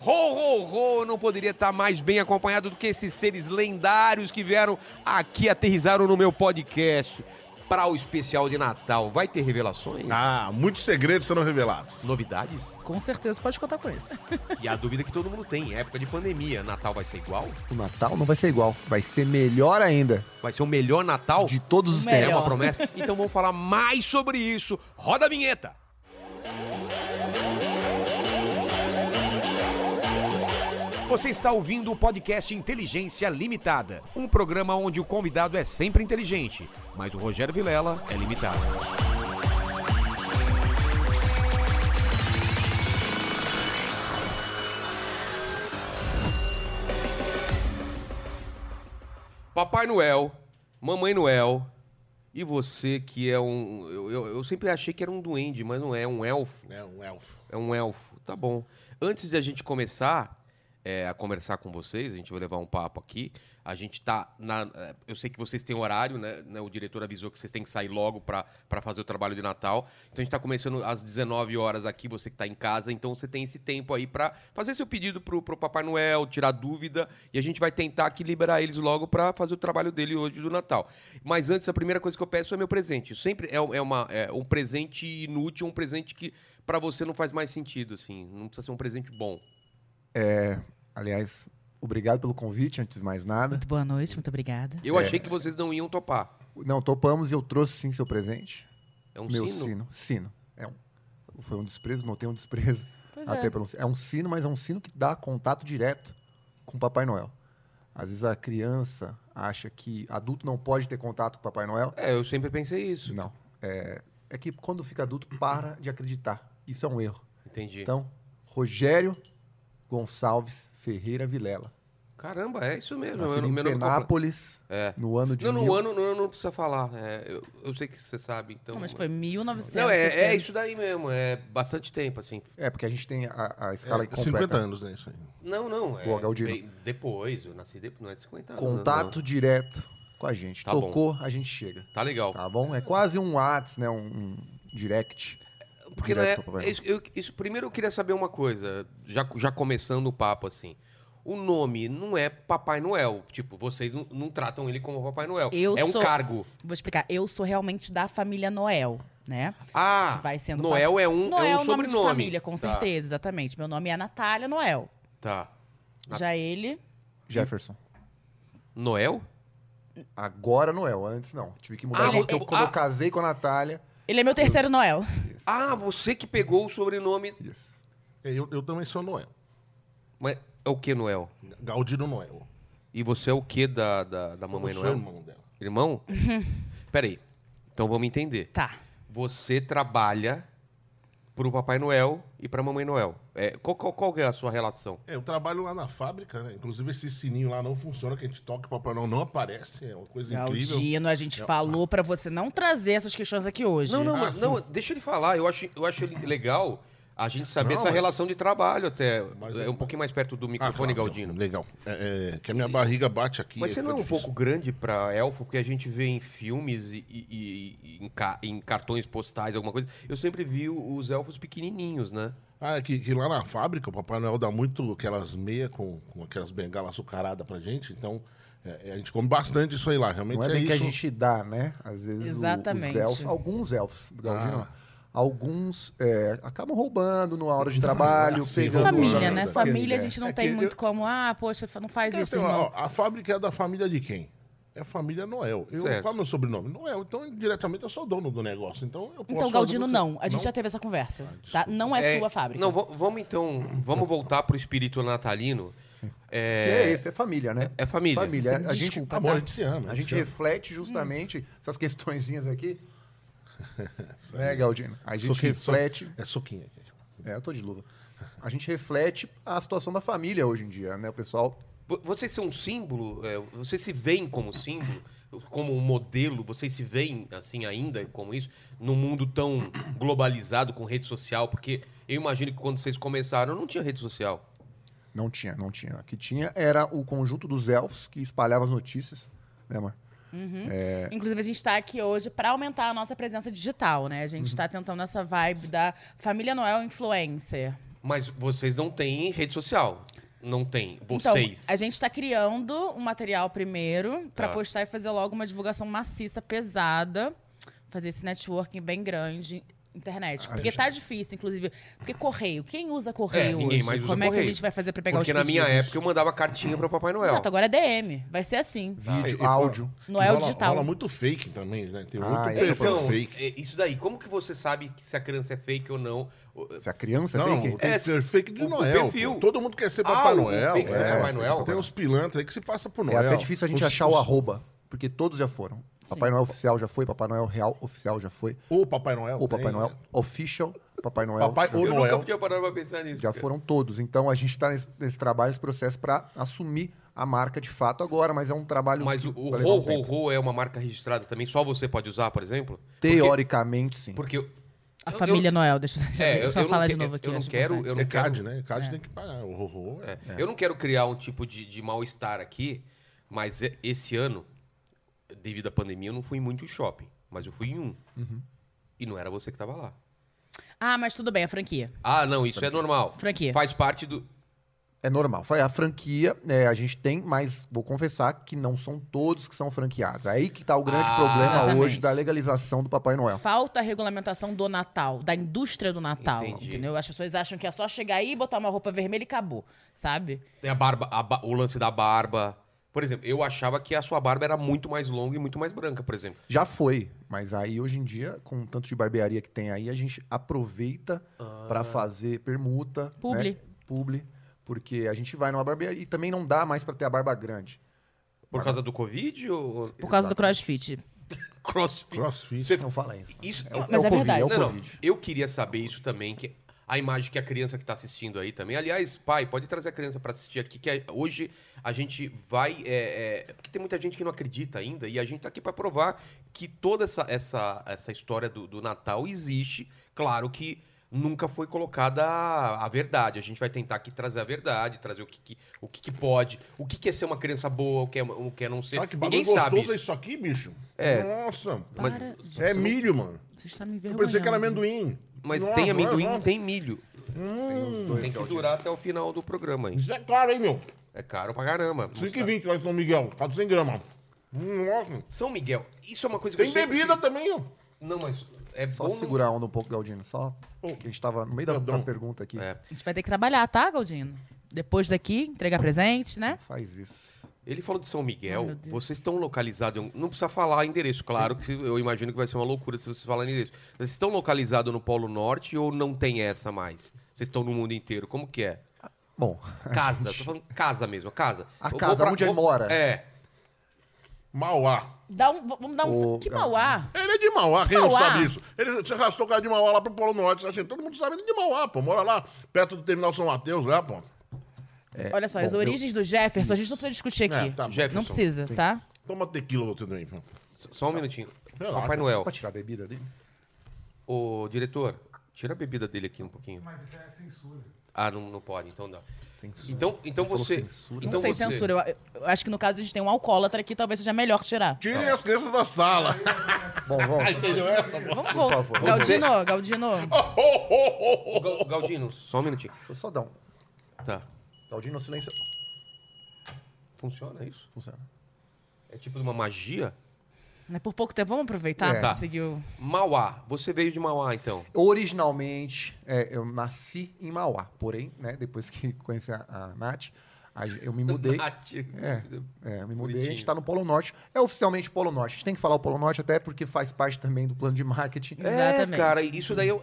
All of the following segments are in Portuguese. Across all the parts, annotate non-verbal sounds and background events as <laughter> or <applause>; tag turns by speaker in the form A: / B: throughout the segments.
A: Ho, ho, ho! Não poderia estar mais bem acompanhado do que esses seres lendários que vieram aqui, aterrizaram no meu podcast para o especial de Natal. Vai ter revelações?
B: Ah, muitos segredos serão revelados.
A: Novidades?
C: Com certeza pode contar com isso.
A: E a dúvida que todo mundo tem, época de pandemia, Natal vai ser igual?
D: O Natal não vai ser igual, vai ser melhor ainda.
A: Vai ser o melhor Natal?
D: De todos os
C: Melhor.
A: É
D: tempos.
A: uma promessa? <laughs> Então vamos falar mais sobre isso. Roda a vinheta! Você está ouvindo o podcast Inteligência Limitada, um programa onde o convidado é sempre inteligente, mas o Rogério Vilela é limitado. Papai Noel, Mamãe Noel e você que é um. Eu, eu- eu sempre achei que era um duende, mas não é, um elfo.
B: É um elfo.
A: É um elfo. Tá bom. Antes de a gente começar é, a conversar com vocês, a gente vai levar um papo aqui. A gente tá na. é, Eu sei que vocês têm horário, né? né, O diretor avisou que vocês têm que sair logo pra pra fazer o trabalho de Natal. Então a gente tá começando às 19 horas aqui, você que tá em casa. Então você tem esse tempo aí pra fazer seu pedido pro, pro Papai Noel, tirar dúvida. E a gente vai tentar aqui liberar eles logo pra fazer o trabalho dele hoje do Natal. Mas antes, a primeira coisa que eu peço é meu presente. Isso Sempre é, um- é uma, é um presente inútil, um presente que pra você não faz mais sentido, assim. Não precisa ser um presente bom.
D: Aliás, obrigado pelo convite, antes de mais nada.
C: <laughs> Muito boa noite, muito obrigada.
A: Eu
D: É.
A: achei que vocês não iam topar.
D: Não, topamos e eu trouxe sim seu presente.
A: É um
D: Meu
A: sino.
D: sino. Sino. É um. Foi um desprezo, notei um desprezo.
C: Pois
D: Até
C: é.
D: pelo, é um sino, mas é um sino que dá contato direto com o Papai Noel. Às vezes a criança acha que adulto não pode ter contato com o Papai Noel.
A: É, eu sempre pensei isso.
D: Não. É, é que quando fica adulto, para de acreditar. Isso é um erro.
A: Entendi.
D: Então, Rogério Gonçalves Ferreira Vilela.
A: Caramba, é isso mesmo.
D: Nascido
A: Eu-
D: em
A: meu nome
D: Penápolis,
A: É.
D: no ano de
A: Não, no
D: mil-
A: ano, no ano não precisa falar. É, eu, eu sei que você sabe, então.
C: Não, mas foi 1900.
A: Não, é, é isso daí mesmo. É bastante tempo, assim.
D: É, porque a gente tem a, a escala
B: É, 50
D: completa.
B: anos, né? Isso aí.
A: Não, não. É,
D: Boa, Galdino.
A: bem- depois, eu nasci depois, não é 50 anos.
D: Contato direto com a gente.
A: Tá bom.
D: Tocou, a gente chega.
A: não. Tá legal.
D: Tá bom? É quase um WhatsApp, né? Um, um direct.
A: Porque não é.
D: Direto pro papai.
A: Isso, eu- isso- primeiro eu queria saber uma coisa, já, já começando o papo assim. O nome não é Papai Noel. Tipo, vocês não, não tratam ele como Papai Noel.
C: Eu
A: é um
C: sou-
A: cargo.
C: Vou explicar. Eu sou realmente da família Noel, né?
A: Ah,
C: Vai sendo
A: Noel é um,
C: Noel
A: é
C: é
A: um
C: o nome
A: sobrenome.
C: de família, com
A: Tá,
C: certeza, exatamente. Meu nome é Natália Noel.
A: Tá. Na-
C: Já ele.
D: Jefferson.
A: Noel?
D: Agora Noel, antes não. Tive que mudar.
A: Ah,
D: porque eu-
A: eu-
D: quando
A: ah.
D: eu casei com a Natália.
C: Ele é meu terceiro Noel.
A: Ah, você que pegou o sobrenome.
D: Yes.
B: É, Eu, eu também sou Noel.
A: Mas é o que, Noel?
B: Galdino Noel.
A: E você é o que da, da, da Mamãe
B: eu
A: Noel?
B: sou irmão dela.
C: <laughs>
A: Irmão? Peraí. Então vamos entender.
C: Tá.
A: Você trabalha pro Papai Noel e pra Mamãe Noel. É, qual, qual, qual que é a sua relação?
B: É, eu trabalho lá na fábrica, né? Inclusive esse sininho lá não funciona, que a gente toca, o Papai Noel não aparece. É uma coisa incrível.
C: Galdino, a gente falou pra você não trazer essas questões aqui hoje.
A: Não, não,
B: Ah,
A: mas, não, deixa ele falar. Eu acho, eu acho ele legal a gente saber
B: Não,
A: essa
B: mas-
A: relação de trabalho até.
B: Mas
A: é
B: eu-
A: um pouquinho mais perto do
B: Ah,
A: microfone,
B: claro,
A: Galdino.
B: Legal. É, é, que a minha barriga bate aqui.
A: Mas você não é
B: fica
A: um
B: difícil.
A: pouco grande pra elfo, porque a gente vê em filmes e, e- e- e em, ca- em cartões postais, alguma coisa. Eu sempre vi o- os elfos pequenininhos, né?
B: Ah, é que, que lá na fábrica o Papai Noel dá muito aquelas meias com, com aquelas bengalas açucaradas pra gente, então é, é, a gente come bastante isso aí lá. Realmente
D: Não é
B: é,
D: bem
B: isso.
D: que a gente dá, né? Às vezes o-
C: Exatamente.
D: os elfos, alguns elfos, do Galdino,
B: Ah.
D: alguns é, acabam roubando na
B: <laughs>
D: hora de trabalho,
B: Assim,
D: pegando...
C: Família,
B: Não,
C: né?
B: não,
C: Família a gente não
B: É
C: tem
B: que
C: muito
B: eu-
C: como. Ah, poxa, não faz
B: Porque,
C: isso,
B: assim, ó,
C: irmão.
B: a fábrica é da família de quem? É a família Noel. Eu,
A: Certo.
B: qual é o meu sobrenome? Noel. Então, diretamente, eu sou dono do negócio. Então, eu posso
C: Então,
B: fazer
C: Galdino,
B: o que-
C: não. A gente já teve essa conversa. tá? Não é, sua fábrica.
A: Não, va- vamos então, vamos voltar pro espírito natalino.
D: Que
A: É,
D: é isso, é família, né?
A: é família.
D: Família. A gente,
C: Desculpa,
B: Amor,
C: tá?
B: a gente se ama.
D: a gente
B: se ama. Hum.
D: reflete justamente essas
B: <laughs>
D: questõezinhas aqui. né, Galdino? A gente
B: Soquinho,
D: reflete...
B: so- É soquinha aqui.
D: É, eu tô de luva. A gente reflete a situação da família hoje em dia, né? O pessoal
A: Vo- Vocês são um símbolo? é, vocês se veem como símbolo? Como um modelo? Vocês se veem, assim, ainda como isso? Num mundo tão globalizado com rede social? Porque eu imagino que quando vocês começaram não tinha rede social.
D: Não tinha, não tinha. O que tinha era o conjunto dos elfos que espalhava as notícias, né, amor?
B: Ah,
C: Uhum.
B: É.
C: Inclusive, a gente tá aqui hoje pra aumentar
B: Uhum.
C: a nossa presença digital, né? A gente tá tentando essa vibe da família Noel influencer.
A: Mas vocês não têm rede social. Não tem.
C: Então,
A: Vocês.
C: a gente tá criando um material primeiro pra
A: Tá.
C: postar e fazer logo uma divulgação maciça, pesada. Fazer esse networking bem grande. Internet.
D: A
B: Ah,
C: Porque
D: gente-
C: tá difícil, inclusive. Porque correio. Quem usa correio
A: É, ninguém
C: hoje?
A: mais usa
C: Como é que
A: correio.
C: a gente vai fazer pra pegar
A: Porque
C: os
A: na minha
C: pedidos?
A: época eu mandava cartinha para Papai Noel.
C: Exato, agora é DM. Vai ser assim.
D: Vídeo,
B: e- e
D: áudio.
C: Não é o
B: Rola-
C: digital.
B: Rola muito fake também, né? Tem
D: Ah,
B: muito
D: esse
B: perfil
D: foi
A: Então,
B: fake.
A: é, isso daí, como que você sabe que se a criança é fake ou não? O-
D: Se a criança é
B: não,
D: fake,
B: tem
A: É,
B: que ser fake de
A: o- o
B: Noel.
A: perfil.
B: pô. Todo mundo quer ser
A: Ah,
B: Papai
A: o
B: Noel.
A: fake de
B: é.
A: Papai Noel.
B: Tem uns pilantras aí que se passa por
D: é
B: Noel.
D: até difícil a gente
B: Os-
D: achar o
B: os-
D: arroba, porque todos já foram. Papai Noel oficial já foi, Papai Noel real oficial já foi,
B: O Papai Noel.
D: ou Papai
B: tem,
D: Noel
B: né?
D: official, Papai Noel
B: Papai
D: já
B: ou
A: eu nunca
B: Noel.
A: podia parar pra pensar nisso.
D: Já
A: cara.
D: foram todos. Então a gente está nesse, nesse trabalho, nesse processo para assumir a marca de fato agora, mas é um trabalho.
A: Mas
D: que
A: o, o
D: vai levar um
A: Ro Ro
D: tempo.
A: Ro é uma marca registrada também, só você pode usar, por exemplo?
D: Teoricamente, sim.
A: Porque. porque
C: A
A: eu-
C: família
A: eu-
C: Noel, <laughs> deixa,
A: É,
C: deixa eu,
A: não
C: falar
A: que-
C: de novo aqui.
A: Eu não
C: acho
A: quero.
C: importante.
A: Eu
B: É
A: não
B: CAD,
A: quero,
B: né? CAD tem que parar. O horror. É.
A: é, eu não quero criar um tipo de, de mal-estar aqui, mas e- esse ano, devido à pandemia, eu não fui em muito shopping. Mas eu fui em um. E não era você que tava lá.
C: Ah, mas tudo bem, a franquia.
A: Ah, não, isso é normal.
C: Franquia.
A: Faz parte do.
D: É normal. Foi a franquia, né, a gente tem, mas vou confessar que não são todos que são franqueados. Aí que está o grande
A: Ah,
D: problema
C: exatamente.
D: hoje da legalização do Papai Noel.
C: Falta a regulamentação do Natal, da indústria do Natal,
A: Entendi.
C: entendeu? As pessoas acham que é só chegar aí, botar uma roupa vermelha e acabou, sabe?
A: Tem a barba, a ba- o lance da barba. Por exemplo, eu achava que a sua barba era muito mais longa e muito mais branca, por exemplo.
D: Já foi, mas aí hoje em dia, com o tanto de barbearia que tem aí, a gente aproveita
A: Ah.
D: pra para fazer permuta,
C: Publi.
D: né? publi, porque a gente vai numa barbearia e também não dá mais para ter a barba grande.
A: Por causa do Covid ou
C: Por causa do
D: Exato.
C: crossfit.
A: crossfit?
B: Crossfit.
A: Você-
D: Não fala isso.
A: Isso
D: É o,
C: Mas
D: é o
C: é
D: Covid,
C: verdade.
D: é o
A: Não, não.
D: Covid.
A: Eu queria saber isso também, que a imagem que a criança que tá assistindo aí também. Aliás, pai, pode trazer a criança para assistir aqui, que a- hoje a gente vai. é, é, porque tem muita gente que não acredita ainda, e a gente tá aqui para provar que toda essa, essa, essa história do, do Natal existe. Claro que nunca foi colocada a, a verdade. A gente vai tentar aqui trazer a verdade, trazer o que, que- o que, que pode, o que, que é ser uma criança boa, o que é, uma- o que é não ser.
B: Olha que bagulho
A: Ninguém
B: gostoso
A: sabe.
B: é isso aqui, bicho.
A: É.
B: Nossa.
A: Mas-
C: Para,
B: É milho, mano.
C: você está me
B: Eu
C: envergonhando.
B: pensei que era amendoim.
A: é Mas
B: Nossa, é
A: tem amendoim,
B: olha só.
A: tem milho.
D: Tem os dois.
A: Tem que durar até o final do programa, hein?
B: Isso é caro, hein, meu?
A: É caro pra caramba.
B: 5,20 lá em São Miguel. 400 gramas. Hum, Nossa.
A: São Miguel, isso é uma coisa que
B: Tem
A: eu sempre-
B: bebida também, ó.
A: Não, mas é
D: Só
A: bom... não-
D: segurar a onda um pouco, Galdino. Só que a gente tava no meio da, da
B: Perdão.
D: pergunta aqui.
A: É.
C: A gente vai ter que trabalhar, tá, Galdino? Depois daqui, entregar presente, né?
D: Faz isso.
A: Ele falou de São Miguel,
C: Ai, meu Deus.
A: vocês estão localizados... em um- Não precisa falar endereço, claro, que se- eu imagino que vai ser uma loucura se vocês falarem endereço. Vocês estão localizados no Polo Norte ou não tem essa mais? Vocês estão no mundo inteiro, como que
D: <laughs>
A: é?
D: Bom, <laughs>
A: Casa, tô falando casa mesmo, casa.
D: A
A: Eu vou
D: casa, onde ele mora.
A: É,
B: Mauá.
C: Dá um, v- vamos dar um...
D: Ô,
C: que mauá!
B: Ele é de Mauá, quem não
C: Mauá?
B: sabe isso? Ele se arrastou o cara de Mauá lá pro Polo Norte, assim, todo mundo sabe ele é de Mauá, pô. Mora lá, perto do terminal São Mateus, lá, pô.
C: Olha só, as
D: bom, eu-
C: origens do Jefferson, a gente não precisa discutir aqui.
B: É, tá bom.
A: Jefferson.
C: não precisa, tá?
B: Toma tequila você também, pô.
A: s- só um
E: Tá.
A: minutinho.
B: Relaxa.
A: Papai Noel,
D: pode tirar a bebida dele?
A: ô diretor, tira a bebida dele aqui um pouquinho.
E: Mas isso é censura.
A: Ah, não, não pode, então não.
D: Censura.
A: Então, então
D: falou
A: você...
D: censura?
A: Então
C: não sei
A: você...
C: censura. Eu, eu acho que no caso a gente tem um alcoólatra aqui, talvez seja melhor tirar.
B: Tirem as crianças da sala.
A: <laughs> Então-
D: Bom,
A: Ah,
D: vamos.
B: Entendeu
A: É,
B: essa, pô?
C: Vamos
D: Por
C: voltar.
D: favor.
C: Galdino, Galdino.
A: Ô, Gal- Galdino, só um minutinho.
D: Deixa eu só dar um.
A: Tá.
D: Galdino, silêncio.
A: Funciona isso?
D: Funciona.
A: É tipo de uma magia?
C: né, Por pouco tempo, vamos aproveitar.
D: É.
A: Tá.
C: Conseguiu.
A: Mauá. Você veio de Mauá, então.
D: Originalmente, é, eu nasci em Mauá. Porém, né, depois que <laughs> conheci a, a Nath, a gen- eu me
A: <laughs>
D: mudei.
A: Nath.
D: É, é, eu me mudei. A
A: Bonitinho.
D: gente tá no Polo Norte. É oficialmente Polo Norte. A gente tem que falar o Polo Norte até porque faz parte também do plano de marketing.
A: É,
C: Exatamente.
A: cara, isso daí... Eu...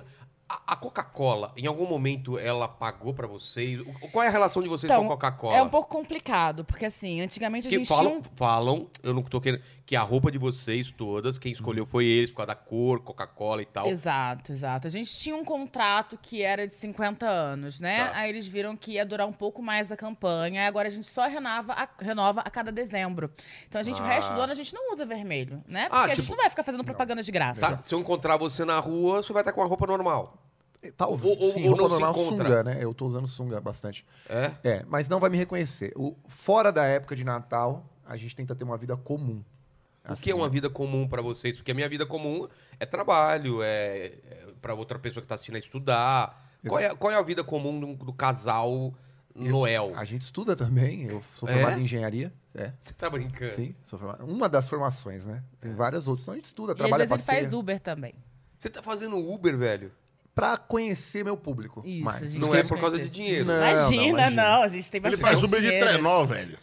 A: A a Coca-Cola, em algum momento, ela pagou pra vocês? O- Qual é a relação de vocês
C: Então,
A: com a Coca-Cola?
C: É um pouco complicado, porque assim, antigamente a
A: que
C: gente tinha
A: falam,
C: um...
A: falam, eu não tô querendo, que a roupa de vocês todas, quem escolheu foi eles, por causa da cor, Coca-Cola e tal.
C: Exato, exato. A gente tinha um contrato que era de 50 anos, né?
A: Tá.
C: Aí eles viram que ia durar um pouco mais a campanha. Aí Agora a gente só renova a, renova a cada dezembro. Então a gente, o
A: Ah.
C: resto do ano a gente não usa vermelho, né?
A: Ah,
C: Porque a
A: tipo-
C: gente não vai ficar fazendo propaganda de graça.
A: Tá? Se eu encontrar você na rua, você vai estar com a roupa normal.
D: É, Talvez.
A: Ou- ou-
D: Sim,
A: ou
D: roupa
A: não se
D: normal,
A: encontra.
D: sunga, né? Eu tô usando sunga bastante.
A: É?
D: É, mas não vai me reconhecer. O, fora da época de Natal, a gente tenta ter uma vida comum.
A: O
D: Assim,
A: que é
D: né?
A: uma vida comum pra vocês? Porque a minha vida comum é trabalho, é, é para outra pessoa que tá assistindo é estudar, Qual é, qual é a vida comum do, do casal Noel?
D: A gente estuda também, eu sou
A: É?
D: formado em engenharia. É.
A: Você tá brincando?
D: Sim, sou formado. Uma das formações, né?
A: É.
D: Tem várias outras. Então a gente estuda,
C: E às
D: trabalha
C: vezes ele
D: passeia.
C: faz Uber também.
A: Você tá fazendo Uber, velho?
D: Pra conhecer meu público.
C: Isso,
D: mais.
C: gente.
A: Não é por causa de dinheiro.
D: Não,
C: imagina,
D: imagina.
C: não, a gente tem
B: Ele
C: bastante
B: faz Uber de né?
C: dinheiro.
B: trenó, velho.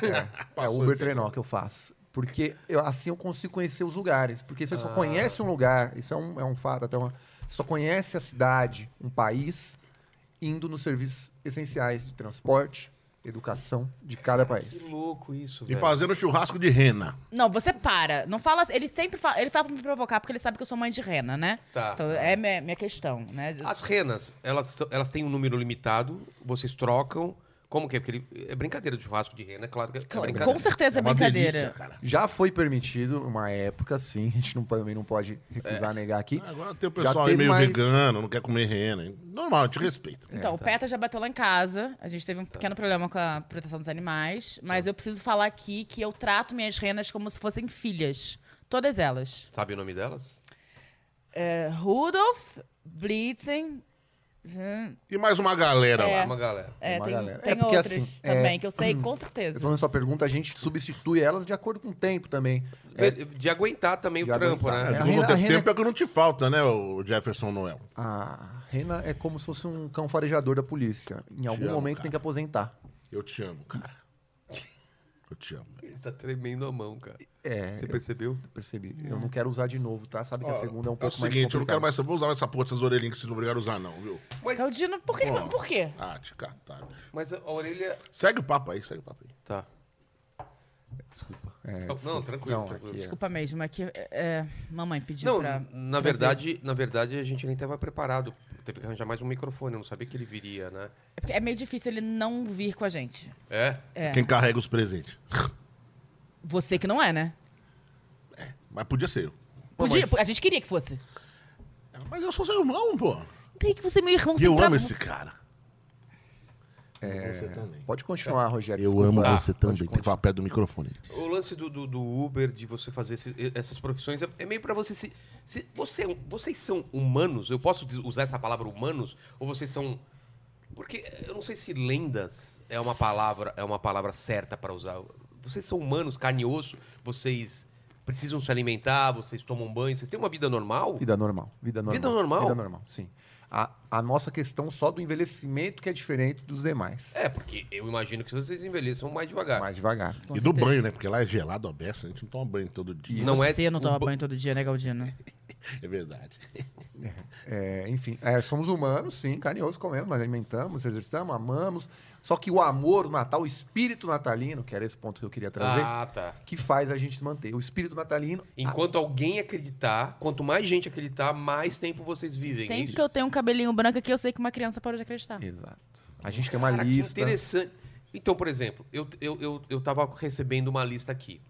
D: É
B: Passou,
D: o Uber
B: enfim.
D: trenó que eu faço. Porque eu- assim eu consigo conhecer os lugares. Porque você só
B: Ah.
D: conhece um lugar, isso é um, é um fato, até uma. Você só conhece a cidade, um país, indo nos serviços essenciais de transporte, educação de cada
A: Que
D: país.
A: louco isso,
B: E
A: velho.
B: fazendo churrasco de rena.
C: Não, você para. Não fala. assim- Ele sempre fala. Ele fala pra me provocar porque ele sabe que eu sou mãe de rena, né?
A: Tá. Ah,
C: Então é minha, minha questão, né?
A: As renas, elas, são- elas têm um número limitado, vocês trocam. Como que é? Porque ele- é brincadeira de churrasco de rena, é claro que é
C: Claro,
A: brincadeira.
C: com certeza é,
B: uma
C: brincadeira.
B: delícia, cara.
D: Já foi permitido uma época, sim, a gente não, também não pode recusar negar aqui.
B: Ah, Agora tem o
D: Já
B: pessoal aí
D: teve
B: meio
D: mais-
B: vegano, não quer comer rena. Normal, eu te respeito.
C: Então, o PETA já bateu lá em casa. A gente teve um pequeno problema com a proteção dos animais. Mas eu preciso falar aqui que eu trato minhas renas como se fossem filhas. Todas elas.
A: Sabe o nome delas?
C: É, Rudolf, Blitzen. hum,
B: E mais uma galera
A: É
B: lá.
A: uma galera.
C: É,
D: Uma
C: tem,
D: galera.
C: tem
D: É porque,
C: outras
D: assim, é-
C: também, que eu sei com certeza.
D: Respondendo a sua pergunta, a gente substitui elas de acordo com o tempo também. É,
A: De, de aguentar também
D: De
A: o trampo,
D: aguentar,
A: né?
B: É, tu
D: né? a
B: não
D: rena-
B: tem
D: a rena-
B: tempo é que não te falta, né, o Jefferson Noel?
D: a rena é como se fosse um cão farejador da polícia. Em algum
B: amo,
D: momento
B: cara.
D: tem que aposentar.
B: Eu te amo, cara. Eu te amo.
A: <laughs> Ele tá tremendo a mão, cara.
D: É,
A: Você percebeu?
D: Percebi. Eu não quero usar de novo, tá? Sabe que a segunda é um
B: É o
D: pouco mais
B: seguinte, eu não quero
D: complicada.
B: mais. Eu vou usar essa porra dessas orelhinhas que vocês não obrigaram a usar, não, viu?
C: Claudino, por que?
B: Pô.
C: Por quê?
B: Ah, te catar.
A: Mas a, a orelha.
B: Segue o papo aí, segue o papo aí.
A: Tá.
D: Desculpa. É,
A: Não,
D: desculpa.
A: tranquilo,
D: Não,
A: tranquilo.
D: aqui é-
C: Desculpa mesmo, é que é, é, mamãe pediu
A: Não,
C: pra.
A: na
C: trazer.
A: verdade, na verdade a gente nem estava preparado. Teve que arranjar mais um microfone, eu não sabia que ele viria, né?
C: É porque É meio difícil ele não vir com a gente.
A: É?
C: É.
B: Quem carrega os presentes.
C: Você que não é, né?
B: Mas podia ser eu.
D: Pô,
C: Podia,
D: mas-
C: a gente queria que fosse.
B: É, Mas eu sou seu irmão, pô. tá-
C: Tem que você é meu irmão
B: E eu
C: você
B: amo
C: tra-
B: esse cara.
C: Então
B: É... Você também.
D: Pode continuar, Rogério.
B: Eu
D: desculpa.
B: amo
D: Ah,
B: você
D: pode
B: também. Tem que
D: continuar.
B: falar perto do microfone. ele disse.
A: O lance do, do, do Uber, de você fazer esse- essas profissões, é, é meio pra você se. se você, é um- vocês são humanos? Eu posso diz- usar essa palavra humanos? Ou vocês são. Porque eu não sei se lendas é uma palavra, é uma palavra certa pra usar. Vocês são humanos, carne e osso, vocês precisam se alimentar, vocês tomam banho, vocês têm uma vida normal?
D: Vida normal. Vida normal.
A: Vida normal?
D: Vida normal, sim. A, a nossa questão só do envelhecimento que é diferente dos demais.
A: É, porque eu imagino que vocês envelheçam mais devagar.
D: Mais devagar.
C: Com
B: E do
C: certeza.
B: banho, né? Porque lá é gelado a beça, a gente não toma banho todo dia.
A: Não é
C: Você não
A: o
C: toma
A: ba-
C: banho todo dia, né, Galdino?
B: É verdade.
D: É, enfim, é, somos humanos, sim, carinhosos, comemos, alimentamos, exercitamos, amamos. Só que o amor, o Natal, o espírito natalino, que era esse ponto que eu queria trazer,
A: Ah, tá.
D: que faz a gente se manter. O espírito natalino.
A: Enquanto alguém acreditar, quanto mais gente acreditar, mais tempo vocês vivem. é
C: Sempre
A: isso?
C: que eu tenho um cabelinho branco aqui, eu sei que uma criança parou de acreditar.
A: É.
D: Exato. A gente tem uma
A: Cara, que
D: lista.
A: interessante. Então, por exemplo, eu, eu, eu, eu tava recebendo uma lista aqui.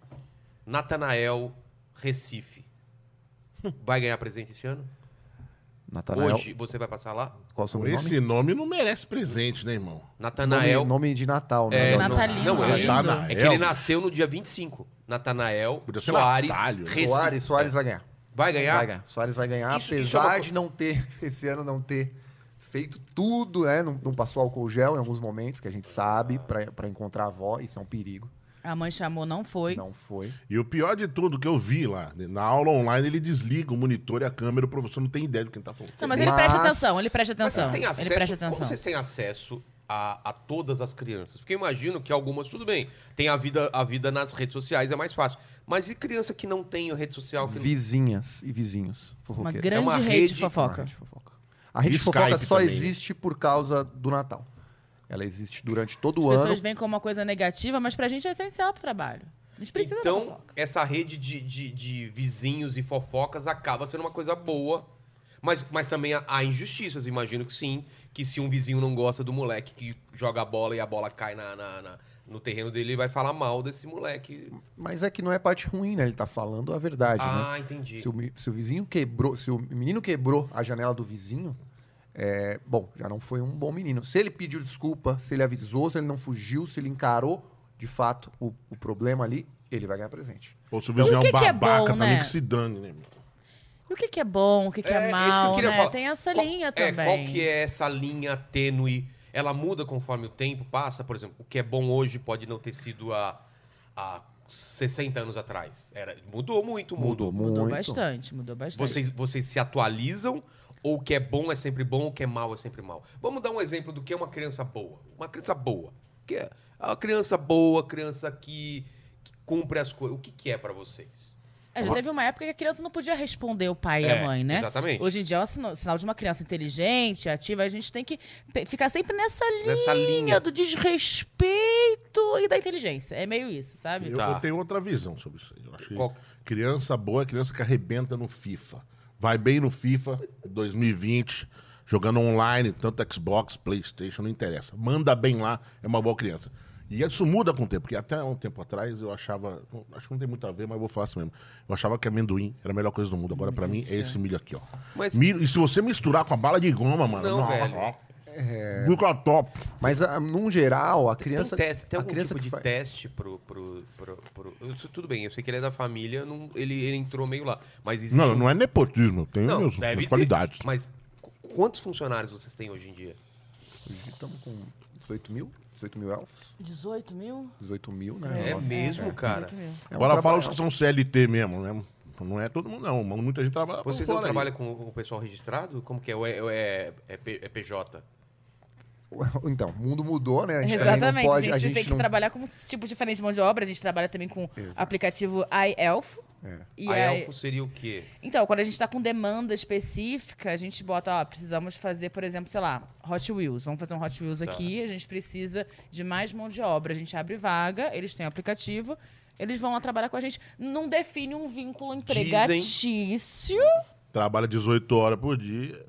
A: Natanael Recife. Vai ganhar presente esse ano?
D: Natanael,
A: Hoje você vai passar lá?
D: qual é o
B: Com
D: sobrenome?
B: esse nome não merece presente, né, irmão?
A: Natanael.
D: Nome, nome de Natal, né?
A: É,
D: Natal.
C: Natalino.
A: Não, é,
C: lindo.
B: Natanael.
A: é que ele nasceu no dia 25. Natanael
B: Podia ser
A: Soares.
B: Natalio.
A: Recife.
D: Soares, Soares vai ganhar.
A: Vai ganhar?
D: Vai ganhar. Soares vai ganhar,
A: Isso- isso é uma
D: apesar
A: co-
D: de não ter, <laughs> esse ano não ter feito tudo, né? Não, não passou álcool gel em alguns momentos, que a gente sabe, pra pra encontrar a avó, isso é um perigo.
C: A mãe chamou, não foi.
D: Não foi.
B: E o pior de tudo que eu vi lá, né, na aula online, ele desliga o monitor e a câmera, o professor não tem ideia do que ele tá falando.
C: Não, mas ele
D: Mas-
C: presta atenção, ele presta
A: Mas
C: atenção.
A: Vocês têm acesso,
C: ele presta
A: Como
C: atenção.
A: vocês têm acesso a, a todas as crianças? Porque eu imagino que algumas, tudo bem, tem a vida, a vida nas redes sociais, é mais fácil. Mas e criança que não tem rede social? É Que não...
D: Vizinhas e vizinhos
C: Uma
D: fofoqueiros. É
C: grande
A: é uma
C: rede,
A: rede-
C: de
D: Uma
C: fofoca.
D: rede de fofoca. A rede
B: E
D: de fofoca
B: Skype
D: só
A: né?
B: também.
D: existe por causa do Natal. Ela existe durante todo o
C: As
D: ano.
C: pessoas veem como uma coisa negativa, mas pra gente é essencial pro trabalho. A gente precisa da
A: Então,
C: fofoca.
A: essa rede de, de, de vizinhos e fofocas acaba sendo uma coisa boa. Mas, mas também há, há injustiças, imagino que sim. Que se um vizinho não gosta do moleque que joga a bola e a bola cai na, na- na- no terreno dele, ele vai falar mal desse moleque.
D: Mas é que não é parte ruim, né? Ele tá falando a verdade, né?
A: Ah, entendi.
D: Se o, mi- se o vizinho quebrou, se o menino quebrou a janela do vizinho, é, bom, já não foi um bom menino. Se ele pediu desculpa, se ele avisou, se ele não fugiu, se ele encarou de fato o, o problema ali, ele vai ganhar presente.
B: Ou se o vizinho
C: o que
B: é um
C: que é
B: babaca
C: bom,
B: também
C: né?
B: que se dane, né, irmão?
C: E o que, que é bom, o que, que é,
A: isso que eu
C: mal,
A: queria
C: né?
A: falar.
C: Tem essa
A: Qual-
C: linha
A: é,
C: também.
A: Qual que é essa linha tênue? Ela muda conforme o tempo passa? Por exemplo, o que é bom hoje pode não ter sido há, há 60 anos atrás. Era, mudou muito, mudou.
D: Mudou muito.
C: Mudou bastante, mudou bastante.
A: Vocês, vocês se atualizam? Ou o que é bom é sempre bom, o que é mal é sempre mal? Vamos dar um exemplo do que é uma criança boa. Uma criança boa. O Que é a criança boa, criança que, que cumpre as coisas. O que, que é pra vocês?
C: É, já teve uma época que a criança não podia responder o pai e
A: É,
C: a mãe, né?
A: exatamente.
C: Hoje em dia é um sino- sinal de uma criança inteligente, ativa. A gente tem que pe- ficar sempre nessa linha,
A: Nessa linha.
C: do desrespeito e da inteligência. É meio isso, sabe?
B: Eu,
A: Tá.
B: eu tenho outra visão sobre isso aí. Eu acho que
A: Qual-
B: criança boa é criança que arrebenta no FIFA. Vai bem no FIFA 2020, jogando online, tanto Xbox, Playstation, não interessa. Manda bem lá, é uma boa criança. E isso muda com o tempo, porque até um tempo atrás eu achava. não- Acho que não tem muito a ver, mas eu vou falar assim mesmo. Eu achava que amendoim era a melhor coisa do mundo. Agora, pra mim, é esse milho aqui, ó.
A: Mas-
B: Milho- e se você misturar com a bala de goma, mano.
A: Não, velho.
B: Fica top.
D: Mas, ah, num geral, a criança.
A: tem teste, tem
D: a
A: algum
D: criança
A: tipo
D: que
A: de
D: faz-
A: teste pro... pro, pro, pro- eu sou- tudo bem, eu sei que ele é da família, não- ele, ele entrou meio lá. Mas existe...
B: Não,
A: um-
B: não é nepotismo, tem
A: Não,
B: meus,
A: deve
B: minhas
A: ter,
B: qualidades.
A: Mas qu- quantos funcionários vocês têm hoje em dia?
D: Estamos com 18 mil? 18 mil elfos?
C: 18 mil?
D: 18 mil, né?
A: É
D: Nossa.
A: mesmo, cara?
C: 18 mil.
D: É um
B: Agora fala
D: trabalho.
B: os que são CLT mesmo, né? Não é todo mundo, não. Muita gente trabalha por
A: Vocês não
B: fora aí.
A: trabalham com o pessoal registrado? Como que é? Ou é, ou é, é P- é PJ?
D: <laughs> Então, o mundo mudou, né? A gente também
C: Exatamente.
D: não pode.
C: a gente, tem
D: não-
C: que trabalhar com um tipo diferente de mão de obra. A gente trabalha também com
D: Exato.
C: aplicativo iElfo.
D: É.
C: E
A: a
C: aí-
A: Elfo seria o quê?
C: Então, quando a gente tá com demanda específica, a gente bota, ó, precisamos fazer, por exemplo, sei lá, Hot Wheels. Vamos fazer um Hot
D: Tá.
C: Wheels aqui, a gente precisa de mais mão de obra. A gente abre vaga, eles têm o aplicativo, eles vão lá trabalhar com a gente. Não define um vínculo empregatício.
B: Trabalha 18 horas por dia.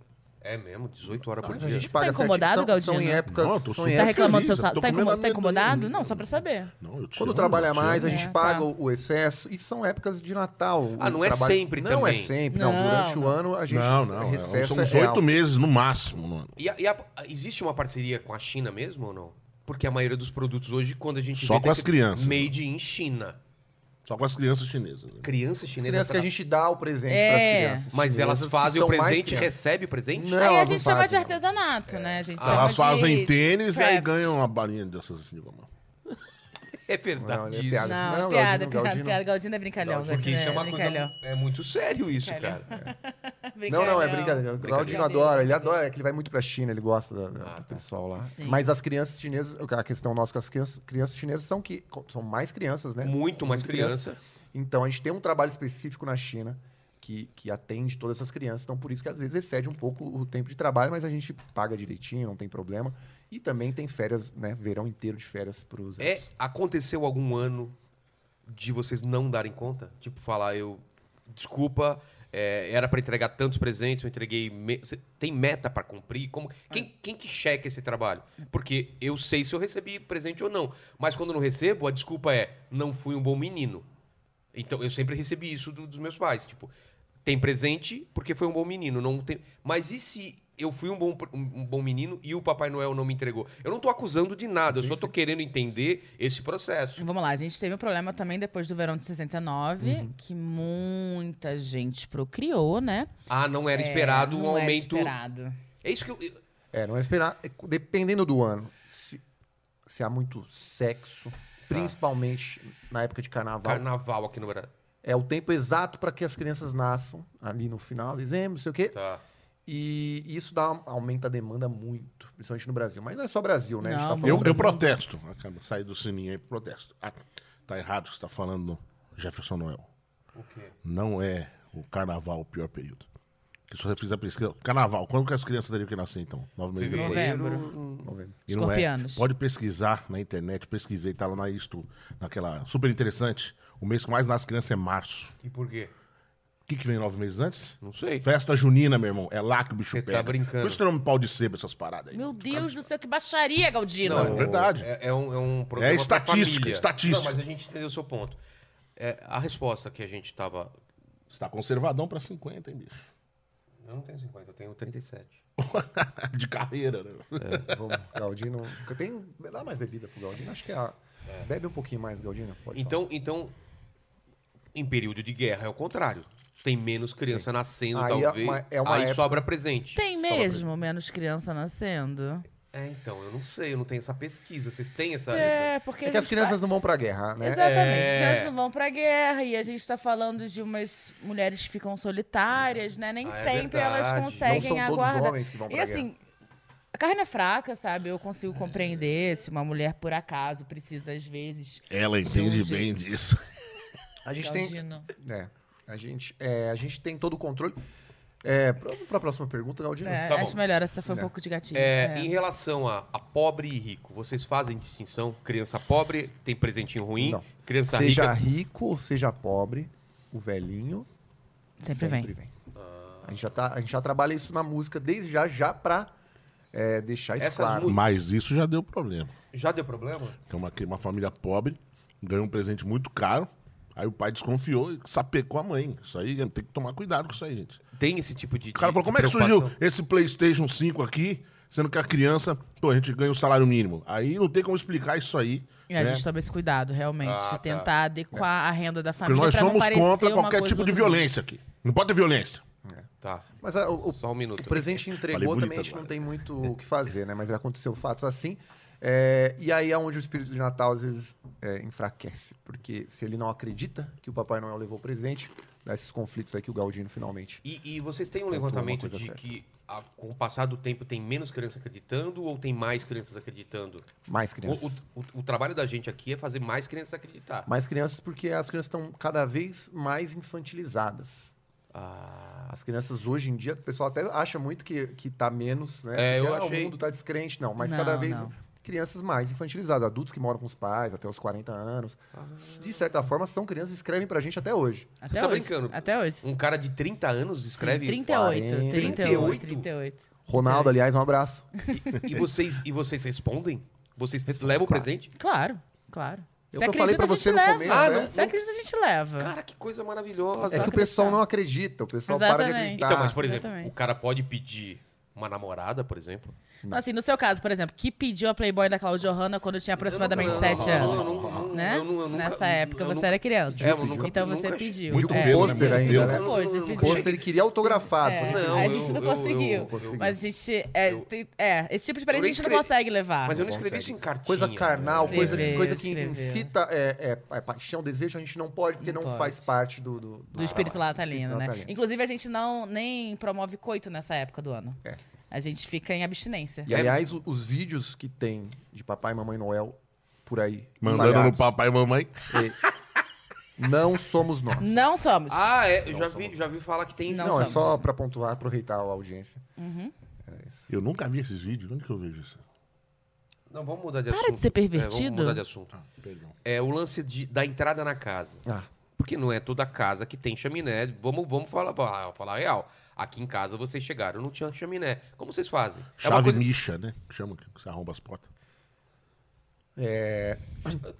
A: É mesmo, 18 horas por
D: Mas a
A: dia.
D: gente paga
C: tá incomodado,
D: certinho. São, são em
C: Galdino?
D: épocas.
B: Não, eu tô
D: são em
B: super
C: tá
D: épocas-
C: reclamando do seu
B: feliz,
C: salário?
B: eu tô
C: Tá, incom-
B: comendo
C: tá incomodado?
B: amendoim.
C: Não, só pra saber.
B: Não, eu te
D: Quando
B: amo,
D: trabalha
B: eu te
D: mais, a
B: amo.
D: gente
C: É,
D: paga
C: tá.
D: o excesso. E são épocas de Natal. O
A: Ah, não é
D: trabalho-
A: sempre
D: não
A: também.
D: é sempre. Não,
C: Não,
D: durante
C: não.
D: o ano a gente.
B: Não, não. é,
D: Recesso
B: São
D: é
B: uns 8
D: alto.
B: meses no máximo, mano.
A: E, a- e a- existe uma parceria com a China mesmo ou não? Porque a maioria dos produtos hoje, quando a gente
B: Só
A: vê,
B: com
A: tem
B: as
A: que-
B: crianças.
A: Made in China.
B: Só com as crianças chinesas. né?
A: Criança
D: As
A: chinesa.
D: crianças que a
A: tá-
D: gente dá o presente
C: É.
D: para pras crianças.
A: Mas elas
D: chinesas,
A: fazem
D: que
A: o
D: são mais
A: presente,
D: crianças.
A: recebe o presente?
D: Não,
C: aí a
D: É, não
C: gente chama de
D: fazem, É. não.
C: artesanato, né? A gente
A: Ah,
C: chama
B: Elas
C: de
B: fazem tênis e aí
C: craft.
B: ganham uma balinha dessas assim de goma.
A: É
D: Não,
A: verdade.
D: ele é
A: isso.
D: piada.
C: Não,
D: Não,
C: piada,
D: Galdino,
C: piada,
D: Galdino.
C: piada. Galdino é brincalhão.
A: Porque
C: Galdino
A: isso é uma coisa.
C: brincalhão. <laughs>
A: É muito sério isso,
C: Brincalhão.
A: cara.
D: Não, não, é
C: Brincalhão.
D: brincadeira. O Claudinho adora, ele adora, é que ele vai muito pra China, ele gosta da-
A: Ah,
D: da-
A: tá.
D: do pessoal lá.
C: Sim.
D: Mas as crianças chinesas, é a questão nossa com as crianças, crianças chinesas são que são mais crianças, né?
A: Muito mais
D: crianças.
A: criança.
D: Então, a gente tem um trabalho específico na China que, que atende todas essas crianças. Então, por isso que às vezes excede um pouco o tempo de trabalho, mas a gente paga direitinho, não tem problema. E também tem férias, né? Verão inteiro de férias pros.
A: É, aconteceu algum ano de vocês não darem conta? Tipo, falar, eu. Desculpa, é, era pra entregar tantos presentes, eu entreguei. me- Você tem meta pra cumprir? Como... Quem, quem que checa esse trabalho? Porque eu sei se eu recebi presente ou não. Mas quando eu não recebo, a desculpa é: não fui um bom menino. Então eu sempre recebi isso do- dos meus pais. Tipo, tem presente porque foi um bom menino. Não tem... Mas e se eu fui um bom, um um bom menino e o Papai Noel não me entregou? Eu não tô acusando de nada, eu só tô querendo entender esse processo.
C: Vamos lá, a gente teve um problema também depois do verão de 69, que muita gente procriou, né?
A: Ah, não era esperado
C: É,
A: um
C: não era
A: aumento.
C: esperado.
A: É isso que eu. eu-
D: É, não é esperar. é, Dependendo do ano, se, se há muito sexo, principalmente na época de carnaval,
A: Carnaval aqui no Brasil.
D: é o tempo exato para que as crianças nasçam, ali no final, dezembro, não sei o quê.
A: Tá.
D: E isso dá, aumenta a demanda muito, principalmente no Brasil. Mas não é só Brasil, né? a gente
C: Não,
D: tá
C: vamos
D: falando
B: Eu, eu
C: Brasil.
B: protesto. Acaba- Saí do sininho aí, protesto. Ah, tá errado o que você tá falando, Jefferson Noel.
A: O quê?
B: não é o carnaval o pior período. Porque se você fizer a pesquisa. Carnaval, quando que as crianças teriam que nascer, então? Nove meses depois.
A: Fevereiro.
D: em novembro.
B: E não é.
C: Escorpianos.
B: Pode pesquisar na internet, pesquisei, tá lá na Isto, naquela. Super interessante. O mês que mais nasce criança é março.
A: E por quê?
B: O que, que vem nove meses antes?
A: Não sei.
B: Festa junina, meu irmão. É lá que o bicho
A: Você tá
B: pega.
A: brincando.
B: Por isso que eu não me pau de sebo essas paradas aí.
C: Meu Deus do céu, que baixaria, Galdino!
B: Não, é verdade.
A: É, é um, é um programa
B: É estatística,
A: pra família.
B: estatística.
A: Não, mas a gente entendeu o seu ponto. É, a resposta que a gente tava.
B: Você tá conservadão pra 50, hein, bicho? <laughs>
A: Eu não tenho 50, eu tenho 37.
B: de carreira, né?
D: Vamos, Galdino. Tem, dá mais bebida pro Galdino. Acho que é a.
C: Então,
D: Bebe um pouquinho mais, Galdino. Pode
A: Então, então, em período de guerra é o contrário. Tem menos criança nascendo,
D: Aí é
A: talvez.
D: uma- é uma
A: Aí
D: época-
A: sobra presente.
C: Tem
A: Sobra presente.
C: mesmo menos criança nascendo?
A: É, então, eu não sei, eu não tenho essa pesquisa. Vocês têm essa. essa-
C: É, porque.
D: É
C: a
D: que as
C: gente
D: crianças
C: fa-
D: não vão pra guerra, né?
C: Exatamente,
A: É.
C: as crianças não vão pra guerra e a gente tá falando de umas mulheres que ficam solitárias, né? Nem
A: Ah, é
C: sempre
A: verdade.
C: elas
A: Não
D: Não
C: conseguem
D: são todos
C: aguardar.
D: homens que vão pra
C: E assim, a carne é fraca, sabe? Eu consigo compreender se uma mulher, por acaso, precisa, às vezes.
B: Ela entende
C: Entendi.
B: bem disso.
D: guerra. A gente tem,
C: Galdino.
D: É, a gente, é, a gente tem todo o controle. É, pra, pra próxima pergunta, Galdino.
C: É,
A: tá bom.
C: acho melhor, essa foi um
D: Né.
C: pouco de gatinho.
A: É,
C: É.
A: Em relação a, a pobre e rico, vocês fazem distinção? Criança pobre tem presentinho ruim,
D: Não.
A: criança
D: seja
A: rica.
D: rico ou seja pobre, o velhinho
C: Sempre vem.
D: A, gente já tá, a gente já trabalha isso na música desde já, já pra é, deixar isso
A: Essas
D: claro.
A: músicas-
B: <laughs> Mas isso já deu problema.
A: Já deu problema?
B: Tem uma, uma família pobre, ganhou um presente muito caro, aí o pai desconfiou e sapecou a mãe. Isso aí tem que tomar cuidado com isso aí, gente.
A: Tem esse tipo de.
B: O cara falou: como é que surgiu esse PlayStation 5 aqui, sendo que a criança, pô, a gente ganha o salário mínimo. Aí não tem como explicar isso aí.
C: E É, a
B: né?
C: gente tá toma esse cuidado, realmente.
A: É. Ah, tá.
C: de tentar adequar a renda da
B: Porque
C: família.
B: nós
C: pra não
B: somos
C: parecer
B: contra
C: uma
B: qualquer
C: coisa
B: tipo de
C: do outro mundo.
B: violência aqui. Não pode ter violência.
A: Tá,
D: Mas a- o, o
A: só um minuto.
D: O presente entregou,
B: bonito
D: também a gente
B: agora.
D: não tem muito o que fazer, né? Mas aconteceu fatos assim. É, e aí é onde o espírito de Natal às vezes é, enfraquece. Porque se ele não acredita que o Papai Noel levou o presente, dá esses conflitos aí que o Galdino finalmente.
A: E, e vocês têm um
D: Pontuou É, uma
A: levantamento
D: coisa
A: de
D: certa.
A: que, a- com o passar do tempo, tem menos criança acreditando ou tem mais crianças acreditando?
D: Mais
A: O,
D: crianças.
A: o- o- o trabalho da gente aqui é fazer mais crianças acreditar.
D: Mais crianças porque as crianças estão cada vez mais infantilizadas.
A: Ah,
D: As crianças hoje em dia, o pessoal até acha muito que, que tá menos, né?
A: É, eu
D: Porque, ah,
A: achei.
D: O mundo tá descrente, não. Mas
C: Não,
D: cada vez
C: não.
D: crianças mais infantilizadas. Adultos que moram com os pais até os 40 anos.
A: Ah.
D: De certa forma, são crianças que escrevem pra gente até hoje.
C: Até
A: Você tá
C: hoje.
A: brincando.
C: Até hoje.
A: um cara de 30 anos escreve.
C: Sim, 38,
D: 40,
C: 38,
A: 38.
C: 38.
A: É.
D: Ronaldo, aliás, um abraço.
A: E vocês, e vocês respondem? Vocês
D: Respondo,
A: levam o
D: claro.
A: presente?
C: Claro, claro.
D: É o
C: Se
D: que eu falei
C: acredita,
D: pra
C: a gente
D: você no
C: leva.
D: começo,
A: Ah,
D: né?
A: não-
C: Se acredita, a gente leva.
A: Cara, que coisa maravilhosa.
D: É que o
C: acreditar.
D: pessoal não acredita, o pessoal para de
C: Exatamente.
D: acreditar.
A: Então, mas, por exemplo,
C: Exatamente.
A: o cara pode pedir uma namorada, por exemplo.
C: Então, assim, no seu caso, por exemplo, que pediu a Playboy da Claudia Johanna quando eu tinha aproximadamente
A: Eu não-
C: 7
A: eu não-
C: anos?
A: eu não- eu
C: né?
A: não- eu nunca-
C: Nessa época
A: eu
C: você
A: nunca-
C: era criança.
A: É, eu nunca-
C: então você
A: nunca-
C: pediu.
B: Muito
C: é,
B: pelo, né,
D: pôster
C: pediu,
D: ainda, né?
C: pediu, pôster,
A: Pôster
C: pediu.
D: Pôster queria autografado. só que
C: É,
D: não
A: Não,
C: a
A: eu-
C: gente não
A: eu-
C: conseguiu.
A: eu-
D: consegui.
C: Mas a gente. É,
A: Eu-
C: tem- é, esse tipo de
A: Eu
C: presente
A: nem
C: a gente
A: escrevi-
C: não consegue levar.
A: Mas eu não
D: Não
A: escrevi
D: consegue.
A: isso em cartinha.
D: Coisa carnal,
C: Escrever,
D: coisa que, coisa que
C: escrever.
D: incita é, é, é paixão, desejo, a gente não pode, porque
C: Não
D: não,
C: pode.
D: faz parte do... Do, Ah, do
C: do espírito
D: trabalho,
C: natalino,
D: espírito tá
C: né?
D: natalino.
C: Inclusive, a gente não nem promove coito nessa época do ano.
D: É.
C: A gente fica em abstinência.
D: E, aliás, o- os vídeos que tem de Papai e Mamãe Noel por aí,
B: Mandando no
D: espalhados,
B: papai e mamãe.
D: não somos nós.
C: Não somos.
A: Ah, é. Eu
D: Não
A: já
D: somos.
A: vi, já vi falar que tem isso.
D: Não,
C: Não
D: é
C: somos.
D: só pra pontuar, aproveitar a audiência.
C: Uhum.
D: Era isso.
B: Eu nunca vi esses vídeos. Onde que eu vejo isso?
A: Não, vamos mudar de
C: Para de
A: assunto.
C: ser
A: É,
C: pervertido.
A: vamos mudar de assunto.
B: Ah, perdão.
A: É o lance de- da entrada na casa.
D: Ah,
A: Porque não é toda casa que tem chaminé. Vamos, vamos falar, falar falar real. Aqui em casa vocês chegaram, não tinha chaminé. Como vocês fazem? é
B: Chave
A: uma coisa.
B: micha, né? Chama que você arromba as portas.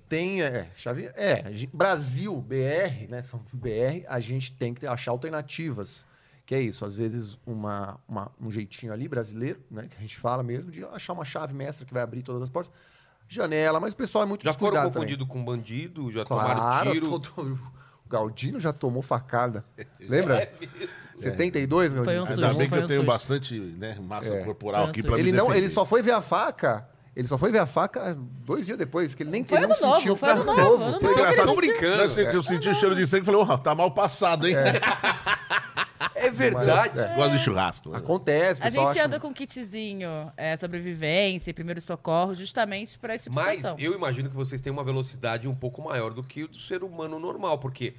D: Tem, é, chave, é, a gen- Brasil, BR, né, são BR, a gente tem que ter- achar alternativas, que é isso, às vezes uma, uma- um jeitinho ali brasileiro, né, que a gente fala mesmo, de achar uma chave mestra que vai abrir todas as portas, janela, mas o pessoal é muito
A: Já foram
D: descuidado também.
A: confundidos com bandido, já
D: Claro,
A: tomaram tiro.
D: <laughs>
A: É
D: todo- o Galdino já
A: <laughs>
D: tomou facada, lembra? 72,
C: Foi um
D: Galdino?
B: Ainda
C: susto,
B: bem que
C: foi
B: eu
C: um
B: tenho
C: susto.
B: bastante né, massa corporal
C: Foi um
B: aqui
C: susto.
B: pra me
D: É. tá Ele, não, ele
B: defender.
D: só foi ver a faca... Ele só foi ver a faca dois dias depois, que ele nem,
C: Foi
D: ele não
C: ano novo,
D: sentiu.
C: foi ano
D: Ano
C: novo, ano
D: novo.
B: Foi
A: Então,
B: engraçado.
A: eles tão brincando.
B: Não, assim, Eu senti o cheiro de sangue e falei, ó, tá mal passado, hein?
A: É verdade.
B: <laughs>
D: Mas,
B: Gosto de churrasco.
D: É.
B: né?
D: Acontece,
C: A
D: pessoal
C: gente
D: acha-
C: anda com um kitzinho, é, sobrevivência e primeiro socorro, justamente pra esse
A: Mas
C: situação.
A: eu imagino que vocês têm uma velocidade um pouco maior do que o do ser humano normal, porque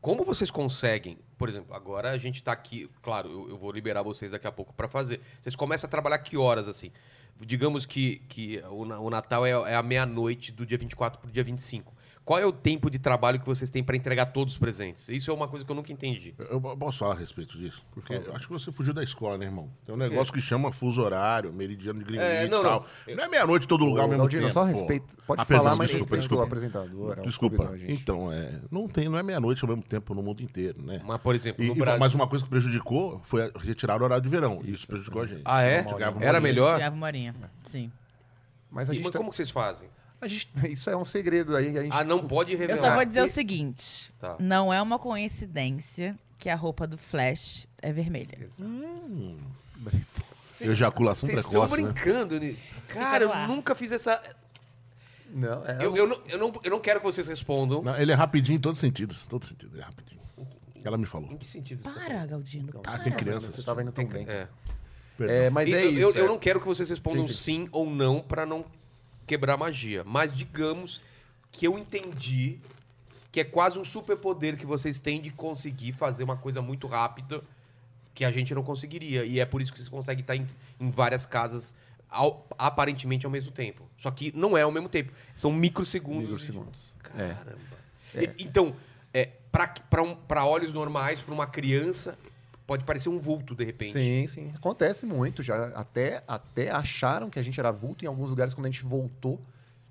A: como vocês conseguem, por exemplo, agora a gente tá aqui, claro, eu, eu vou liberar vocês daqui a pouco para fazer. Vocês começam a trabalhar que horas assim? Digamos que, que o, na- o Natal é, é a meia-noite do dia 24 pro dia 25. Qual é o tempo de trabalho que vocês têm para entregar todos os presentes? Isso é uma coisa que eu nunca entendi.
B: Eu- Eu posso falar a respeito disso? Porque eu acho que você fugiu da escola, né, irmão? Tem um negócio que chama fuso horário, meridiano de Greenwich
A: É,
B: e
A: não,
B: tal. Não, é meia-noite em todo lugar ao
D: Ô,
B: mesmo
D: Galdino, é
B: tempo.
D: só
B: pô.
D: respeito. Pode
B: Ah,
D: falar,
B: perdão,
D: mas
B: desculpa,
D: respeita o
B: desculpa.
D: apresentador. é um
B: Desculpa.
D: convidado, gente.
B: Então, é, não tem, não é meia-noite ao mesmo tempo no mundo inteiro, né?
A: Mas, por exemplo,
B: E,
A: no
B: e
A: Brasil.
B: mais uma coisa que prejudicou foi a- retirar o horário de verão. Isso, prejudicou a gente.
A: Ah, é?
B: Jogava uma
A: Era
B: bolinha.
A: melhor?
C: Tirava uma horinha. Sim.
D: Mas a
A: E,
D: gente,
A: mas
D: tá-
A: como que vocês fazem?
D: a gente- Isso é um segredo aí. A gente...
A: Ah, não pode
C: Eu
A: revelar.
C: só vou dizer
D: e-
C: o seguinte:
A: Tá.
C: não é uma coincidência que a roupa do Flash é vermelha.
B: Ejaculação
A: Vocês estão
B: precoce, né?
A: brincando, né? Cara,
C: no
A: eu
C: ar.
A: nunca fiz essa.
D: Não, é.
A: Eu, eu, não, eu, não, eu não quero que vocês respondam.
B: Não, ele é rapidinho em todos os sentidos. Em todos os sentidos, ele é rapidinho. Ela me falou.
A: Em que sentido? isso tá
C: Para, Galdino, para.
B: Ah, tem criança.
D: Você tava indo tão bem.
A: falando? É.
D: É, mas
A: E
D: é
A: eu,
D: isso.
A: Eu,
D: é.
A: eu não quero que vocês respondam
D: Sim,
A: sim, ou não pra não quebrar a magia. Mas digamos que eu entendi que é quase um superpoder que vocês têm de conseguir fazer uma coisa muito rápida que a gente não conseguiria. E é por isso que vocês conseguem estar em, em várias casas ao- aparentemente ao mesmo tempo. Só que não é ao mesmo tempo. São microsegundos. de-
D: Microsegundos. É.
A: Caramba. E- então, é, para um, pra olhos normais, pra uma criança, pode parecer um vulto de repente.
D: Sim, sim. Acontece muito já. Até, até acharam que a gente era vulto em alguns lugares quando a gente voltou.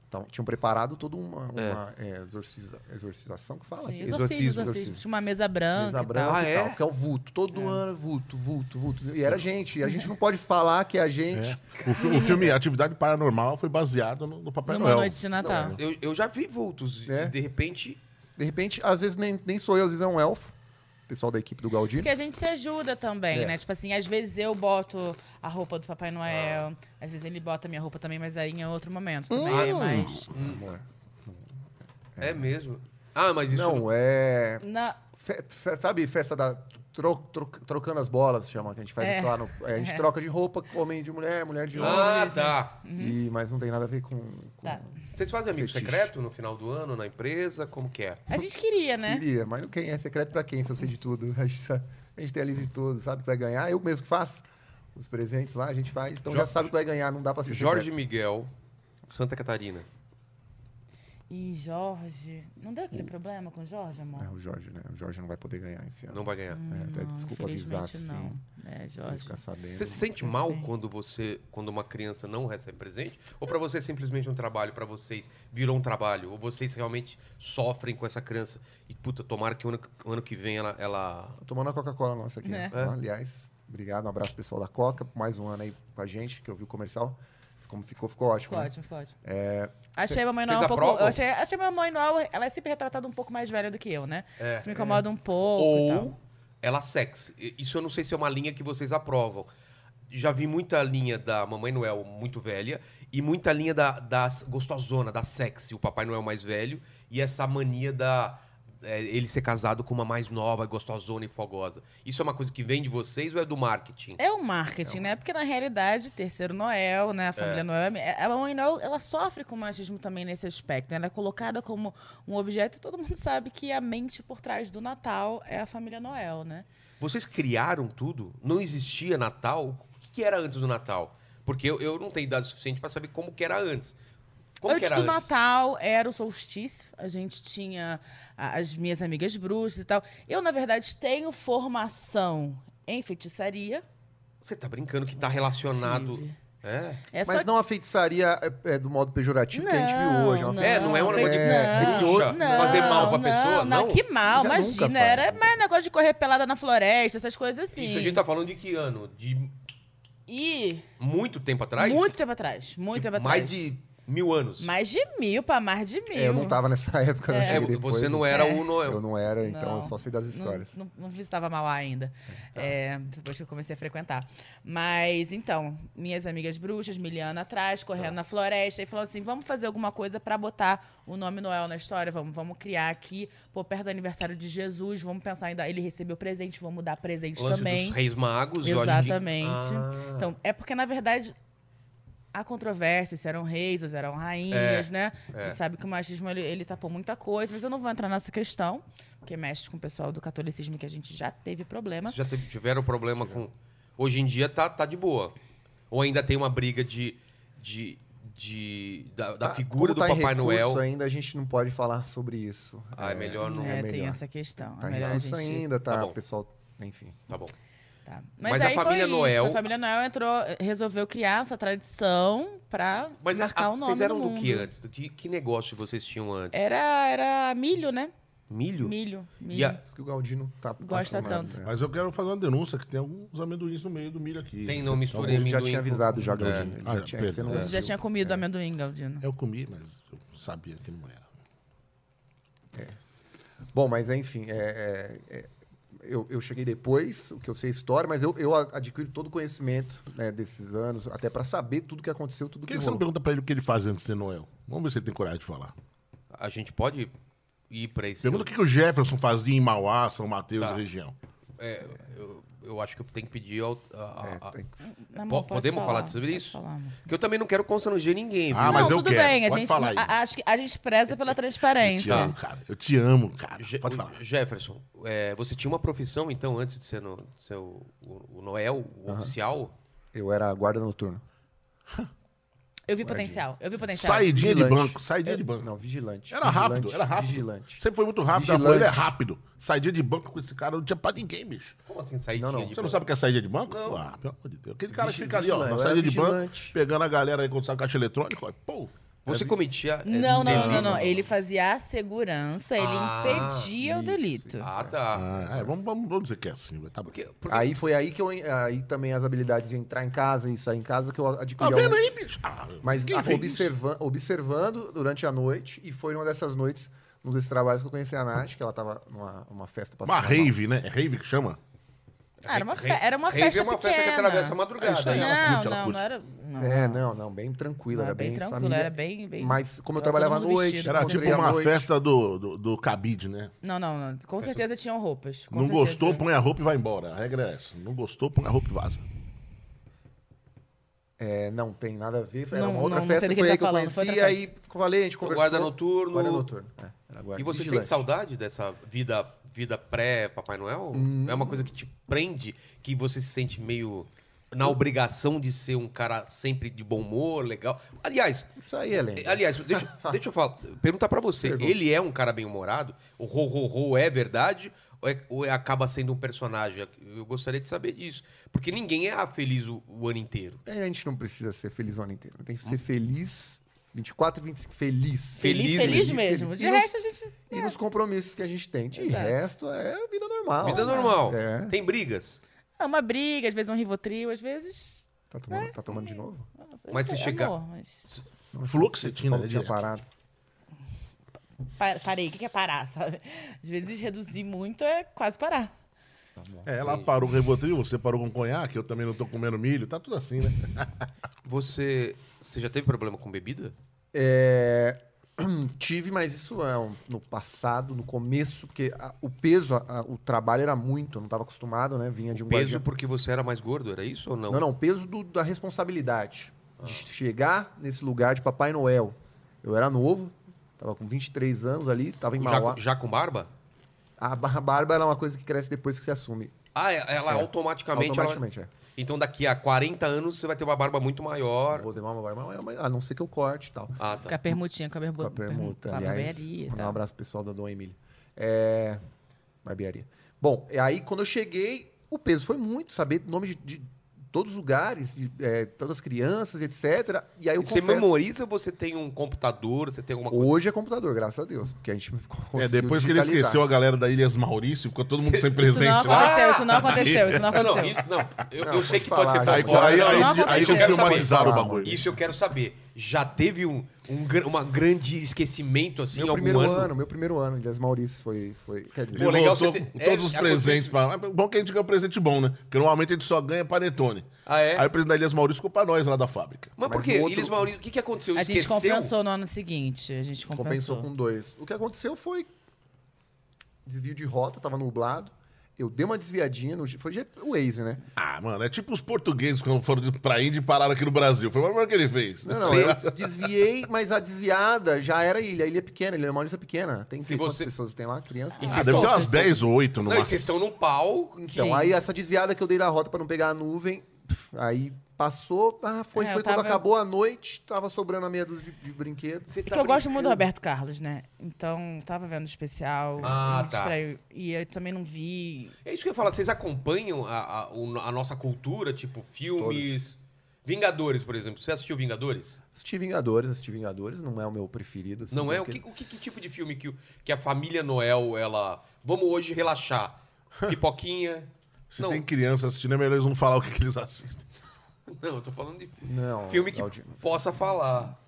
D: Então, tinham preparado toda uma, uma é, exorciza- exorcização que fala.
C: Sim,
D: aqui.
A: exorcismo,
C: exorcismo, exorcismo.
D: exorcismo.
C: Tinha uma mesa branca.
D: Mesa
C: e tal.
D: branca
A: Ah,
D: e
A: é?
D: tal, que é o vulto. Todo ano é vulto, vulto, vulto. E era gente. E <laughs> a gente não pode falar que é a gente.
B: O, fi- o filme Atividade Paranormal foi baseado no, no Papai
C: Numa
B: Noel.
C: noite de Natal.
A: Eu, eu já vi vultos.
D: É.
A: E de repente.
D: De repente, às vezes nem, nem sou eu, às vezes é um elfo. O pessoal da equipe do Galdino.
C: Porque a gente se ajuda também,
D: É.
C: né? Tipo assim, às vezes eu boto a roupa do Papai Noel,
D: Ah.
C: às vezes ele bota a minha roupa também, mas aí em outro momento também. é mais.
D: Amor.
A: É. mesmo. Ah, mas isso.
D: Não, é.
C: Na-
D: Fe- fe- sabe festa da tro- tro- trocando as bolas, chama que a gente faz
C: É.
D: isso lá no, é, a gente troca de roupa, homem de mulher, mulher de homem.
A: Ah, tá.
D: E, mas não tem nada a ver com. com
C: Uhum. Tá.
A: Vocês fazem amigo
D: Fetiche.
A: secreto no final do ano, na empresa? Como que é?
C: A gente queria, né?
D: Queria, mas quem é secreto pra quem, se eu sei de tudo? <laughs> A gente, sa- a gente tem a lista de tudo, sabe o que vai ganhar. Eu mesmo que faço os presentes lá, a gente faz, então já
A: Jorge-
D: sabe o que vai ganhar, não dá pra ser
A: Jorge
D: secreto.
A: Miguel, Santa Catarina.
C: E Jorge. Não deu aquele problema com o Jorge, amor?
D: É, o Jorge, né? O Jorge não vai poder ganhar esse ano.
A: Não vai ganhar.
D: É, até desculpa avisar,
C: infelizmente
D: assim.
C: não. É,
D: pra ele
C: Jorge.
D: ficar assim, sabendo.
A: Você se sente mal
C: Sim.
A: quando você, quando uma criança não recebe presente? Ou pra você é simplesmente um trabalho pra vocês virou um trabalho? Ou vocês realmente sofrem com essa criança? E puta, tomara que o ano, o ano que vem ela, ela
D: Tô tomando a Coca-Cola nossa aqui.
C: É.
D: né? Aliás, obrigado, um abraço pessoal da Coca, mais um ano aí com a gente, que eu vi o comercial. Como ficou, ficou ótimo.
C: Ficou
D: né? É,
C: ótimo, ficou ótimo. Achei a mamãe
A: Cês
C: Noel um pouco.
A: aprovam?
C: eu achei, achei a mamãe Noel, ela é sempre retratada um pouco mais velha do que eu, né?
A: É.
C: Isso me incomoda um pouco. e tal.
A: ou ela sexy. I- Isso eu não sei se é uma linha que vocês aprovam. Já vi muita linha da Mamãe Noel muito velha e muita linha da, da gostosona, da sexy, o Papai Noel mais velho, e essa mania da é, ele ser casado com uma mais nova, gostosona e fogosa. Isso é uma coisa que vem de vocês ou é do marketing?
C: É o marketing, né? Porque na realidade, terceiro Noel, né? A família Noel. é- A mamãe Noel, ela sofre com o machismo também nesse aspecto. né? Ela é colocada como um objeto e todo mundo <laughs> sabe que a mente por trás do Natal é a família Noel, né?
A: Vocês criaram tudo? Não existia Natal? O que que era antes do Natal? Porque eu, eu não tenho idade suficiente para saber como que era antes. Como
C: antes
A: que era
C: do
A: antes?
C: Natal era o solstício, a gente tinha a- as minhas amigas bruxas e tal. Eu, na verdade, tenho formação em feitiçaria.
A: Você tá brincando que tá relacionado.
C: Tive.
A: É.
C: É só
D: Mas não a feitiçaria é, é, do modo pejorativo que a gente viu
C: Não,
D: hoje. é uma
C: não.
A: É, não é um negócio de
D: É,
A: bruxa
C: Não,
A: fazer mal pra
C: não,
A: pessoa, não.
C: que mal,
D: Já nunca
C: imagina.
D: faz.
C: Era mais negócio de correr pelada na floresta, essas coisas assim.
A: Isso a gente tá falando de que ano? De
C: E
A: muito tempo atrás?
C: muito tempo atrás, muito
A: De
C: tempo atrás.
A: Mais de mil anos.
C: Mais de mil pra mais de mil.
D: É, eu não tava nessa <laughs> época, eu
A: É,
D: cheguei depois,
A: você não era
C: É.
A: o
D: Eu
A: Noel.
D: não era, então
C: Não.
D: eu só sei das
C: Não-
D: histórias. tá.
C: Não, não visitava Mauá ainda. É, depois que eu comecei a frequentar. Mas, então, minhas amigas bruxas, Miliana atrás,
D: Tá.
C: correndo na floresta, e falou assim: vamos fazer alguma coisa pra botar o nome Noel na história, vamos, vamos criar aqui, pô, perto do aniversário de Jesus, vamos pensar em dar. Ele recebeu presente, vamos dar presente
A: O lance
C: também.
A: dos reis magos. eu acho que-
C: Exatamente.
A: Ah.
C: Então, é porque, na verdade, há controvérsia se eram reis ou se eram
A: É,
C: rainhas, né? A gente sabe que o machismo, ele, ele tapou muita coisa, mas eu não vou entrar nessa questão, porque mexe com o pessoal do catolicismo que a gente já teve problema.
A: Vocês já teve- tiveram problema com... Hoje em dia tá, tá de boa. Ou ainda tem uma briga de... de, de da, da
D: Tá-
A: figura
D: como
A: do
D: tá em
A: Papai
D: recurso
A: Noel.
D: ainda, a gente não pode falar sobre isso.
A: Ah, é melhor não...
C: É, tem
D: melhor.
C: essa questão.
D: Tá
C: é
D: em
C: melhor a
D: recurso
C: gente...
D: ainda, tá?
A: Tá
D: O
A: bom.
D: pessoal, enfim.
A: Tá bom.
C: Tá. Mas,
A: Mas a
C: aí foi
A: família
C: isso,
A: Noel-
C: A família Noel entrou, resolveu criar essa tradição pra
A: Mas a-
C: marcar
A: a-
C: o nome
A: vocês eram
C: no
A: do
C: mundo.
A: que antes? Do que, que negócio vocês tinham antes?
C: Era, era milho, né?
A: Milho?
C: Milho. milho.
A: E a-
D: Isso que o Galdino tá
C: Gosta
D: apaixonado,
A: É.
C: tanto.
D: né?
B: Mas eu quero fazer uma denúncia que tem alguns amendoins no meio do milho aqui. Então,
A: Tem, não mistura
D: Ele já
A: amendoim
D: tinha
A: com-
D: avisado já, Galdino.
A: É.
D: Ele
B: Ah,
D: já tinha, você
B: perdão.
D: não
B: É.
C: Você já
D: viu.
C: tinha comido amendoim, Galdino.
B: Eu comi, mas eu sabia que não era.
D: Bom, mas enfim, é, é, é, eu, eu cheguei depois, o que eu sei é história, mas eu, eu a- adquiro todo o conhecimento né, desses anos, até pra saber tudo que aconteceu, tudo
B: Por
D: que,
B: que, que você não
D: rolou.
B: pergunta pra ele o que ele faz antes de ser Noel? Vamos ver se ele tem coragem de falar.
A: A gente pode ir pra esse.
B: Pergunta o que, que o Jefferson fazia em Mauá, São Mateus,
A: Tá.
B: e região.
A: É, eu, eu acho que eu tenho que pedir ao. a- a-
D: É,
A: a-
D: tem-
C: Amor,
A: Po-
C: pode
A: podemos falar sobre
C: pode
A: isso?
C: falar, amor.
A: Porque eu também não quero constranger ninguém, viu?
B: Ah, mas eu
C: não, tudo
B: quero.
C: bem. A
B: Pode
C: gente,
B: falar aí.
C: a- acho que a gente preza pela
B: Eu te
C: transparência.
B: amo, cara. Eu te amo, cara.
A: Je-
B: Pode
A: o-
B: falar.
A: Jefferson, é, você tinha uma profissão, então, antes de ser, no, de ser o, o- o Noel, o oficial?
D: Eu era guarda noturno.
C: Eu vi potencial. Eu vi potencial.
B: Saidinha de
D: Vigilante.
B: banco, saidinha de banco.
D: Não, vigilante.
B: Era rápido,
D: vigilante,
B: era rápido.
D: Vigilante.
B: Sempre foi muito rápido, ela falou, ele é
D: Vigilante.
B: rápido. Saidinha de banco com esse cara, não tinha pra ninguém, bicho.
A: Como assim, sair
D: Não, não.
B: Você não sabe o que é saída de banco?
A: Não.
B: Ah, pelo amor de Deus. Aquele cara que
D: Vigi-
B: fica ali, ó, na
D: vigilante,
B: saída de
D: eu era
B: banco,
D: vigilante.
B: pegando a galera aí quando sai o caixa eletrônico, ó, pô.
A: Você cometia. é,
C: Não, não, não, não,
A: delito?
C: não. Ele fazia a segurança, ele
A: Ah,
C: impedia o delito.
A: Ah, tá.
B: Ah, é, vamos, vamos, vamos dizer que é assim, vai, tá bom.
A: Porque, porque
D: Aí foi aí que eu. Aí também as habilidades de entrar em casa e sair em casa que eu
B: Tá
D: adquiri.
B: vendo
D: algum-
B: aí, bicho? Ah,
D: Mas
B: ninguém
D: a-
B: fez isso.
D: observa- observando durante a noite, e foi numa dessas noites, num desses trabalhos que eu conheci a Nath, que ela tava numa uma festa
B: Uma
D: mal.
B: rave, né? É rave que chama?
C: Ah, era uma, fe
A: rave-
C: era uma
A: rave
C: festa
A: é uma
C: pequena.
A: festa que atravessa a madrugada.
B: É isso aí,
A: né?
B: ela
C: não,
B: curte, ela
C: não,
B: curte.
C: não era. Não,
D: É, não, não, bem
C: Ah.
D: tranquila,
C: Não,
D: era
C: bem
D: bem,
C: tranquila,
D: família.
C: era bem- bem-
D: Mas como eu
C: Tava todo
D: trabalhava à
C: mundo
D: noite,
C: vestido,
B: Era
C: Não,
B: tipo
D: entrei à
B: uma
D: noite.
B: festa do, do, do cabide, né?
C: não, não, não. Com certeza tinham roupas. com
B: não
C: certeza.
B: gostou, põe a roupa e vai embora. A regra é essa. Não gostou, põe a roupa e vaza.
D: É, não tem nada a ver, era
C: Não,
D: uma outra
C: não, não sei
D: festa,
C: do que
D: foi
C: ele
D: aí que
C: tá
D: eu
C: falando, foi outra
D: conheci, aí falei, a gente
A: Então,
D: conversou.
A: guarda noturno.
D: Guarda noturno, é, era guarda-
A: E você
D: vigilante.
A: sente saudade dessa vida, vida pré-Papai Noel?
B: Hum.
A: É uma coisa que te prende, que você se sente meio na obrigação de ser um cara sempre de bom humor, legal. Aliás,
D: Isso aí, Helena.
A: É. aliás,
D: <laughs>
A: deixa, deixa eu falar, perguntar pra você.
D: Pergunta.
A: Ele é um cara bem humorado? O ro ro ro é verdade ou, é- ou é- acaba sendo um personagem? Eu gostaria de saber disso, porque ninguém é ah, feliz o, o ano inteiro.
D: É, A gente não precisa ser feliz o ano inteiro, tem que ser feliz 24, 25, feliz.
C: Feliz,
A: Feliz,
C: feliz,
D: feliz,
C: mesmo. De
D: feliz.
C: resto, a gente.
D: E nos compromissos que a gente tem. De
C: Exato.
D: resto, é vida normal.
A: Vida normal.
D: É.
A: Tem brigas.
C: É uma briga, às vezes um rivotril, às vezes.
D: Tá tomando, tá tomando de novo?
C: Nossa,
A: Mas se
C: amor,
A: chega-
C: mas-
D: Nossa,
B: Fluoxetina, né,
D: falou que tinha
B: direto.
D: parado.
C: Pa- Parei, o que que é parar, sabe? Às vezes reduzir muito é quase parar.
B: É, ela parou com o Rivotril, você parou com o conhaque, eu também não tô comendo milho, tá tudo assim, né?
A: Você, você já teve problema com bebida?
D: É, <clears throat> tive, mas isso é um- no passado, no começo, porque a- o peso, a- a- o trabalho era muito, eu não estava acostumado, né? Vinha de um
A: Peso
D: guardião.
A: porque você era mais gordo, era isso ou não? Ah.
D: Não, não, peso do- da responsabilidade. De chegar nesse lugar de Papai Noel. Eu era novo, tava com 23 anos ali, tava em
A: Já,
D: Mauá.
A: com- já com barba?
D: A bar- barba era uma coisa que cresce depois que você assume.
A: Ah, é- ela
D: É.
A: automaticamente. ela-
D: automaticamente, é.
A: Então daqui a 40 anos você vai ter uma barba muito maior.
D: Vou ter uma barba, maior, mas a não ser que eu corte e tal.
A: Ah,
C: Com a
A: tá.
C: permutinha, com a
D: Com
C: bermuda.
D: a permuta, aliás.
C: e
D: mandar Um
C: tal.
D: abraço pro pessoal da Dom Emílio. É, Barbearia. Bom, e aí quando eu cheguei, o peso foi muito, saber nome de, de todos os lugares, de é, todas as crianças, etc. E aí eu
A: E você
D: confesso,
A: memoriza ou você tem um computador, você tem alguma coisa?
D: hoje é computador, graças a Deus, porque a gente <laughs>
B: É,
D: conseguiu
B: depois que ele
D: digitalizar.
B: esqueceu a galera da Ilhas Maurício, ficou todo mundo sem
C: Isso não
B: presente lá.
C: aconteceu, isso não aconteceu, isso não
A: né? Não, não,
C: aconteceu.
A: isso- não. Eu,
D: Não,
A: eu sei
D: pode
A: que
D: falar,
A: pode
B: Aí,
A: ser
D: Isso
A: fora.
B: aí,
A: Não,
C: Isso
B: aí,
C: não
A: não,
B: aí,
A: não, isso eu quero saber.
B: filmatizaram o
D: Falar,
B: bagulho.
A: Isso eu quero saber. Já teve um, um gr- uma grande esquecimento assim
D: Meu
A: algum
D: primeiro
A: ano?
D: ano? meu primeiro ano, Elias Maurício foi, foi quer dizer,
B: Ele
A: Pô, legal
B: voltou
A: você ter-
B: com todos
A: é,
B: os
A: aconteceu
B: presentes.
A: isso.
B: Pra... Bom que a gente ganha um presente bom, né? Porque normalmente a gente só ganha panetone.
A: Ah, é?
B: Aí o presente da Ilhas Maurício ficou pra nós lá da fábrica.
A: Mas por
D: Mas
A: quê?
D: no outro-
A: Eles Maurício, o que, que aconteceu?
C: A gente
A: Esqueceu?
C: compensou no ano seguinte. A gente compensou.
D: compensou com dois. O que aconteceu foi desvio de rota, tava nublado. Eu dei uma desviadinha no foi G- o Waze, né?
B: Ah, mano, é tipo os portugueses quando foram de- pra Índia e pararam aqui no Brasil. Foi o maior que ele fez.
D: Não,
A: é-
D: não, eu desviei, mas a desviada já era ilha. A ilha é pequena, a ilha é Maurício é pequena. Tem
A: Se
D: que quantas
A: você-
D: pessoas tem lá? Criança?
A: E
B: Ah,
A: se-
B: deve ter umas
C: Vocês-
B: 10 ou 8 no
A: Não, e
B: máximo.
A: vocês estão num pau.
D: Então,
C: Sim.
D: aí essa desviada que eu dei da rota pra não pegar a nuvem, aí passou, ah, foi,
C: É, eu
D: foi
C: tava-
D: quando acabou a noite, tava sobrando a meia dúzia de, de brinquedos.
A: Você
C: É que
A: tá
C: eu gosto muito do
A: brincando.
C: Roberto Carlos, né? Então, tava vendo o especial,
A: Ah,
C: eu me
A: tá.
C: distraiu. E eu também não vi.
A: É isso que eu ia falar, vocês acompanham a, a- o- a nossa cultura, tipo filmes. Vingadores, por exemplo. Você assistiu Vingadores?
D: Assisti Vingadores, assisti Vingadores, não é o meu preferido. assim,
A: Não é? O,
D: porque-
A: que, o que, que tipo de filme que, o- que a família Noel, ela. Vamos hoje
D: <laughs>
A: relaxar. Pipoquinha.
B: Se
A: Não,
B: tem criança assistindo, é melhor eles não falar o que, que eles assistem.
A: não, eu tô falando de fi-
D: Não, é
A: filme que
D: Claudio.
B: É.
A: possa falar.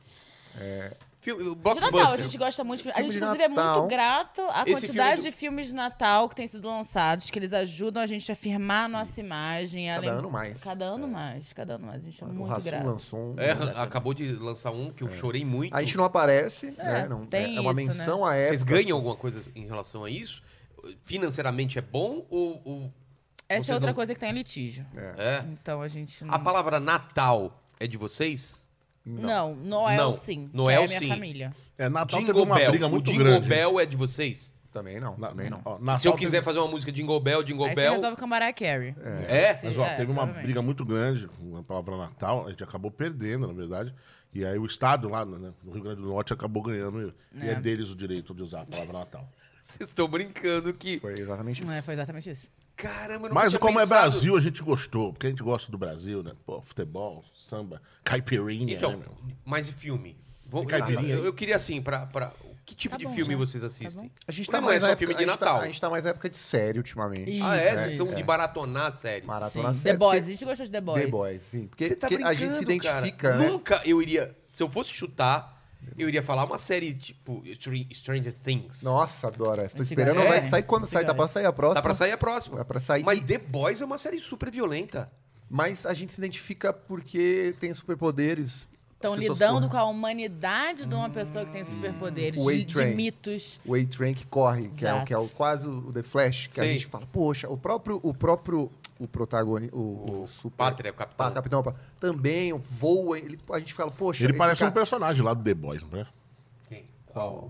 A: Filme, o
C: De Natal, a
A: blockbuster.
C: gente gosta muito de filme. A
D: Filme
C: gente,
D: de
C: inclusive, é
D: Natal.
C: muito grato à
A: Esse
C: quantidade
A: filme é
C: de filmes de Natal que têm sido lançados, que eles ajudam a gente a firmar a nossa imagem. a
D: Cada
C: lem-
D: ano mais.
C: Cada ano mais, cada ano mais. A gente é
D: o
C: muito
D: Rassum
C: grato.
D: lançou um.
A: É, acabou de lançar um
B: É.
A: que eu chorei muito.
D: A gente não aparece,
C: É,
D: né? Não,
C: tem
D: é uma
C: isso, né?
D: menção à época.
A: Vocês ganham alguma coisa em relação a isso? Financeiramente é bom ou. ou-
C: Essa
A: Vocês
C: é outra
A: não-
C: coisa que tem litígio.
A: É?
C: Então a gente não.
A: A palavra Natal é de vocês?
C: Não, Noel
A: Não.
C: sim.
A: Noel,
C: que é a minha
A: sim.
C: família.
B: É, Natal teve
A: Jingle
B: uma
A: Bell.
B: briga
A: o
B: muito
A: Jingle
B: grande. né?
A: Bell é de vocês?
D: Também não.
B: Na-
D: também não.
B: ó, Natal
A: Se eu
B: teve-
A: quiser fazer uma música Jingle Bell, Jingle
C: Aí você
A: Bell.
C: resolve com a Mariah Carey.
A: É?
C: Sim,
B: Mas, ó, teve uma
C: provavelmente.
B: briga muito grande com a palavra Natal, a gente acabou perdendo, na verdade. E aí o Estado lá né, no Rio Grande do Norte acabou ganhando. E é, deles o direito de usar a palavra Natal.
A: <laughs> Vocês estão brincando que.
D: Foi exatamente isso.
C: Não é, foi exatamente isso.
A: Caramba, eu não
B: Mas
A: tinha
B: como é
A: pensado.
B: Brasil, a gente gostou. Porque a gente gosta do Brasil, né? Pô, futebol, samba, caipirinha, né,
A: Então,
B: meu?
A: mas de filme. Vamos,
B: De caipirinha.
A: eu, eu queria assim, pra, pra. Que tipo
C: Tá
A: de
C: bom,
A: filme
C: já.
A: vocês
C: Tá
A: assistem?
C: bom.
D: A gente
A: Porque
D: tá
A: não é
D: mais
A: só
D: na época-
A: filme de
D: a gente tá-
A: Natal.
D: a gente tá mais na época de série ultimamente.
C: Ih,
A: Ah, é? Vocês
D: É,
A: são
D: isso,
A: de
D: é.
A: baratonar séries.
D: Maratona
C: Sim.
D: série.
C: The Boys, a
D: porque-
C: gente gostou de The Boys.
D: The Boys, sim. Porque,
A: Você tá
D: porque
A: brincando,
D: a gente se
A: cara.
D: identifica, né?
A: Nunca eu iria... Se eu fosse chutar, eu iria falar uma série tipo Str- Stranger Things.
D: Nossa, adora. Estou
C: Antigamente.
D: esperando. Vai
A: É.
D: sair quando sai. Tá pra sair a próxima.
A: Dá pra sair a próxima.
D: Dá pra sair.
A: Mas The Boys é uma série super violenta.
D: Mas a gente se identifica porque tem superpoderes.
C: Estão
D: As pessoas
C: lidando
D: correm.
C: com a humanidade de uma pessoa que tem superpoderes,
D: O
C: de, de
D: A-Train.
C: mitos.
D: O A-Train que corre, que é, o-
C: Exato.
D: que é o, quase o The Flash, que a
A: Sei.
D: gente fala, poxa, o próprio, o próprio, o protagonista, o, o super...
A: Pátria, o capitão.
D: Pa- Capitão Pá- também voa, ele, a gente fala, poxa...
B: Ele
D: esse
B: parece
D: cara-
B: um personagem lá do The Boys, não é?
A: Quem?
D: Qual?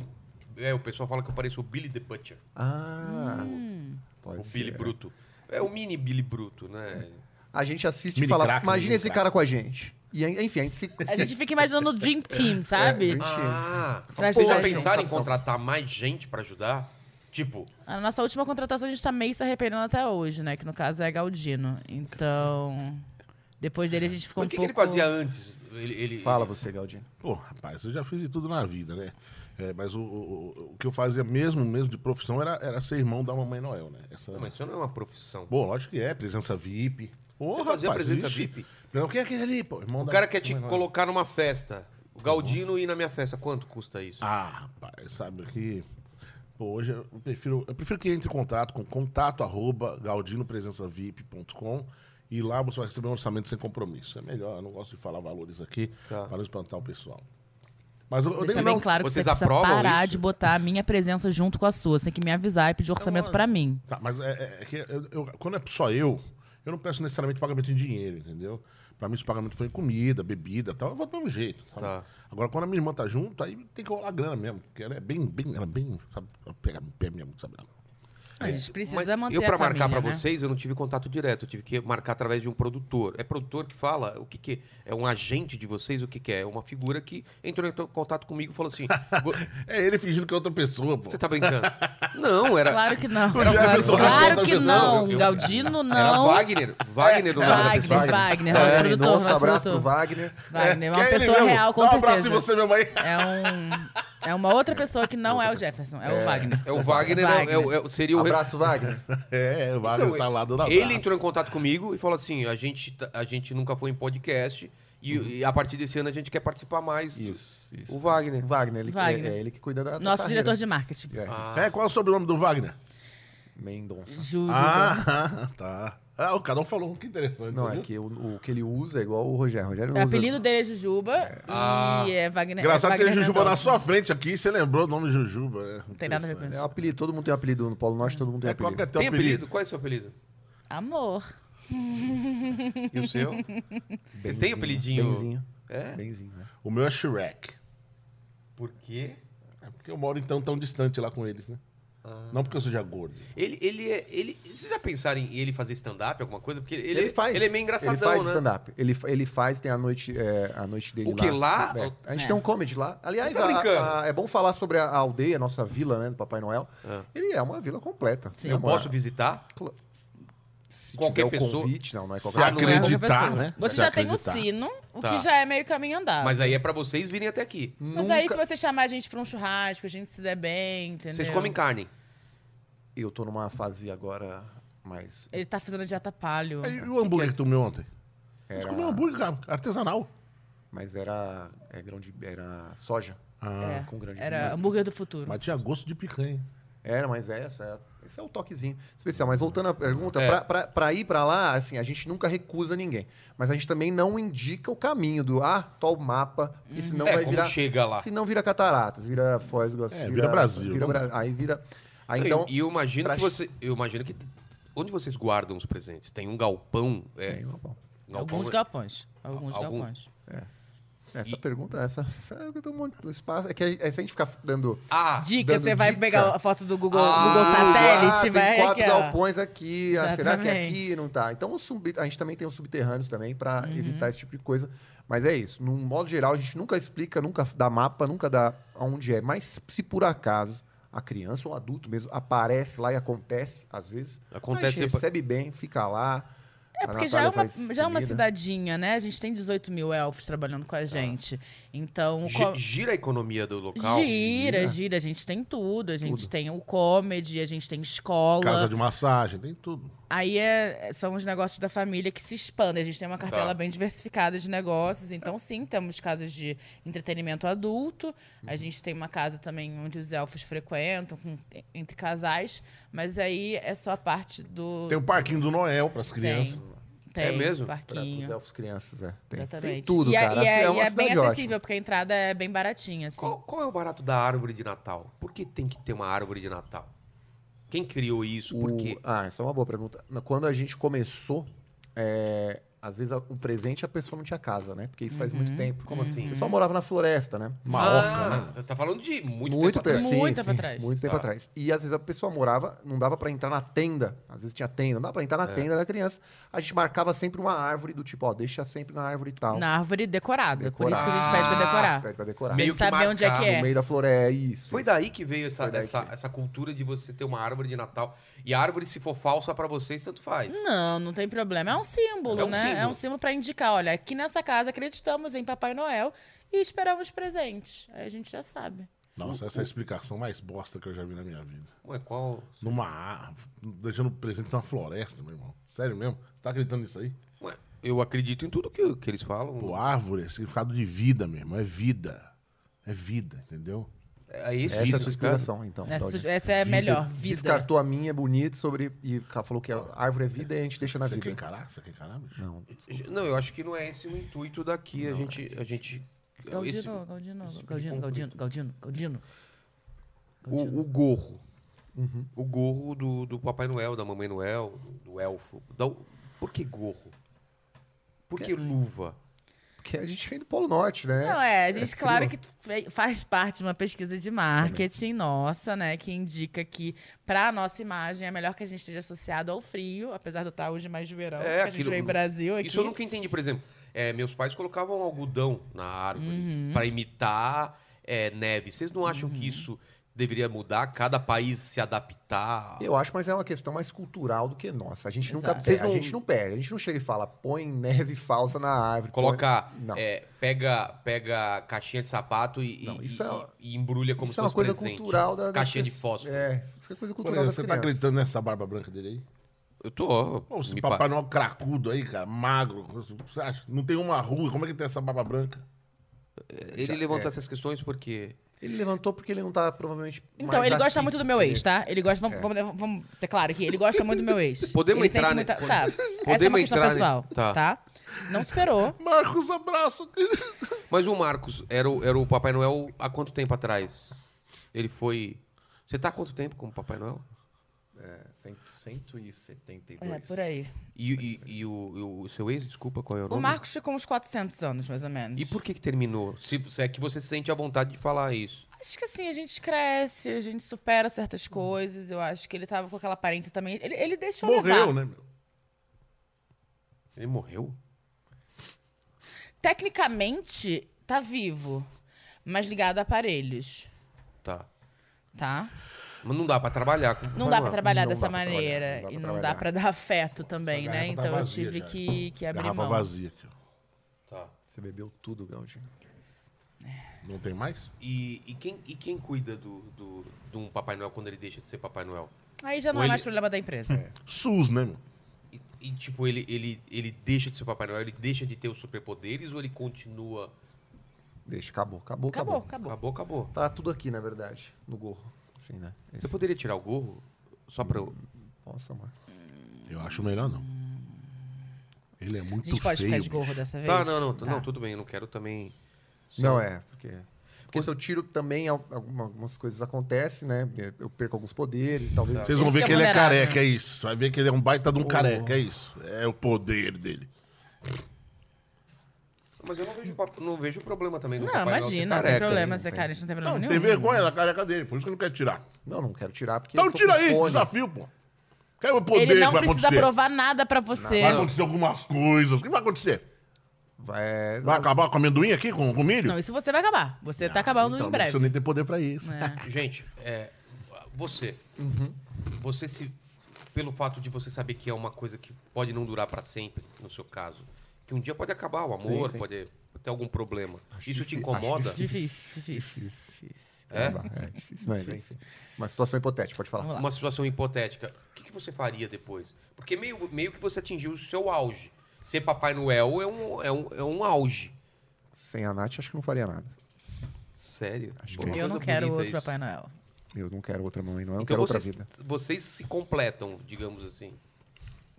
A: É, o pessoal fala que eu pareço o Billy the Butcher.
D: Ah,
C: Hum.
D: pode
A: Hum, o
D: ser. É.
A: Billy Bruto. É o mini Billy Bruto, né?
D: A gente assiste
B: Mini
D: e fala,
B: crack,
D: imagina
B: mini
D: esse
B: crack."
D: cara com a gente. E, enfim, a gente se...
C: A gente fica imaginando o Dream Team,
D: É, a
C: sabe?
D: gente-
A: Ah,
C: Traz
A: vocês já
C: design.
A: pensaram
B: Então.
A: em contratar mais gente pra ajudar? Tipo,
C: A nossa última contratação a gente tá meio se arrependendo até hoje, né? Que no caso é Galdino. Então. Depois dele a gente ficou
A: mas
C: um
A: o que, que
C: pouco.
A: ele fazia antes? Ele, ele-
D: Fala você, Galdino.
B: Pô, rapaz, eu já fiz de tudo na vida, né? É, mas o, o- o- o que eu fazia mesmo, mesmo de profissão, era, era ser irmão da Mamãe Noel, né? Essa...
A: Não, mas isso não é uma profissão.
B: Bom, lógico que é, presença VIP. Porra,
A: Você fazia
B: rapaz,
A: presença
B: ixi.
A: VIP?
B: Não, quem é aquele ali, pô? Irmão
A: O
B: da-
A: cara quer te
B: Mamãe Noel.
A: colocar numa festa. O Galdino ir na minha festa. Quanto custa isso?
B: Ah, rapaz, sabe que... Pô, hoje eu prefiro, eu prefiro que entre em contato com contato arroba galdinopresençavip.com e lá você vai receber um orçamento sem compromisso. É melhor, eu não gosto de falar valores aqui
A: Tá.
B: para não espantar o pessoal. Mas eu, eu
C: Deixar
B: nem,
C: bem
B: não,
C: claro que
A: vocês
C: você precisa
A: aprovam
C: parar
A: isso?
C: de botar a minha presença junto com a sua. Você tem que me avisar e pedir orçamento pra mim.
B: Tá, mas é, é- é que eu- eu- quando é só eu, eu não peço necessariamente pagamento em dinheiro, entendeu? Pra mim, esse pagamento foi em comida, bebida e tal, eu vou do mesmo jeito. sabe?
A: Tá.
B: Agora, quando a minha irmã tá junto, aí tem que rolar grana mesmo, porque ela é bem, bem, ela é bem, sabe, ela pega no pé mesmo, sabe?
C: A gente precisa
A: Mas
C: manter
A: eu, pra
C: a família,
A: marcar pra
C: né?
A: vocês, eu não tive contato direto. Eu tive que marcar através de um produtor. É produtor que fala? O que que é? É um agente de vocês? O que que é? É uma figura que entrou em to- contato comigo e falou assim...
B: <laughs>
A: "Go-
B: É ele fingindo que é outra pessoa, pô.
A: Você tá brincando? Não, era...
C: Claro que
A: <laughs>
C: não.
B: Jefferson
C: Claro,
B: Rosa
C: claro que
B: Rodrigues.
A: Eu-
C: não.
A: eu-
C: Galdino
A: Era
C: não.
A: Wagner. Wagner do nome.
C: Wagner, Wagner, nosso
D: Wagner
C: produtor,
D: Mendonça,
C: nosso
D: abraço
C: produtor.
D: pro Wagner.
C: Wagner
B: que
C: é uma
B: é ele
C: pessoa
B: mesmo.
C: real, com
B: Dá um abraço
C: certeza.
B: em você, meu mãe. <laughs>
C: É um. É uma outra pessoa que não é o Jefferson, é o Wagner.
A: É o Wagner, é o- é o- é o- seria o... <laughs>
D: Abraço, Wagner.
B: É, o Wagner
D: Então,
B: tá lá dando abraço.
A: Ele entrou em contato comigo e falou assim: a gente, tá- a gente nunca foi em podcast e, e a partir desse ano a gente quer participar mais.
D: Uhum. Isso, isso.
A: O Wagner. Ah.
D: Wagner, ele,
C: Wagner.
D: É, é ele que cuida da da
C: Nosso
D: carreira.
C: diretor de marketing.
D: É,
B: É, qual é o sobrenome do Wagner?
D: Mendonça.
C: Júlio. né?
B: Ah, <laughs> tá. Ah, o cada um falou, que interessante.
D: Não,
B: você
D: é
B: viu?
D: que o, o que ele usa é igual o Rogério. O Rogério
C: O
D: não usa.
C: apelido dele é Jujuba
A: Ah.
C: e é Wagner.
B: Engraçado
C: é
B: que ele é
C: Wagner
B: Jujuba na
C: Mendonça.
B: sua frente aqui, você lembrou o nome Jujuba. né?
C: Não tem nada a ver com
B: Interessante.
D: É
C: isso.
D: um apelido, todo mundo tem um apelido. No Polo Norte, todo mundo tem
B: É,
D: um
B: qual que é
D: apelido.
B: teu
A: Tem
B: apelido?
A: apelido? Qual é o seu apelido?
C: Amor.
A: E o seu? <laughs> Vocês têm
D: Benzinho,
A: apelidinho?
D: Benzinho.
A: É?
D: Benzinho, né?
B: O meu é Shrek.
A: Por quê?
B: É porque eu moro então tão distante lá com eles, né?
D: Ah.
B: Não porque eu seja gordo.
A: Ele, ele é. Ele, vocês já pensaram em ele fazer stand-up, alguma coisa? Porque ele,
D: Ele, faz.
A: Ele é meio engraçadão,
D: Ele faz
A: né?
D: stand-up. Ele, fa- ele faz, tem a noite, é, a noite dele
A: O que lá?
D: É, A gente
C: É.
D: tem um comedy lá. Aliás,
A: Tá
D: a-
A: brincando.
D: a- é bom falar sobre a, a aldeia, nossa vila, né? Do Papai Noel.
A: É.
D: Ele é uma vila completa.
C: Sim.
D: É
A: Eu
D: uma-
A: posso visitar?
D: se
A: qualquer
D: tiver o
A: pessoa-
D: convite, não, não é
B: Se
D: qualquer
B: acredita-
D: pessoa.
B: Acreditar,
C: Qualquer pessoa.
B: né? Você
C: Você já
B: acreditar.
C: tem o sino, o
A: Tá.
C: que já é meio caminho andado.
A: Mas
C: Mas,
A: aí é pra vocês virem até aqui.
C: aí, se
D: Nunca-
C: você chamar a gente pra um churrasco, a gente se der bem, entendeu?
A: Vocês comem carne.
D: Eu tô numa fase agora mais.
C: Ele tá fazendo dieta palho.
B: E o hambúrguer que é? tu comeu ontem? A gente um
D: Era,
B: comeu hambúrguer cara, artesanal.
D: mas era. É grão de. Era soja.
B: Ah,
D: com grande
C: Era hambúrguer do futuro.
B: Mas tinha gosto de picanha. hein?
D: Era, mas essa, esse é o toquezinho especial. Mas voltando à pergunta,
A: É.
D: pra- pra para ir pra lá, assim, a gente nunca recusa ninguém. Mas a gente também não indica o caminho do, ah, tal mapa, e senão
A: é,
D: vai
A: como
D: virar...
A: chega lá.
D: Se não vira cataratas, vira Foz do Iguaçu.
B: É, vira Brasil,
D: vira
B: não-
D: Bra- aí vira... Aí, então,
A: e eu imagino
D: pra-
A: que você. Eu imagino que. Onde vocês guardam os presentes? Tem um galpão? É,
D: Tem, bom.
A: galpão
C: Alguns galpões. Alguns
A: Algum-
C: galpões.
D: Essa pergunta, essa... essa eu tô muito espaço. É que é, se a gente ficar dando...
A: Ah!
C: Dica,
D: dando
C: você vai
D: dica.
C: pegar a foto do Google,
A: Ah,
C: Google
D: Ah,
C: Satélite,
D: tem
C: vai é
D: quatro
C: aqui, ó.
D: galpões aqui. ah, será que é aqui?
C: Exatamente. Uhum.
D: Não tá. Então, o sub- a gente também tem os subterrâneos também para evitar esse tipo de coisa. Mas é isso. No modo geral, a gente nunca explica, nunca dá mapa, nunca dá aonde é. Mas se por acaso a criança ou o adulto mesmo aparece lá e acontece, às vezes, a
A: Acontece.
D: gente recebe bem, fica lá.
C: É
D: a
C: porque já é,
D: Ah, Natália
C: uma,
D: faz
C: já é uma
D: comida.
C: cidadinha, né? A gente tem 18 mil elfos trabalhando com a gente. Então,
A: Gi-
C: qual-
A: Gira a economia do local.
C: gira, gira. A gente tem tudo. A gente
D: É. Tudo.
C: tem o comedy, a gente tem escola.
B: Casa de massagem, tem tudo.
C: Aí é- são os negócios da família que se expandem. A gente tem uma cartela
A: Tá.
C: bem diversificada de negócios. Então, sim, temos casas de entretenimento adulto. A
A: Uhum.
C: gente tem uma casa também onde os elfos frequentam, com- entre casais. Mas aí é só a parte do.
B: Tem o parquinho do Noel pras crianças.
C: Tem, um
A: É mesmo?
D: Pra, pros
C: Parquinho.
D: elfos crianças, é. Tem, tem
C: Exatamente.
D: tudo,
C: e é,
D: cara.
C: E é,
D: Assim,
C: e
D: uma
C: é bem
D: cidade ótima.
C: acessível, porque a entrada é bem baratinha, assim.
A: Qual, qual é o barato da árvore de Natal? Por que tem que ter uma árvore de Natal? Quem criou isso? Por
D: O-
A: quê?
D: Ah, essa é uma boa pergunta. Na- Quando a gente começou, é, às vezes a- o presente a pessoa não tinha casa, né? Porque isso faz
C: Uhum.
D: muito tempo. Como assim? O pessoal morava na floresta, né?
B: Uma
A: ah,
B: orca, né?
A: Tá falando de muito, tempo.
D: muito tempo,
A: atrás.
D: sim,
C: Muito tempo
D: sim,
C: atrás.
D: Muito tempo
A: Tá.
D: atrás. E às vezes a pessoa morava, não dava pra entrar na tenda. Às vezes tinha tenda, não dava pra entrar na
C: É.
D: tenda da criança. A gente marcava sempre uma árvore do tipo, ó, deixa sempre na árvore e tal.
C: Na árvore decorada. é Por isso que a gente
A: Decorada. Ah,
C: pede pra decorar.
D: Pede pra decorar.
A: Meio que
C: saber
A: marcar
C: onde é que
D: No
C: é.
D: meio da floresta, isso.
A: Foi daí que veio essa,
D: Foi daí que
A: essa,
D: veio.
A: essa cultura de você ter uma árvore de Natal. E a árvore, se for falsa pra vocês, tanto faz.
C: Não, não tem problema. É um símbolo,
A: É um
C: né?
A: símbolo.
C: É um símbolo pra indicar, olha, aqui nessa casa acreditamos em Papai Noel e esperamos presentes. Aí a gente já sabe.
B: Nossa, essa é a explicação mais bosta que eu já vi na minha vida.
A: Ué, qual.
B: Numa árvore, deixando presente numa floresta, meu irmão. Sério mesmo? Você tá acreditando nisso aí?
A: Ué, eu acredito em tudo que, que eles falam.
B: Pô, árvore é significado de vida, meu irmão. É vida. É vida, entendeu?
A: É isso.
D: Essa é a sua
A: cara.
D: explicação, então. Claudio.
C: Essa, essa é a
B: vida-
C: melhor vida.
D: Descartou a minha, bonita, sobre. E ca- falou que a árvore é vida e a gente deixa na
B: Você quer
D: vida.
B: encarar? Você quer encarar, bicho?
D: Não,
A: Não, eu acho que não é esse o intuito daqui. a gente. A gente
C: Galdino,
A: esse-
C: Galdino, Galdino, Galdino, Galdino, Galdino.
A: o, o gorro. O gorro do, do Papai Noel, da Mamãe Noel, do elfo. Da- por que gorro? Por que luva?
D: Porque a gente vem do Polo Norte, né?
C: Não, é, a gente,
D: frio.
C: claro que fe- faz parte de uma pesquisa de marketing nossa, né? Que indica que, pra nossa imagem, é melhor que a gente esteja associado ao frio, apesar de eu estar hoje mais de verão,
A: É,
C: porque a gente
A: aquilo-
C: veio Brasil aqui.
A: Isso eu nunca entendi, por exemplo. é, meus pais colocavam algodão na árvore pra imitar é, neve. Vocês não acham que isso deveria mudar? Cada país se adaptar?
D: Eu acho, mas é uma questão mais cultural do que nossa. A gente nunca
C: Exato.
D: pede,
A: Vocês não-
D: a gente não pede. A gente não chega e fala, põe neve falsa na árvore. põe-
A: Colocar,
D: Não.
A: é, pega, pega caixinha de sapato e,
D: Não,
A: e-
D: isso é-
A: e- e embrulha como
D: isso
A: se
D: é
A: fosse
D: uma coisa
A: presente.
D: cultural da. das
A: Caixinha de
D: pessoas.
A: fósforo.
D: É, isso é coisa
B: Por
D: cultural
B: exemplo,
D: das
B: você tá
D: crianças.
B: acreditando nessa barba branca dele aí?
A: Eu tô.
B: Pô, esse
A: me pa-
B: Papai Noel cracudo aí, cara, magro. Você acha? Não tem uma rua, como é que tem essa barba branca?
A: Ele levantou
D: é.
A: essas questões porque.
D: Ele levantou porque ele não tá provavelmente.
C: Então,
D: mais
C: ele gosta
D: aqui. é.
C: muito do meu ex, tá? Ele gosta. Vamos, vamos- vamos ser claro aqui. Ele gosta muito do meu ex.
A: Podemos
C: ele sente
A: entrar, né?
C: muita-
A: Pode-
C: Tá. Essa é uma
A: podemos
C: questão
A: entrar, né?
C: pessoal.
A: Tá.
C: Tá. Não superou.
B: Marcos, abraço.
A: Mas o Marcos era o, era o Papai Noel há quanto tempo atrás? Ele foi. Você tá há quanto tempo como Papai Noel?
D: É, cento- 172.
C: É, por aí.
A: E, e- e o, e o seu ex, desculpa, qual é o nome?
C: O Marcos ficou uns 400 anos, mais ou menos.
A: E por que que terminou? Se, se é que você sente a vontade de falar isso.
C: Acho que assim, a gente cresce, a gente supera certas coisas. Eu acho que ele tava com aquela aparência também. Ele, ele deixou levar.
B: Morreu, né, meu?
A: Ele morreu?
C: Tecnicamente, tá vivo, mas ligado a aparelhos,
A: Tá.
C: tá?
A: Mas não dá pra trabalhar com o
C: Não
A: Papai
C: dá
A: Noel.
C: pra trabalhar
D: Não
C: dessa
D: dá pra trabalhar,
C: maneira.
D: não dá
C: e
D: pra
C: não dá
D: trabalhar.
C: pra dar afeto também,
B: Essa
C: né?
B: garrafa tá
C: Então eu
B: vazia
C: tive
B: já. então.
C: que, que abrir
B: Garrafa
C: mão.
B: vazia aqui, ó.
A: Tá.
D: Você bebeu tudo, Galdinho.
B: Não tem mais?
A: E, e quem, e quem cuida do, do, de um Papai Noel quando ele deixa de ser Papai Noel?
C: Aí já não
A: Ou
C: é
A: ele-
C: mais problema da empresa.
B: SUS, né, meu?
A: E, e, tipo, ele, ele, ele deixa de ser Papai Noel, ele deixa de ter os superpoderes ou ele continua
D: Deixa, acabou, acabou, acabou.
C: Acabou, acabou.
A: Acabou, acabou.
D: Tá tudo aqui, na verdade, no gorro. Assim, né?
A: Você poderia tirar o gorro? Só pra eu.
D: Nossa, amor.
B: Eu acho melhor não. Ele é
C: A
B: muito
C: gente pode
B: feio.
C: ficar de
B: bicho.
C: gorro dessa vez?
A: Tá, não, não, não,
C: Tá.
A: tudo bem, eu não quero também.
D: Não é, porque. Porque se eu tiro também, al- alguma- algumas coisas acontecem, né? Eu perco alguns poderes, talvez.
B: Vocês vão
C: Ele
B: ver
C: fica
B: que ele é
C: moderado,
B: careca,
C: né?
B: é isso. Vai ver que ele é um baita de um
D: Oh.
B: careca, é isso. É o poder dele.
A: Mas eu não vejo, pa- não vejo problema também do
C: Não,
A: Papai Noel ser
C: imagina, sem
A: careca,
C: problema,
A: né?
C: Zé cara, a gente não tem
B: Não,
C: problema
B: não
C: nenhum.
B: tem vergonha da careca dele, por isso que não quer tirar.
D: Não, não quero tirar, porque.
B: Então
D: eu tô
B: tira
D: com
B: aí,
D: fone.
B: desafio, pô. Quero o poder
C: Ele não
B: que vai
C: precisa
B: acontecer.
C: provar nada pra você.
B: Vai acontecer algumas coisas. O que vai acontecer?
D: Vai, é,
B: Vai acabar com amendoim aqui, com, com milho?
C: Não, isso você vai acabar. Você tá acabando
B: Então,
C: em
B: Não
C: breve.
B: precisa nem ter poder pra isso.
C: É.
A: Gente, é, você.
D: Uhum.
A: Você se. Pelo fato de você saber que é uma coisa que pode não durar pra sempre, no seu caso. Que um dia pode acabar o amor,
D: Sim, sim.
A: pode ter algum problema.
D: Acho
A: Isso te
D: difí-
A: incomoda?
D: acho
C: Difícil, difícil. difícil.
D: É, é difícil. Não, é bem- Uma situação hipotética, pode falar.
C: Vamos lá.
A: Uma situação hipotética. O que, que você faria depois? Porque meio, meio que você atingiu o seu auge. Ser Papai Noel é um, é um, é um auge.
D: Sem a Nath, acho que não faria nada.
A: Sério? Acho
D: que é
C: Eu não quero outro
A: é
C: Papai Noel.
D: Eu não quero outra mãe, não. Eu
A: Então
D: quero É outra
A: vocês,
D: vida.
A: vocês se completam, digamos assim.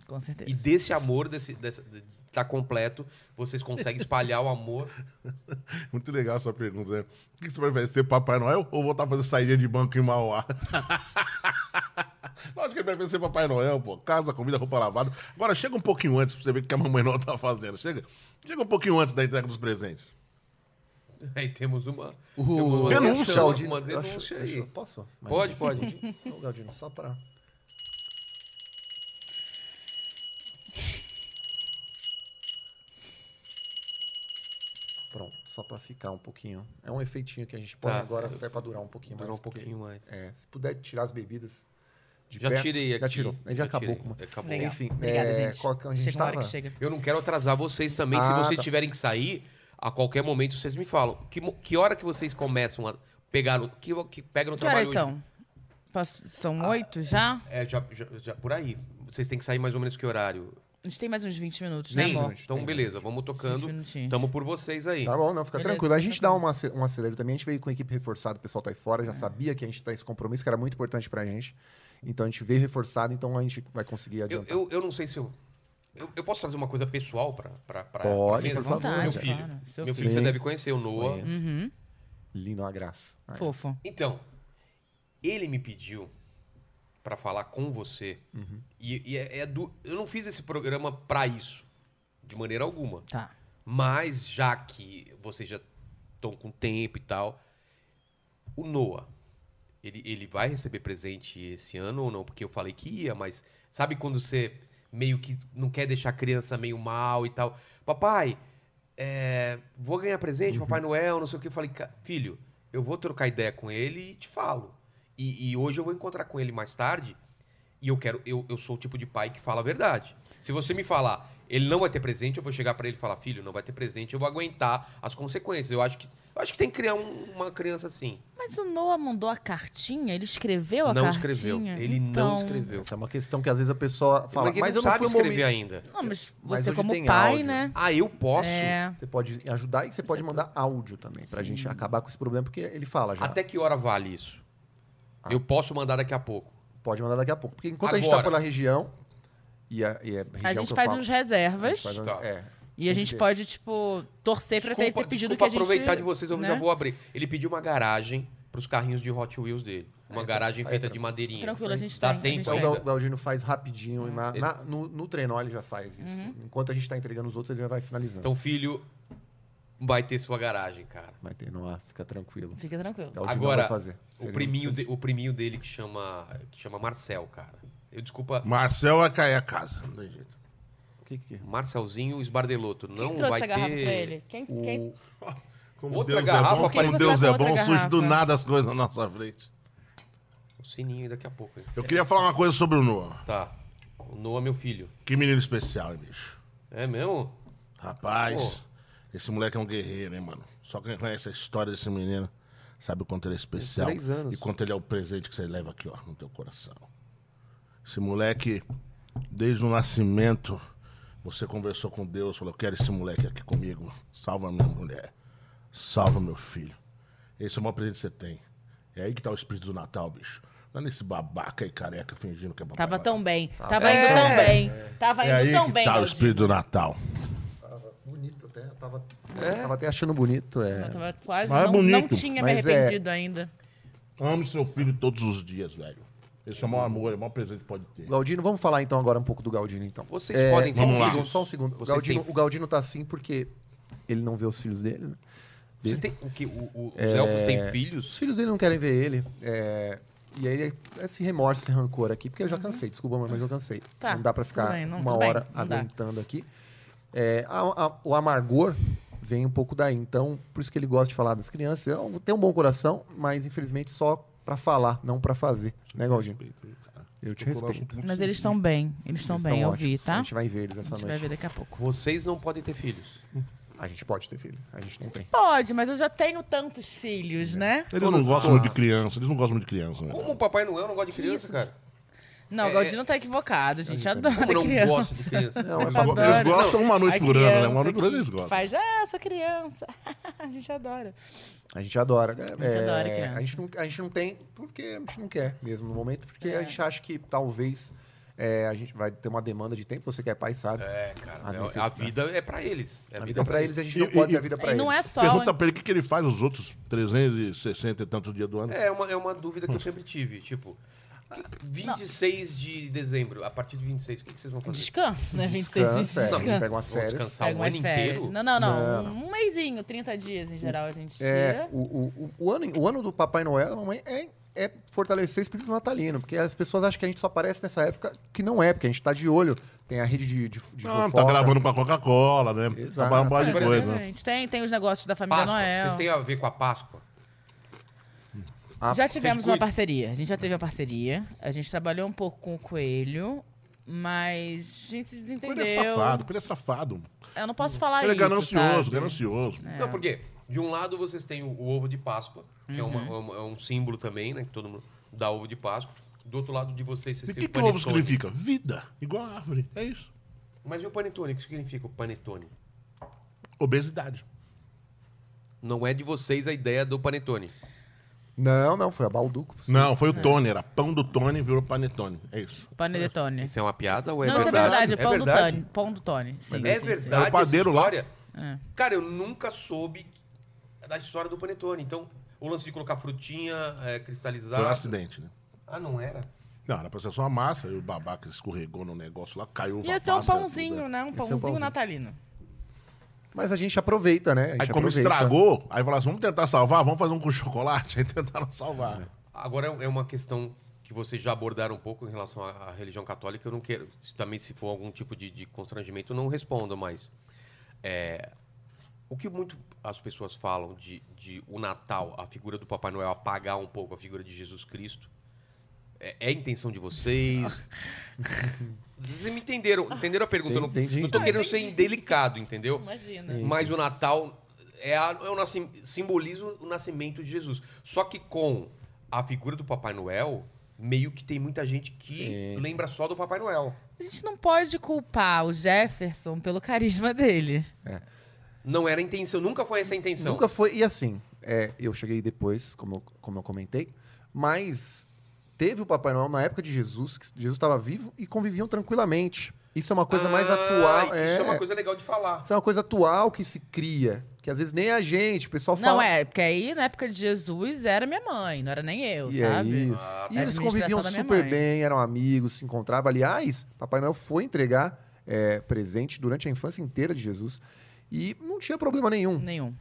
C: Com
A: E
C: certeza.
A: desse amor, desse, dessa- de estar completo, vocês conseguem espalhar o amor.
B: <laughs>
A: <laughs>
B: Muito legal essa pergunta, né? O que você prefere, ser Papai Noel ou voltar a fazer saída de banco em Mauá? <laughs> Lógico que ele prefere ser Papai Noel, pô. Casa, comida, roupa lavada. Agora, chega um pouquinho antes pra você ver o que a mamãe não tá fazendo. Chega, chega um pouquinho antes da entrega dos presentes.
A: Aí temos uma,
D: O
A: temos uma
B: denúncia,
A: questão,
D: Galdino,
A: uma
D: eu
A: denúncia
D: acho-
A: aí.
D: eu acho- posso? Mais
A: Pode,
D: um
A: pode.
D: minutinho? Não, Galdino, só pra... Pronto, só pra ficar um pouquinho. É um efeitinho que a gente põe
A: Tá.
D: agora, até pra durar um pouquinho
A: Durar um
D: mais. porque,
A: pouquinho mais.
D: é, se puder tirar as bebidas de
A: Já
D: perto,
A: tirei aqui.
D: Já tirou, a gente já acabou
A: tirei,
D: com uma.
A: acabou.
C: Legal.
D: Enfim,
C: Obrigada,
D: é,
C: gente.
D: qual que é onde a gente
C: chega uma hora que
D: tava?
C: chega.
A: Eu não quero atrasar vocês também. Se
D: Ah,
A: vocês
D: tá.
A: tiverem que sair, a qualquer momento vocês me falam. Que, mo- que hora que vocês começam a pegar o. Que, que pegam no
C: Que
A: trabalho
C: horas
A: hoje?
C: são? Posso- São oito já?
A: É, já, já, já- por aí. Vocês têm que sair mais ou menos que horário?
C: A gente tem mais uns 20 minutos, né,
A: Sim.
C: amor?
D: minutos,
A: Então,
D: tem
A: beleza, vamos tocando.
C: 20 minutinhos.
A: Tamo por vocês aí.
D: Tá bom, não, fica
C: Beleza,
D: tranquilo. A gente
C: fica
D: dá uma, ace- um acelero também, a gente veio com a equipe reforçada, o pessoal tá aí fora,
A: É.
D: já sabia que a gente tá esse compromisso, que era muito importante pra gente. Então a gente veio reforçado, então a gente vai conseguir
A: Eu,
D: adiantar.
A: eu, eu não sei se eu, eu. eu posso trazer uma coisa pessoal pra. pra, pra
D: Pode,
A: pra-
D: por favor.
A: Meu
C: Vontade,
A: filho.
C: claro. Seu
A: Meu filho,
D: filho.
A: você
D: Sim.
A: deve conhecer, o Noah.
D: Conheço.
C: Uhum.
D: Lindo, uma graça. Ah, é.
C: Fofo.
A: Então, ele me pediu pra falar com você. E, e é, é do, eu não fiz esse programa pra isso, de maneira alguma.
C: Tá.
A: Mas já que vocês já estão com tempo e tal, o Noah, ele, ele vai receber presente esse ano ou não? Porque eu falei que ia, mas sabe quando você meio que não quer deixar a criança meio mal e tal? Papai, é, vou ganhar presente, Papai Noel, não sei o que. Eu falei, "Ca- filho, eu vou trocar ideia com ele e te falo. E, e hoje eu vou encontrar com ele mais tarde e eu quero, eu, eu sou o tipo de pai que fala a verdade. Se você me falar, ele não vai ter presente, eu vou chegar pra ele e falar, filho, não vai ter presente, eu vou aguentar as consequências. Eu acho que, eu acho que tem que criar um- uma criança assim.
C: Mas o Noah mandou a cartinha? Ele escreveu a
A: não
C: cartinha?
A: escreveu. Ele não
C: Então-
A: escreveu.
D: Essa é uma questão que às vezes a pessoa fala,
A: ele
D: mas
A: não
D: eu não
A: sabe
D: fui o
A: escrever
D: momento.
A: ainda.
C: Não, mas
D: Mas
C: você
D: hoje
C: como
D: tem
C: pai,
D: áudio.
C: né?
A: Ah, eu posso?
C: É.
D: Você pode ajudar e você pode mandar áudio também, pra gente acabar com esse problema, porque ele fala já. Ah.
A: Até que hora vale isso? Eu posso mandar daqui a pouco.
D: Pode mandar daqui a pouco. Porque enquanto a gente
A: Agora.
D: tá pela região, e a, e é
C: A
D: região que
C: gente
D: eu
C: faz
D: falo,
C: uns
D: a gente
C: reservas
D: faz um-
A: Tá.
D: é,
C: e a gente
D: sempre
C: pode, tipo, torcer pra ele ter pedido que
A: desculpa
C: a gente...
A: aproveitar de vocês, eu
C: né?
A: já vou abrir. Ele pediu uma garagem pros carrinhos de Hot Wheels dele. Uma
D: Aí, tá,
A: garagem feita
D: aí, tranquilo.
A: de madeirinha.
C: Tranquilo, a gente
A: Dá
C: tem, a
A: tempo
C: gente
D: Então, o
A: ainda?
C: tem.
D: Gal- Galdino faz rapidinho
A: Uhum.
D: e na- na- no, no trenó ele já faz isso. Enquanto a gente tá entregando os outros, ele já vai finalizando.
A: Então, filho, vai ter sua garagem, cara.
D: Vai ter no ar, fica tranquilo.
C: Fica tranquilo.
D: Galdino
A: Agora,
D: vai fazer.
A: O
D: Seria
A: priminho, de-
D: interessante.
A: o priminho dele que chama, que chama Marcel, cara. Eu desculpa,
B: Marcel vai cair a casa. Não tem jeito.
D: O que que é?
A: Marcelzinho Esbardeloto. Não
C: Quem trouxe
A: vai
C: a garrafa
A: ter.
C: pra ele? Quem, quem-
D: O-
B: Como
A: Outra
B: Deus
A: garrafa,
B: é bom,
A: quem
B: como
A: não
B: Deus
C: sabe
B: é
C: outra
B: bom, surge do
C: garrafa?
B: nada as coisas na nossa frente.
A: O sininho daqui a pouco. hein?
B: Eu queria falar uma coisa sobre o Noah.
A: Tá. O Noah, meu filho.
B: Que menino especial, hein, bicho.
A: É mesmo?
B: Rapaz,
A: Pô.
B: esse moleque é um guerreiro, hein, mano? Só quem conhece a história desse menino sabe o quanto ele é especial.
A: Tem três anos.
B: E quanto ele é o presente que você leva aqui, ó, no teu coração. Esse moleque, desde o nascimento, você conversou com Deus, falou, eu quero esse moleque aqui comigo. Salva a minha mulher. Salva meu filho. Esse é o maior presente que você tem. É aí que tá o espírito do Natal, bicho. Não é nesse babaca aí careca fingindo que é babaca.
C: Tava
A: Tá
C: tão bem. Tava indo tão bem. Tava
B: É aí
C: indo tão
B: que
C: bem,
B: tá o
C: Galdinho.
B: espírito do Natal.
D: Tava bonito até. Tava, É? tava até achando bonito. É.
C: Eu tava quase.
B: Mas é
C: não, não
B: bonito.
C: tinha
D: Mas
C: me
D: é-
C: arrependido ainda.
B: Ame seu filho todos os dias, velho. Esse é o maior amor, é o maior presente que pode ter.
D: Galdino, vamos falar então agora um pouco do Galdino, então.
A: Vocês podem
D: só um
B: vamos lá.
D: segundo, só um segundo. O
A: Vocês
D: Galdino,
A: têm-
D: o Galdino tá assim porque ele não vê os filhos dele, né?
A: Você tem, o que, o, o- os
D: É.
A: elfos têm
D: Os
A: filhos?
D: filhos dele não querem ver ele. é, E aí ele- esse remorso, esse rancor aqui, porque eu já cansei, desculpa, mãe, mas eu cansei.
C: Uhum. Tá,
D: não dá pra
C: tudo
D: ficar
C: bem, não,
D: uma
C: tudo bem,
D: hora
C: não dá.
D: aguentando aqui. É, a- a- o amargor vem um pouco daí, então por isso que ele gosta de falar das crianças. É um- Tem um bom coração, mas infelizmente só pra falar, não pra fazer. Né, Galdinho? Eu te respeito.
C: Mas eles estão bem. Eles estão
D: Eles
C: bem,
D: tão
C: eu vi,
D: ótimos.
C: tá?
D: A gente vai ver eles
C: A
D: essa
C: gente vai
D: noite.
C: ver daqui a pouco.
A: Vocês não podem ter filhos.
D: A gente pode ter filho, a gente não tem.
C: Pode, mas eu já tenho tantos filhos,
B: Uhum.
C: né?
B: Eles não gostam muito de criança, eles não gostam muito de criança, né?
A: Como o Papai Noel não gosta de criança,
C: isso?
A: cara?
C: Não,
A: É,
C: o Galdino tá equivocado, gente.
B: tá
C: Adora
A: Como eu não
C: criança.
A: gosto de criança?
C: <laughs>
D: Não, é
B: Eles,
D: pra-
B: go- eles
A: Adoro.
B: gostam uma um noite
C: A
B: por ano, né? Uma
C: criança
B: noite por ano
C: que
B: eles gostam.
C: Faz, ah, sou criança. <laughs> a gente adora.
D: A gente adora. A
C: gente adora criança.
D: A gente, não, a gente não tem porque a gente não quer mesmo no momento, porque
C: É.
D: a gente acha que talvez é, a gente vai ter uma demanda de tempo. Você que é pai sabe.
A: É, cara.
D: A
A: é- A,
D: necessidade.
A: vida é pra eles. É
D: Ah, a vida é pra eles, a gente não
B: E-
D: pode
B: e-
D: dar vida pra
C: e
D: eles.
C: não é só.
B: Pergunta pra ele o que, que ele faz nos outros 360 e tantos dias do ano.
A: É uma, é uma dúvida que eu sempre tive. Tipo, que- 26 de dezembro, a partir de 26, o que, que vocês vão fazer?
C: Descanso, né? 26
D: Descansa,
C: dias de
D: é, a
C: descanso.
D: gente pega umas
A: Vão
D: férias.
A: descansar o
C: Pega umas
A: ano
C: É, férias.
A: inteiro?
C: Não, não, não, Um meizinho, 30 dias em geral a gente
B: um
D: É,
C: tira.
D: o, o, o, o ano, o ano do Papai Noel, da mamãe, é, é fortalecer o espírito natalino, porque as pessoas acham que a gente só aparece nessa época, que não é, porque a gente tá de olho. Tem a rede de, de, de
B: Ah, tá
D: fofoca.
B: gravando com a Coca-Cola, né?
D: Exato.
B: Tá um bocado de
A: Por
B: coisa, né?
C: Exatamente. Tem, tem os negócios da família
A: Páscoa.
C: Noel.
A: Vocês têm a ver com a Páscoa?
D: Ah,
C: Já
A: vocês
C: tivemos uma
A: cuidam?
C: parceria. A gente já teve uma parceria. A gente trabalhou um pouco com o Coelho, mas a gente se
B: Ele
C: desentendeu.
B: é safado, ele é safado.
C: Eu não posso falar
B: Ele é
C: Tá isso.
B: ganancioso,
C: sabe?
B: ganancioso.
C: É.
A: Não, porque de um lado vocês têm o, o ovo de Páscoa, que é, uma-
C: Uhum.
A: é uma- é um símbolo também, né? Que todo mundo dá ovo de Páscoa. Do outro lado de vocês,
B: E
A: vocês
B: o
A: têm
C: tipo
B: que, que o ovo
A: panetone.
B: significa? Vida, igual a árvore. É isso.
A: Mas e o panetone? O que significa o panetone?
B: Obesidade.
A: Não é de vocês a ideia do panetone.
D: Não, não, foi a Balduco. sim.
B: Não, foi o Tony, era pão do Tony virou panetone. É isso.
C: Paneletone.
A: Isso é uma piada ou é
C: não, isso é
A: verdade?
C: verdade. É pão do Tony. Pão do Tony. Sim,
A: Mas
C: sim, é.
A: é
C: sim.
A: verdade
B: É o padeiro
A: essa
B: lá.
A: história? Cara, eu nunca soube da história do panetone. Então, o lance de colocar frutinha, é, cristalizar...
B: Foi um acidente, né?
A: Ah, não era?
B: Não, era pra ser só uma massa, e o babaca escorregou no negócio lá, caiu
C: Ia ser um
B: é.
C: pãozinho, né? Um
D: ser um
C: pãozinho,
D: pãozinho.
C: natalino.
D: Mas a gente aproveita, né? A gente
B: Aí um como
D: aproveita.
B: estragou, aí falaram assim, vamos tentar salvar, vamos fazer um com chocolate, <laughs> aí tentaram salvar.
A: Agora é uma questão que vocês já abordaram um pouco em relação à, à religião católica. Eu não quero, se- também se for algum tipo de, de constrangimento, eu não respondo, mas é, o que muito as pessoas falam de, de o Natal, a figura do Papai Noel apagar um pouco a figura de Jesus Cristo, é, é a intenção de vocês?
D: <laughs>
A: vocês me entenderam? Entenderam a pergunta? Eu não,
D: Entendi,
A: não tô
D: entendi.
A: querendo ser indelicado, entendeu?
D: né?
C: Imagina.
A: Mas o Natal é, a- é o nasci- simboliza o nascimento de Jesus. Só que com a figura do Papai Noel, meio que tem muita gente que lembra só do Papai Noel.
C: A gente não pode culpar o Jefferson pelo carisma dele.
A: Não era a intenção, nunca foi essa a intenção.
D: Nunca foi. E assim, é, eu cheguei depois, como eu, como eu comentei, mas teve o Papai Noel na época de Jesus, que Jesus estava vivo e conviviam tranquilamente. Isso é uma coisa mais
A: Ah,
D: atual.
A: Isso é
D: é,
A: uma coisa legal de falar.
D: isso é uma coisa atual que se cria, que às vezes nem a gente, o pessoal fala.
C: Não é, porque aí na época de Jesus era minha mãe, não era nem eu,
D: E é
C: sabe?
D: isso.
A: Ah,
D: e
C: tá.
D: eles
C: Administração
D: conviviam
C: da minha
D: super
C: mãe.
D: bem, eram amigos, se encontravam. Aliás, Papai Noel foi entregar é, presente durante a infância inteira de Jesus e não tinha problema nenhum.
C: Nenhum.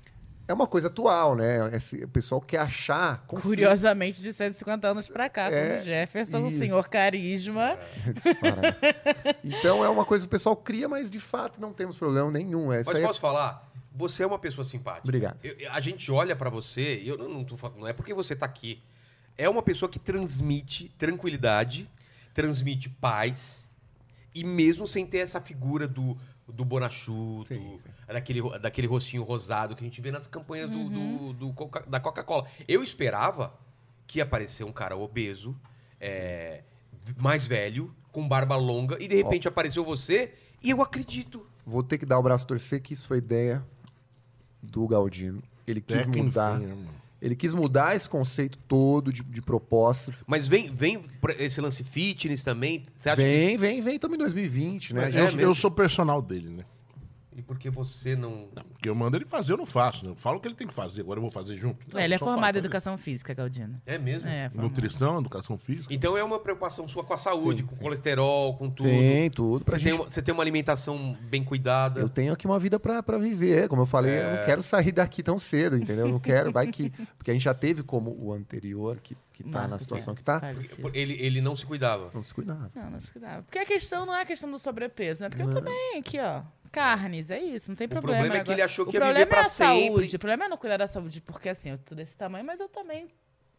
D: É uma coisa atual, né? Esse- o pessoal quer achar. confia.
C: Curiosamente, de 150 anos pra cá,
D: É,
C: quando o Jefferson, o
D: isso.
C: senhor carisma.
D: Então é uma coisa que o pessoal cria, mas de fato não temos problema nenhum. Essa
A: Mas
D: aí é-
A: posso falar? Você é uma pessoa simpática.
D: Obrigado.
A: Eu- eu- a gente olha pra você, eu não, não, tô falando- não é porque você tá aqui. É uma pessoa que transmite tranquilidade, transmite paz, e mesmo sem ter essa figura do, do bonachudo,
D: Sim,
A: Daquele, ro- daquele rostinho rosado que a gente vê nas campanhas do- do, do Coca- da Coca-Cola. Eu esperava que ia aparecer um cara obeso, é, v- mais velho, com barba longa, e de repente apareceu você, e eu acredito.
D: Vou ter que dar o braço a torcer que isso foi ideia do Galdino. ele quis
B: Até que
D: mudar.
B: enfim, né, mano?
D: Ele quis mudar esse conceito todo de, de proposta.
A: Mas vem, vem pra esse lance fitness também. Você acha
D: Vem, vem, vem, estamos em 2020, né?
A: Mas
D: Eu-
A: é
B: eu,
A: mesmo.
B: eu sou personal dele, né?
A: que- E por que você não.
B: Porque eu mando ele fazer, eu não faço. Né? Eu falo o que ele tem que fazer, agora eu vou fazer junto.
C: É, ele é
B: Só falo,
C: formado em
B: faz
C: educação física, Galdino.
A: É mesmo?
C: É,
B: isso.
C: formado.
B: Nutrição, educação física.
A: Então é uma preocupação sua com a saúde, com o colesterol, com é tudo.
D: Sim, tudo. Pra
A: Você,
D: gente
A: tem uma, você tem uma alimentação bem cuidada.
D: Eu tenho aqui uma vida pra pra viver. Como eu falei, eu
A: É.
D: não quero sair daqui tão cedo, entendeu? Eu não quero, vai que. Porque a gente já teve como o anterior, que, que tá na
C: Marcos,
D: situação
C: é,
D: que tá,
C: parecido.
A: Por- Tipo, Ele, ele não se cuidava.
D: não se cuidava.
C: Não, não se cuidava. Porque a questão não é a questão do sobrepeso, né? Porque eu também aqui, ó. Carnes, é isso, não tem problema.
A: problema é que
C: agora.
A: ele achou
C: O
A: que ia viver
C: problema
A: pra
C: é a saúde,
A: sempre.
C: o problema é não cuidar da saúde, porque assim, eu tô desse tamanho, mas eu também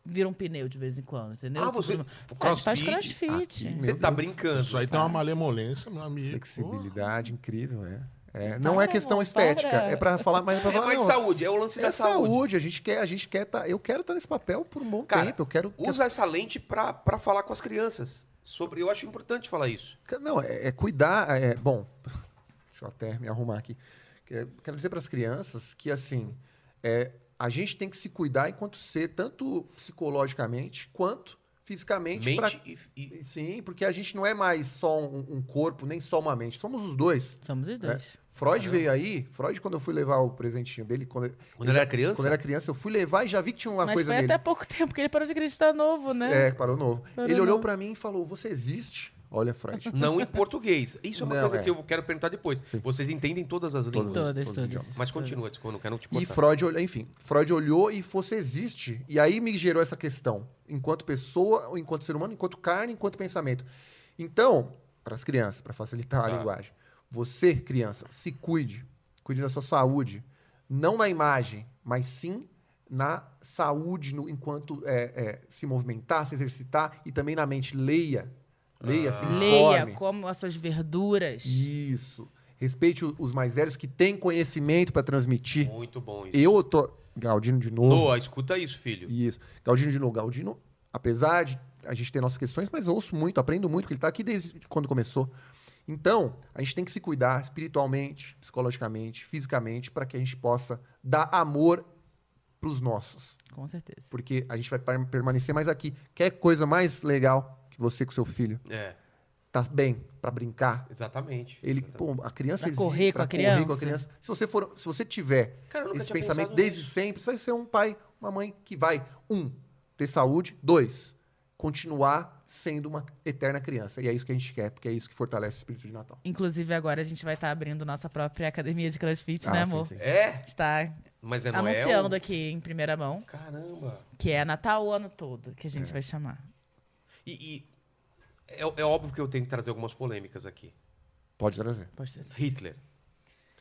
C: viro um pneu de vez em quando, entendeu?
A: Ah,
C: Eu tô
A: você-
C: tudo-
A: o
C: Ah, a gente faz
A: crossfit?
C: crossfit.
D: Aqui,
A: Você
D: Meu
A: tá
D: Deus.
A: brincando.
B: Isso aí tem uma malemolência, meu amigo.
D: Flexibilidade incrível, é. É,
C: Para,
D: não é questão
C: amor,
D: estética,
C: para.
D: é pra falar mais pra
A: É
D: falar,
A: mais
D: não,
A: saúde, é o lance da
D: É
A: saúde.
D: saúde, a gente quer, a gente quer tá, eu quero estar nesse papel por um bom
A: Cara,
D: tempo, eu quero que
A: Usa essa lente pra, pra falar com as crianças. Sobre, eu acho importante falar isso.
D: Ca- Não, é, é cuidar. É, bom, <laughs> deixa eu até me arrumar aqui. Que- é, Quero dizer para as crianças que, assim, é, a gente tem que se cuidar enquanto ser, tanto psicologicamente quanto fisicamente.
A: Mente
D: pra-
A: e, e-
D: Sim, porque a gente não é mais só um, um corpo, nem só uma mente. Somos os dois.
C: Somos
A: é
C: os dois.
D: Freud veio aí. Freud, quando eu fui levar o presentinho dele, quando, eu-
A: Quando era criança?
D: quando eu era criança, eu fui levar e já vi que tinha uma
C: mas
D: coisa
C: foi
D: nele.
C: até pouco tempo que ele parou de acreditar novo, né?
D: É, parou novo.
C: Parou
D: ele olhou
C: novo.
D: para mim e falou: Você existe? Olha, Freud.
A: Não em português. Isso é uma
D: Não,
A: coisa
D: é.
A: que eu quero perguntar depois.
D: Sim.
A: Vocês entendem todas as línguas?
C: Todas,
D: os
C: todas.
D: idiomas.
A: Mas continua, desculpa, eu não quero te
D: E
A: cortar.
D: Freud olhou, enfim, Freud olhou e você existe. E aí me gerou essa questão, enquanto pessoa, ou enquanto ser humano, enquanto carne, enquanto pensamento. Então, para as crianças, para facilitar a
A: Tá.
D: linguagem, você, criança, se cuide, cuide da sua saúde, não na imagem, mas sim na saúde, no, enquanto é, é, se movimentar, se exercitar e também na mente. Leia, leia,
C: Ah.
D: se informe.
C: Leia, como as suas verduras.
D: Isso. Respeite o- os mais velhos que têm conhecimento para transmitir.
A: Muito bom isso.
D: Eu tô. Galdino de novo.
A: Noah, escuta isso, filho.
D: Isso. Galdino de novo. Galdino, apesar de a gente ter nossas questões, mas eu ouço muito, aprendo muito, porque ele tá aqui desde quando começou. Então, a gente tem que se cuidar espiritualmente, psicologicamente, fisicamente, para que a gente possa dar amor pros nossos.
C: Com certeza.
D: Porque a gente vai par- permanecer mais aqui. Quer coisa mais legal que você com seu filho?
A: É,
D: Tá bem, para brincar.
A: exatamente.
D: Ele,
A: Exatamente.
D: pô, a criança
C: Pra
D: exi-
C: correr com
D: pra
C: a
D: correr com a
C: criança.
D: criança. Se você for, se você tiver
A: Cara, eu nunca
D: esse
A: tinha
D: pensamento
A: pensado
D: desde
A: nisso.
D: sempre. Você vai ser um pai, uma mãe que vai, um, ter saúde, dois, continuar sendo uma eterna criança. E é isso que a gente quer, porque é isso que fortalece o espírito de Natal.
C: Inclusive, agora a gente vai estar abrindo nossa própria academia de crossfit,
D: Ah,
C: né,
D: sim,
C: amor?
D: sim.
A: É?
C: Está
A: Mas é Noel?
C: anunciando aqui em primeira mão,
A: Caramba.
C: que é Natal o ano todo, que a
A: É.
C: gente vai chamar.
A: E, e é, é óbvio que eu tenho que trazer algumas polêmicas aqui.
D: Pode trazer.
C: Pode ser.
A: Hitler.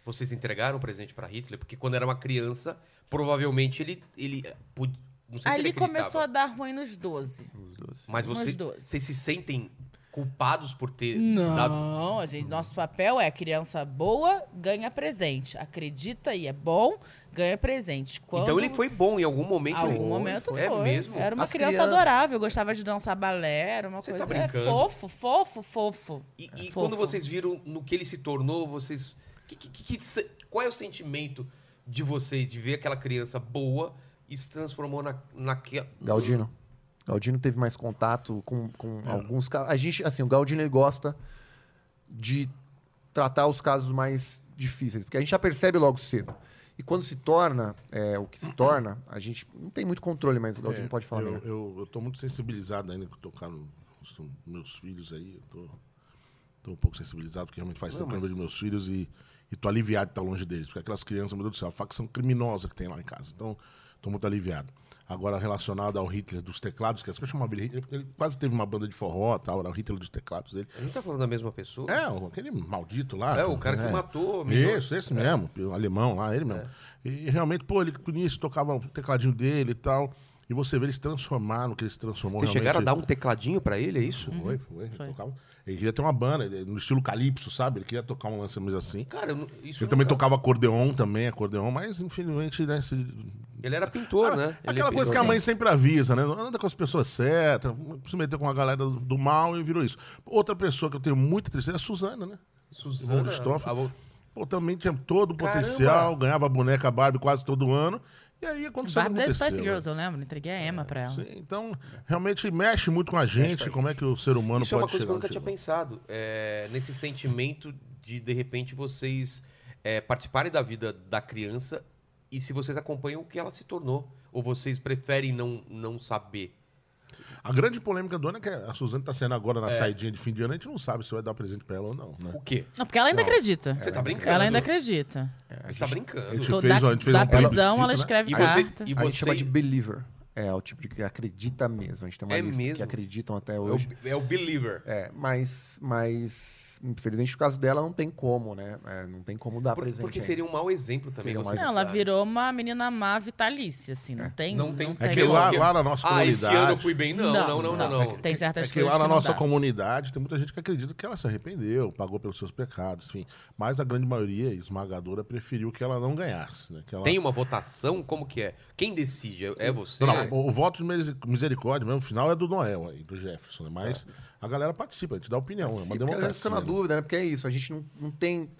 A: Vocês entregaram presente pra Hitler? Porque quando era uma criança, provavelmente ele... ele eh, pod- não sei se ele
C: Ali
A: acreditava.
C: começou a dar ruim nos 12.
D: Os dois.
A: Mas
C: Umas
A: você-
C: duas.
A: vocês se sentem culpados por ter dado...
C: Não, a gente, nosso papel é criança boa, ganha presente. Acredita e é bom, ganha presente. Quando,
A: Então ele foi bom em algum momento.
C: algum
A: ele-
C: momento foi.
A: É mesmo?
C: Era uma
D: As
C: criança
D: crianças-
C: adorável, gostava de dançar balé, era uma
A: Você tá
C: coisa
A: brincando?
C: é, fofo, fofo, fofo.
A: E, e
C: Fofo.
A: quando vocês viram no que ele se tornou, vocês. que- que- que- que se- qual é o sentimento de vocês de ver aquela criança boa e se transformou na, naquela.
D: Galdino. Galdino teve mais contato com, com
A: É.
D: alguns casos. A gente, assim, o Galdino ele gosta de tratar os casos mais difíceis, porque a gente já percebe logo cedo. E quando se torna é, o que se torna, a gente não tem muito controle, mas o Galdino
B: É,
D: pode falar
B: eu,
D: melhor.
B: eu, eu tô muito sensibilizado ainda com tocar no, são meus filhos aí. Eu tô, tô um pouco sensibilizado, porque realmente faz tempo que eu não vejo meus filhos e, e tô aliviado de estar longe deles. Porque aquelas crianças, meu Deus do céu, a facção criminosa que tem lá em casa. Então, tô muito aliviado. Agora, relacionado ao Hitler dos teclados, que é isso que eu chamava ele Hitler, porque ele quase teve uma banda de forró e tal, era o Hitler dos teclados dele.
A: A gente tá falando da mesma pessoa?
B: É, o- aquele maldito lá.
A: É, o cara que matou milhões.
B: Isso, esse mesmo, o alemão lá, ele
A: É.
B: mesmo. E realmente, pô, ele com isso tocava o tecladinho dele e tal. E você vê ele se transformar no que ele se transformou
A: Vocês
B: realmente.
A: chegaram a dar um tecladinho pra ele, é isso?
B: Foi, foi. Ele,
C: Foi.
B: tocava- ele queria ter uma banda, ele- no estilo calypso, sabe? Ele queria tocar um lance mais assim.
A: Cara, eu não- isso. é
B: Ele também
A: nunca-
B: tocava acordeon também, acordeon, mas infelizmente, né? se-
A: Ele era pintor,
B: ah,
A: né? Ele
B: <laughs> Aquela
A: é
B: coisa que
A: pintor.
B: a mãe sempre avisa, né? Anda com as pessoas certas, se meteu com a galera do- do mal e virou isso. Outra pessoa que eu tenho muita tristeza é a Suzana, né?
A: Suzana,
B: Von Richthofen.
A: a- a-
B: Pô, também tinha todo o
A: Caramba!
B: potencial, ganhava boneca Barbie quase todo ano. E aí, quando você
C: Barbie das
B: aconteceu...
C: Spice Girls, né? eu lembro. Entreguei
A: É,
C: a Emma pra ela.
B: Sim, então, realmente mexe muito com a gente,
D: com a
B: como é que o ser humano
A: Isso é
B: pode
A: uma coisa que eu
B: chegar
A: nunca
B: onde
A: tinha
B: chegou.
A: pensado. é, nesse sentimento de, de repente, vocês é, participarem da vida da criança e se vocês acompanham o que ela se tornou. Ou vocês preferem não, não saber.
B: A grande polêmica do ano é que a Suzana tá saindo agora
A: É.
B: na saidinha de fim de ano, a gente não sabe se vai dar presente pra ela ou não, né?
A: O quê?
C: Não, porque ela ainda
B: Não.
C: acredita.
A: Você tá brincando?
C: É, Ela ainda acredita.
A: Você tá brincando.
B: a gente
C: Tô-
B: fez,
C: da
B: ó, a gente fez
C: da
B: um
C: prisão,
B: plebiscito,
C: ela
B: né?
C: escreve
A: E você,
C: carta.
A: e
D: A gente chama de
A: você
D: believer. É, o tipo de que acredita mesmo. A gente tem uma
A: É
D: lista
A: mesmo?
D: que acreditam até
A: é
D: hoje.
A: o, é o believer.
D: É, mas, mas infelizmente o caso dela não tem como, né? É, não tem como dar
A: Por-
D: presente.
A: porque seria um mau exemplo também.
D: Seria um
A: vocês
D: mau
C: Não, ela
A: darem.
C: virou uma menina má vitalícia, assim. Não tem.
A: Não tem-
B: É que
A: Pegou
B: lá,
A: aqui, ó.
B: lá na nossa
A: Ah,
B: comunidade...
A: esse ano eu fui bem. Não, não,
C: Não,
A: não, não.
C: não.
A: não.
C: Tem certas
B: É que
C: coisas
B: lá na
C: Tá que não
B: nossa
C: dá.
B: comunidade tem muita gente que acredita que ela se arrependeu, pagou pelos seus pecados, enfim. Mas a grande maioria esmagadora preferiu que ela não ganhasse, né? Que ela-
A: Tem uma votação? Como que é? Quem decide? É- É você?
B: Não, não, o, o voto de mis- misericórdia mesmo, no final é do Noel aí, do Jefferson, né? Mas
C: É.
B: a galera participa, a gente dá opinião, é
D: Sim,
B: uma
D: porque a gente fica
B: democracia.
D: na
B: né?
D: dúvida, né? Porque é isso, a gente não, não tem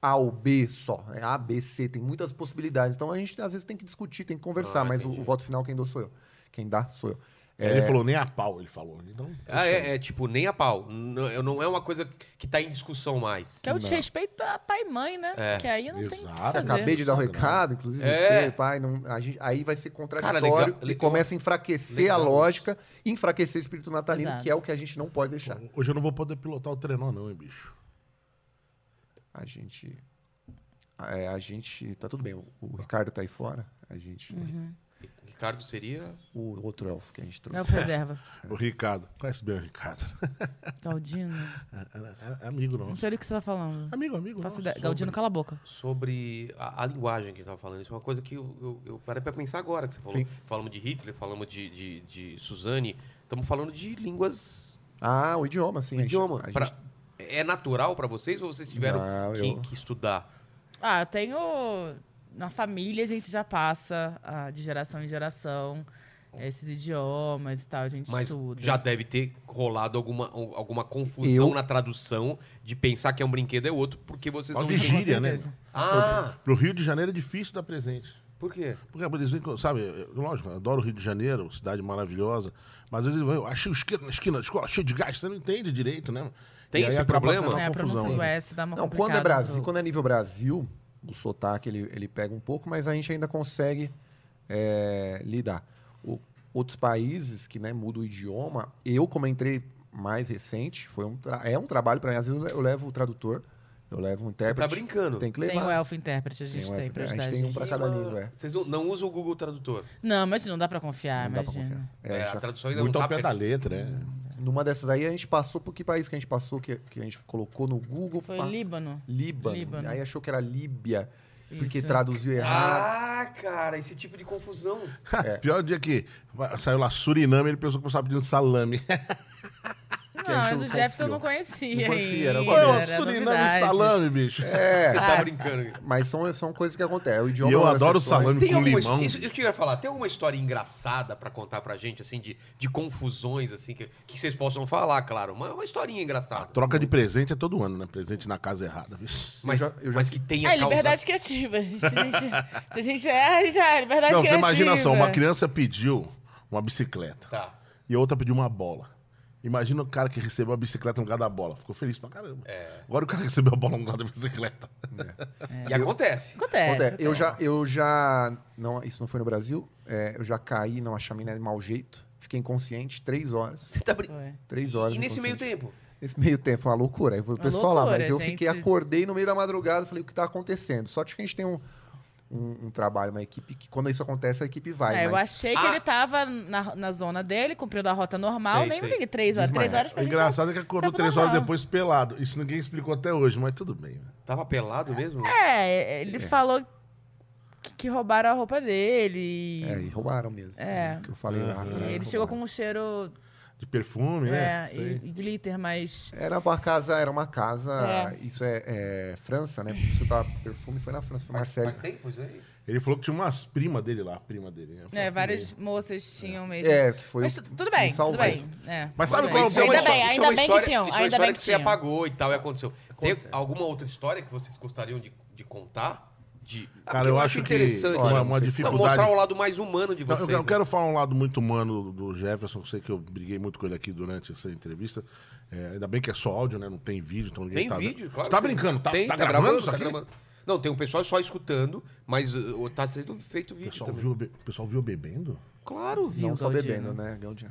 D: A ou B só. É A, B, C, tem muitas possibilidades. Então a gente às vezes tem que discutir, tem que conversar,
A: Ah,
D: mas o,
A: entendi.
D: o voto final quem dou sou eu. Quem dá sou eu.
B: É, Ele falou nem a pau, ele falou. Então,
A: Ah, é, é, tipo, nem a pau. Não, eu- não é uma coisa que tá em discussão mais.
C: Que é o desrespeito a pai e mãe, né?
A: É.
C: Que aí não tem o
B: Exato.
C: que fazer.
D: Acabei de dar o
B: Sagrado.
D: recado, inclusive,
A: É.
D: respeito, pai, não- a gente- aí vai ser contraditório
A: legal,
D: e
A: legal.
D: começa a enfraquecer
A: Legal
D: a
A: isso.
D: lógica, enfraquecer o espírito natalino,
C: Exato.
D: que é o que a gente não pode deixar.
B: Hoje eu não vou poder pilotar o trenó, não, hein, bicho.
D: A gente. é, a gente. Tá tudo bem, o, o Ricardo tá aí fora. A gente.
A: Ricardo seria.
D: O outro elfo que a gente
C: Não,
D: trouxe.
C: preserva.
B: O Ricardo, conhece bem o Ricardo. <laughs>
C: Galdino.
B: É- é- é amigo
C: Não
B: nosso.
C: sei do que você tá falando.
B: Amigo, amigo.
C: Faço
B: nosso.
C: ideia. Galdino, cala a boca.
A: Sobre a, a linguagem que você estava falando, isso é uma coisa que eu, eu, eu parei para pensar agora. Que você falou.
D: Sim.
A: Falamos de Hitler, falamos de, de, de Suzane, estamos falando de línguas,
D: Ah, o idioma, sim. a gente-
A: idioma.
D: a gente-
A: Pra- É natural para vocês ou vocês tiveram
D: Não,
A: que,
D: eu-
A: que estudar?
C: Ah, eu tenho. Na família a gente já passa ah, de geração em geração esses idiomas e tal, a gente
A: Mas
C: estuda.
A: já deve ter rolado alguma, alguma confusão
D: Eu-
A: na tradução de pensar que é um brinquedo é outro, porque vocês
B: Fala
A: não
B: de
A: entendem.
B: gíria, né?
C: certeza.
A: Ah,
B: Pro Rio de Janeiro é difícil dar presente.
A: por quê?
B: Porque eles vêm, com- sabe, eu- lógico, eu adoro o Rio de Janeiro, cidade maravilhosa, mas às vezes eu- eu achei o isqueiro na esquina da escola, cheio de gás, você não entende direito, né?
A: Tem
B: E aí
A: esse
B: acaba
A: problema?
B: tendo uma
C: É, a pronúncia
B: confusão,
C: do
B: né?
C: S dá uma
D: Não, quando
C: complicada
D: é Brasil,
C: pro-
D: quando é nível Brasil, o sotaque ele, ele pega um pouco, mas a gente ainda consegue é, lidar. O- outros países que né, mudam o idioma, eu como entrei mais recente, foi um tra- é um trabalho para mim. Às vezes eu le- eu levo o tradutor, eu levo um
A: Você tá
D: intérprete.
A: brincando.
D: tem que
C: Tem o
D: levar.
C: elfo intérprete, a gente
D: Tem
C: tem,
D: o elfo
C: pra
D: intérprete,
C: ajudar
D: a
C: a
D: gente tem um
C: gente.
D: pra cada língua, é.
A: Vocês não, não usam o Google Tradutor.
C: Não, mas não dá pra confiar,
D: não dá pra
C: imagina.
D: confiar. É,
A: É,
D: já-
A: a tradução ainda
B: Muito
A: não
B: ao
A: tá
B: pé da letra, é.
D: numa dessas aí a gente passou por que país que a gente passou, que, que a gente colocou no Google.
C: Foi
D: pá,
C: Líbano.
D: Líbano.
C: Líbano.
D: Aí achou que era Líbia, porque
C: Isso.
D: traduziu errado.
A: Ah, cara, esse tipo de confusão.
C: <laughs> É.
B: Pior dia que saiu lá Suriname, ele pensou que eu estava pedindo salame.
C: Não,
D: a gente
C: mas
D: não
C: o Jefferson
D: confiou.
C: não conhecia.
D: Não conhecia, era
C: ainda,
B: <laughs>
D: Ih,
B: Ô,
C: era
B: Suriname
C: novidade.
B: um
C: É.
B: salame, bicho.
A: Você tá
D: Ah,
A: brincando.
D: Mas são, são coisas que acontecem. O idioma
B: E eu
D: é uma das
B: adoro
D: questões.
B: salame.
A: Tem
B: Com
A: alguma,
B: limão.
A: isso, eu queria falar, tem alguma história engraçada pra contar pra gente, assim, de, de confusões, assim, que, que vocês possam falar, claro. Uma, uma historinha engraçada.
B: Troca de presente é todo ano, né? Presente na casa errada, bicho.
A: Mas,
D: Eu já- eu já-
A: mas que tenha
C: É,
A: causado-
C: liberdade criativa. A gente, se a gente- se a gente erra, já é liberdade
B: não, você
C: criativa.
B: imagina só, uma criança pediu uma bicicleta
A: Tá.
B: e a outra pediu uma bola. Imagina o cara que recebeu a bicicleta no lugar da bola. Ficou feliz pra caramba.
C: É.
B: Agora o cara recebeu a bola no lugar da bicicleta.
D: É.
A: E acontece.
C: Acontece.
D: Acontece. Eu
C: acontece.
D: já, eu já. Não, isso não foi no Brasil. É, eu já caí numa chaminé de mau jeito. Fiquei inconsciente três horas.
A: Você tá brincando.
C: Foi.
D: Três horas.
A: E nesse meio
D: inconsciente.
A: tempo?
D: Nesse meio tempo, uma loucura. Aí foi o
C: Uma
D: pessoal lá,
C: loucura,
D: mas eu
C: gente.
D: fiquei, acordei no meio da madrugada, falei, o que tá acontecendo? Sorte que a gente tem um, um, um trabalho, uma equipe, que quando isso acontece, a equipe vai.
C: É, eu
D: mas-
C: achei que
A: Ah!
C: ele tava na, na zona dele, cumprindo a rota normal,
A: Sei,
C: nem me
A: sei.
C: liguei. Três horas. Três
D: Desmaia.
C: horas pra
B: O
C: gente.
B: engraçado é que acordou
C: Tá
B: três
C: normal.
B: horas depois pelado. Isso ninguém explicou até hoje, mas tudo bem. né?
A: Tava pelado mesmo?
C: É, ele falou que, que roubaram a roupa dele.
D: É, e roubaram mesmo.
C: É.
D: O que eu falei lá atrás.
C: E ele
D: roubaram.
C: chegou com um cheiro
B: De perfume, né?
C: é,
B: Sei.
C: e, e glitter, mas.
D: Era uma casa, era uma casa.
C: É.
D: Isso é, é França, né? Isso eu tava perfume, foi na França, foi
A: Faz,
D: Marcelo.
A: faz tempo isso aí?
B: Ele falou que tinha umas primas dele lá, prima dele. né?
C: É, várias moças tinham mesmo.
D: É, que foi.
C: mas
D: o
C: tu-
D: que
C: tudo
D: me
C: bem, tudo
D: salvou.
C: bem. É.
B: Mas sabe
C: Tudo
B: qual é o
A: Isso é uma
C: Ainda
B: problema?
A: história-
C: bem,
A: isso é
C: ainda
A: uma
C: bem
A: história-
C: que tinham.
A: Isso é uma
C: Ainda
A: história
C: bem
A: que
C: que
A: você
C: tinham.
A: apagou e tal, e aconteceu. Tem
D: Aconteceu.
A: alguma outra história que vocês gostariam de, de contar? De...
B: Cara, eu acho que uma- uma dificuldade-
A: mostrar o lado mais humano de
B: Não, eu-
A: vocês.
B: eu,
A: né?
B: quero falar um lado muito humano do Jefferson, que eu sei que eu briguei muito com ele aqui durante essa entrevista. É, ainda bem que é só áudio, né? Não tem vídeo, então ninguém
A: Tem
B: tá...
A: vídeo, claro.
B: Você tá
A: que tem.
B: brincando? Tá,
A: Tem,
B: tá gravando, isso
A: tá
B: aqui?
A: gravando. Não, tem um pessoal só escutando, mas uh, tá sendo feito
B: O
A: vídeo
B: pessoal,
A: também.
B: viu, eu be- o pessoal viu eu bebendo?
A: Claro,
D: Não
A: viu.
C: Viu,
D: só
C: Galdino?
D: bebendo, né, Galdino?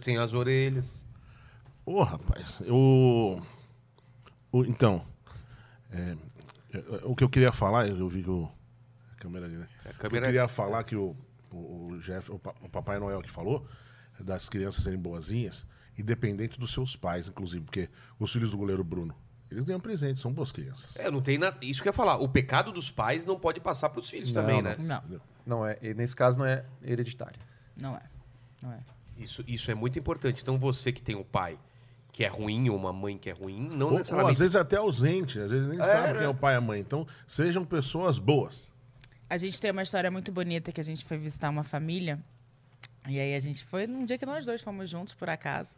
A: Sem as orelhas.
B: Ô, rapaz, eu... o- então, é, é, é, o que eu queria falar, eu vi que o... A câmera ali, né?
D: É,
A: A
B: Eu
A: câmera
B: queria falar que o, o, o Jeff, o, pa- o Papai Noel que falou, das crianças serem boazinhas, independente dos seus pais, inclusive, porque os filhos do goleiro Bruno, eles ganham presente, são boas crianças.
A: É, não tem nada. Isso que eu ia falar. O pecado dos pais não pode passar pros filhos
D: Não,
A: também, né?
C: Não,
D: Não é, e nesse caso não é hereditário.
C: não é. Não é.
A: Isso, isso é muito importante. Então você que tem um pai que é ruim ou uma mãe que é ruim, não
B: Ou, ou às
A: necessariamente.
B: vezes é até ausente, às vezes nem
A: É,
B: sabe
A: né?
B: quem é o pai e a mãe. Então, sejam pessoas boas.
C: A gente tem uma história muito bonita que a gente foi visitar uma família. E aí a gente foi num dia que nós dois fomos juntos, por acaso.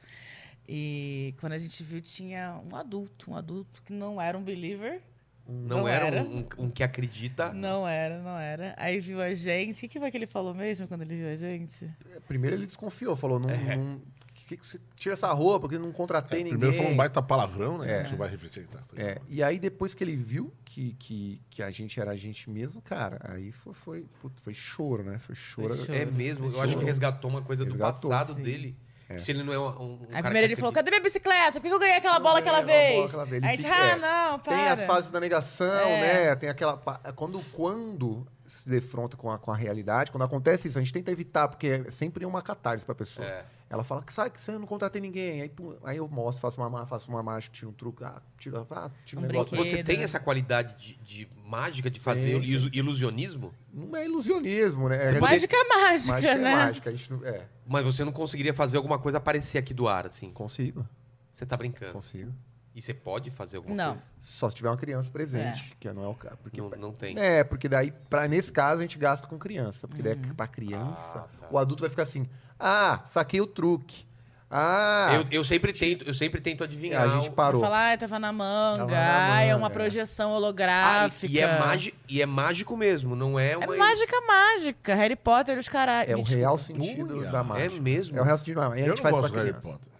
C: E quando a gente viu, tinha um adulto, um adulto que não era um believer.
A: não,
C: não
A: era,
C: era.
A: Um, um- um que acredita.
C: Não era, não era. Aí viu a gente. O que, que foi que ele falou mesmo quando ele viu a gente?
D: É, Primeiro ele desconfiou, falou, não, não- que, que você tira essa roupa, que não contratei ninguém.
B: Primeiro foi um baita palavrão, né? A gente vai refletir. Tá, tá.
D: É, e aí depois que ele viu que, que, que a gente era a gente mesmo, cara, aí foi, foi, puta, foi choro, né? Foi choro.
C: Foi choro.
A: É mesmo. Eu acho que resgatou uma coisa do
D: Resgatou.
A: passado dele. Se ele não é um. um
C: Aí
A: cara
C: primeiro
A: que
C: ele falou:
A: acredita.
C: cadê minha bicicleta? Por que eu ganhei aquela bola aquela
D: Aquela bola,
C: vez?
D: aquela vez.
C: Aí a
D: Ele
C: gente,
D: fica-
C: ah,
D: é,
C: não, para.
D: Tem as fases da negação,
C: É.
D: né? Tem aquela. pa- Quando, quando se defronta com a, com a realidade, quando acontece isso, a gente tenta evitar, porque é sempre uma catarse pra pessoa.
A: É.
D: Ela fala que sabe que você não contratei ninguém. Aí, pum, aí eu mostro, faço uma, ma- faço uma mágica, tiro um truque, ah, tiro, ah, tiro um
C: Um
D: negócio.
C: brinquedo.
A: Você tem essa qualidade de, de mágica de fazer
D: Sim,
A: ilu- ilusionismo,
D: Não é ilusionismo, né? É,
C: Mágica é mágica,
D: mágica é
C: né?
D: mágica. A gente não, é,
A: mas você não conseguiria fazer alguma coisa aparecer aqui do ar, assim.
D: consigo,
A: Você tá brincando.
D: consigo.
A: E você pode fazer alguma
C: Não.
A: coisa?
D: Só se tiver uma criança presente, que não é o caso. Porque
A: Não. Não tem.
D: É, porque daí, pra, nesse caso, a gente gasta com criança. Porque daí, é pra criança,
A: Ah, tá.
D: o adulto vai ficar assim: ah, saquei o truque. Ah,
A: Eu, um-" eu sempre tento, eu sempre tento adivinhar.
D: É, a gente
A: o-
D: parou.
C: Falar, ah, tava na manga.
D: Tava na
C: ah, é
D: manga,
C: uma
D: é.
C: projeção
A: Ah,
C: holográfica.
A: e, e é magi- e é mágico mesmo, não é uma.
C: É mágica, mágica. Harry Potter e os caras.
D: É o real sentido
B: Uia.
D: da
A: É
D: mágica.
A: mesmo.
D: É o real sentido da mágica. E
B: Eu
D: a gente
B: não
D: faz pra
B: gosto do Harry
D: criança.
B: Potter.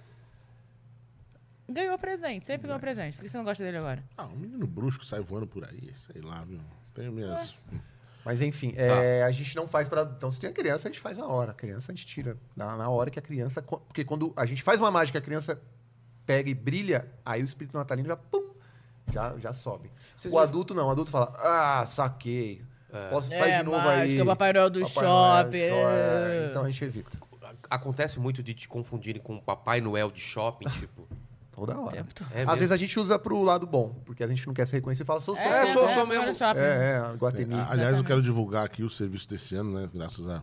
C: Ganhou presente, sempre
D: É.
C: ganhou presente. Por que você não gosta dele agora?
B: Ah, um menino bruxo que sai voando por aí, sei lá, viu? Tem minhas... é,
D: Mas enfim, é, a gente não faz pra. Então, se tem a criança, a gente faz na hora. A criança a gente tira. Na, na hora que a criança. co- Porque quando a gente faz uma mágica, a criança pega e brilha, aí o espírito natalino já pum! Já, já sobe.
A: Vocês
D: o
A: me-
D: adulto não, o adulto fala, ah, saquei. Posso, faz
C: é,
D: de novo
C: mágica,
D: aí.
C: é o Papai Noel do
D: Papai Noel,
C: shopping.
D: chora. Então a gente evita.
A: Acontece muito de te confundirem com o Papai Noel de
D: <laughs>
A: shopping, tipo.
D: Toda
C: O
D: hora.
C: tempo todo.
A: É
D: Às
A: mesmo?
D: vezes a gente usa pro lado bom, porque a gente não quer se reconhecer e fala, sou sou.
A: É,
D: sou,
A: sou-
D: sou.
A: só
C: é,
A: mesmo.
C: no shopping.
D: É, é, Guatemi.
B: Ah, Aliás, eu quero divulgar aqui o serviço desse ano, né? Graças à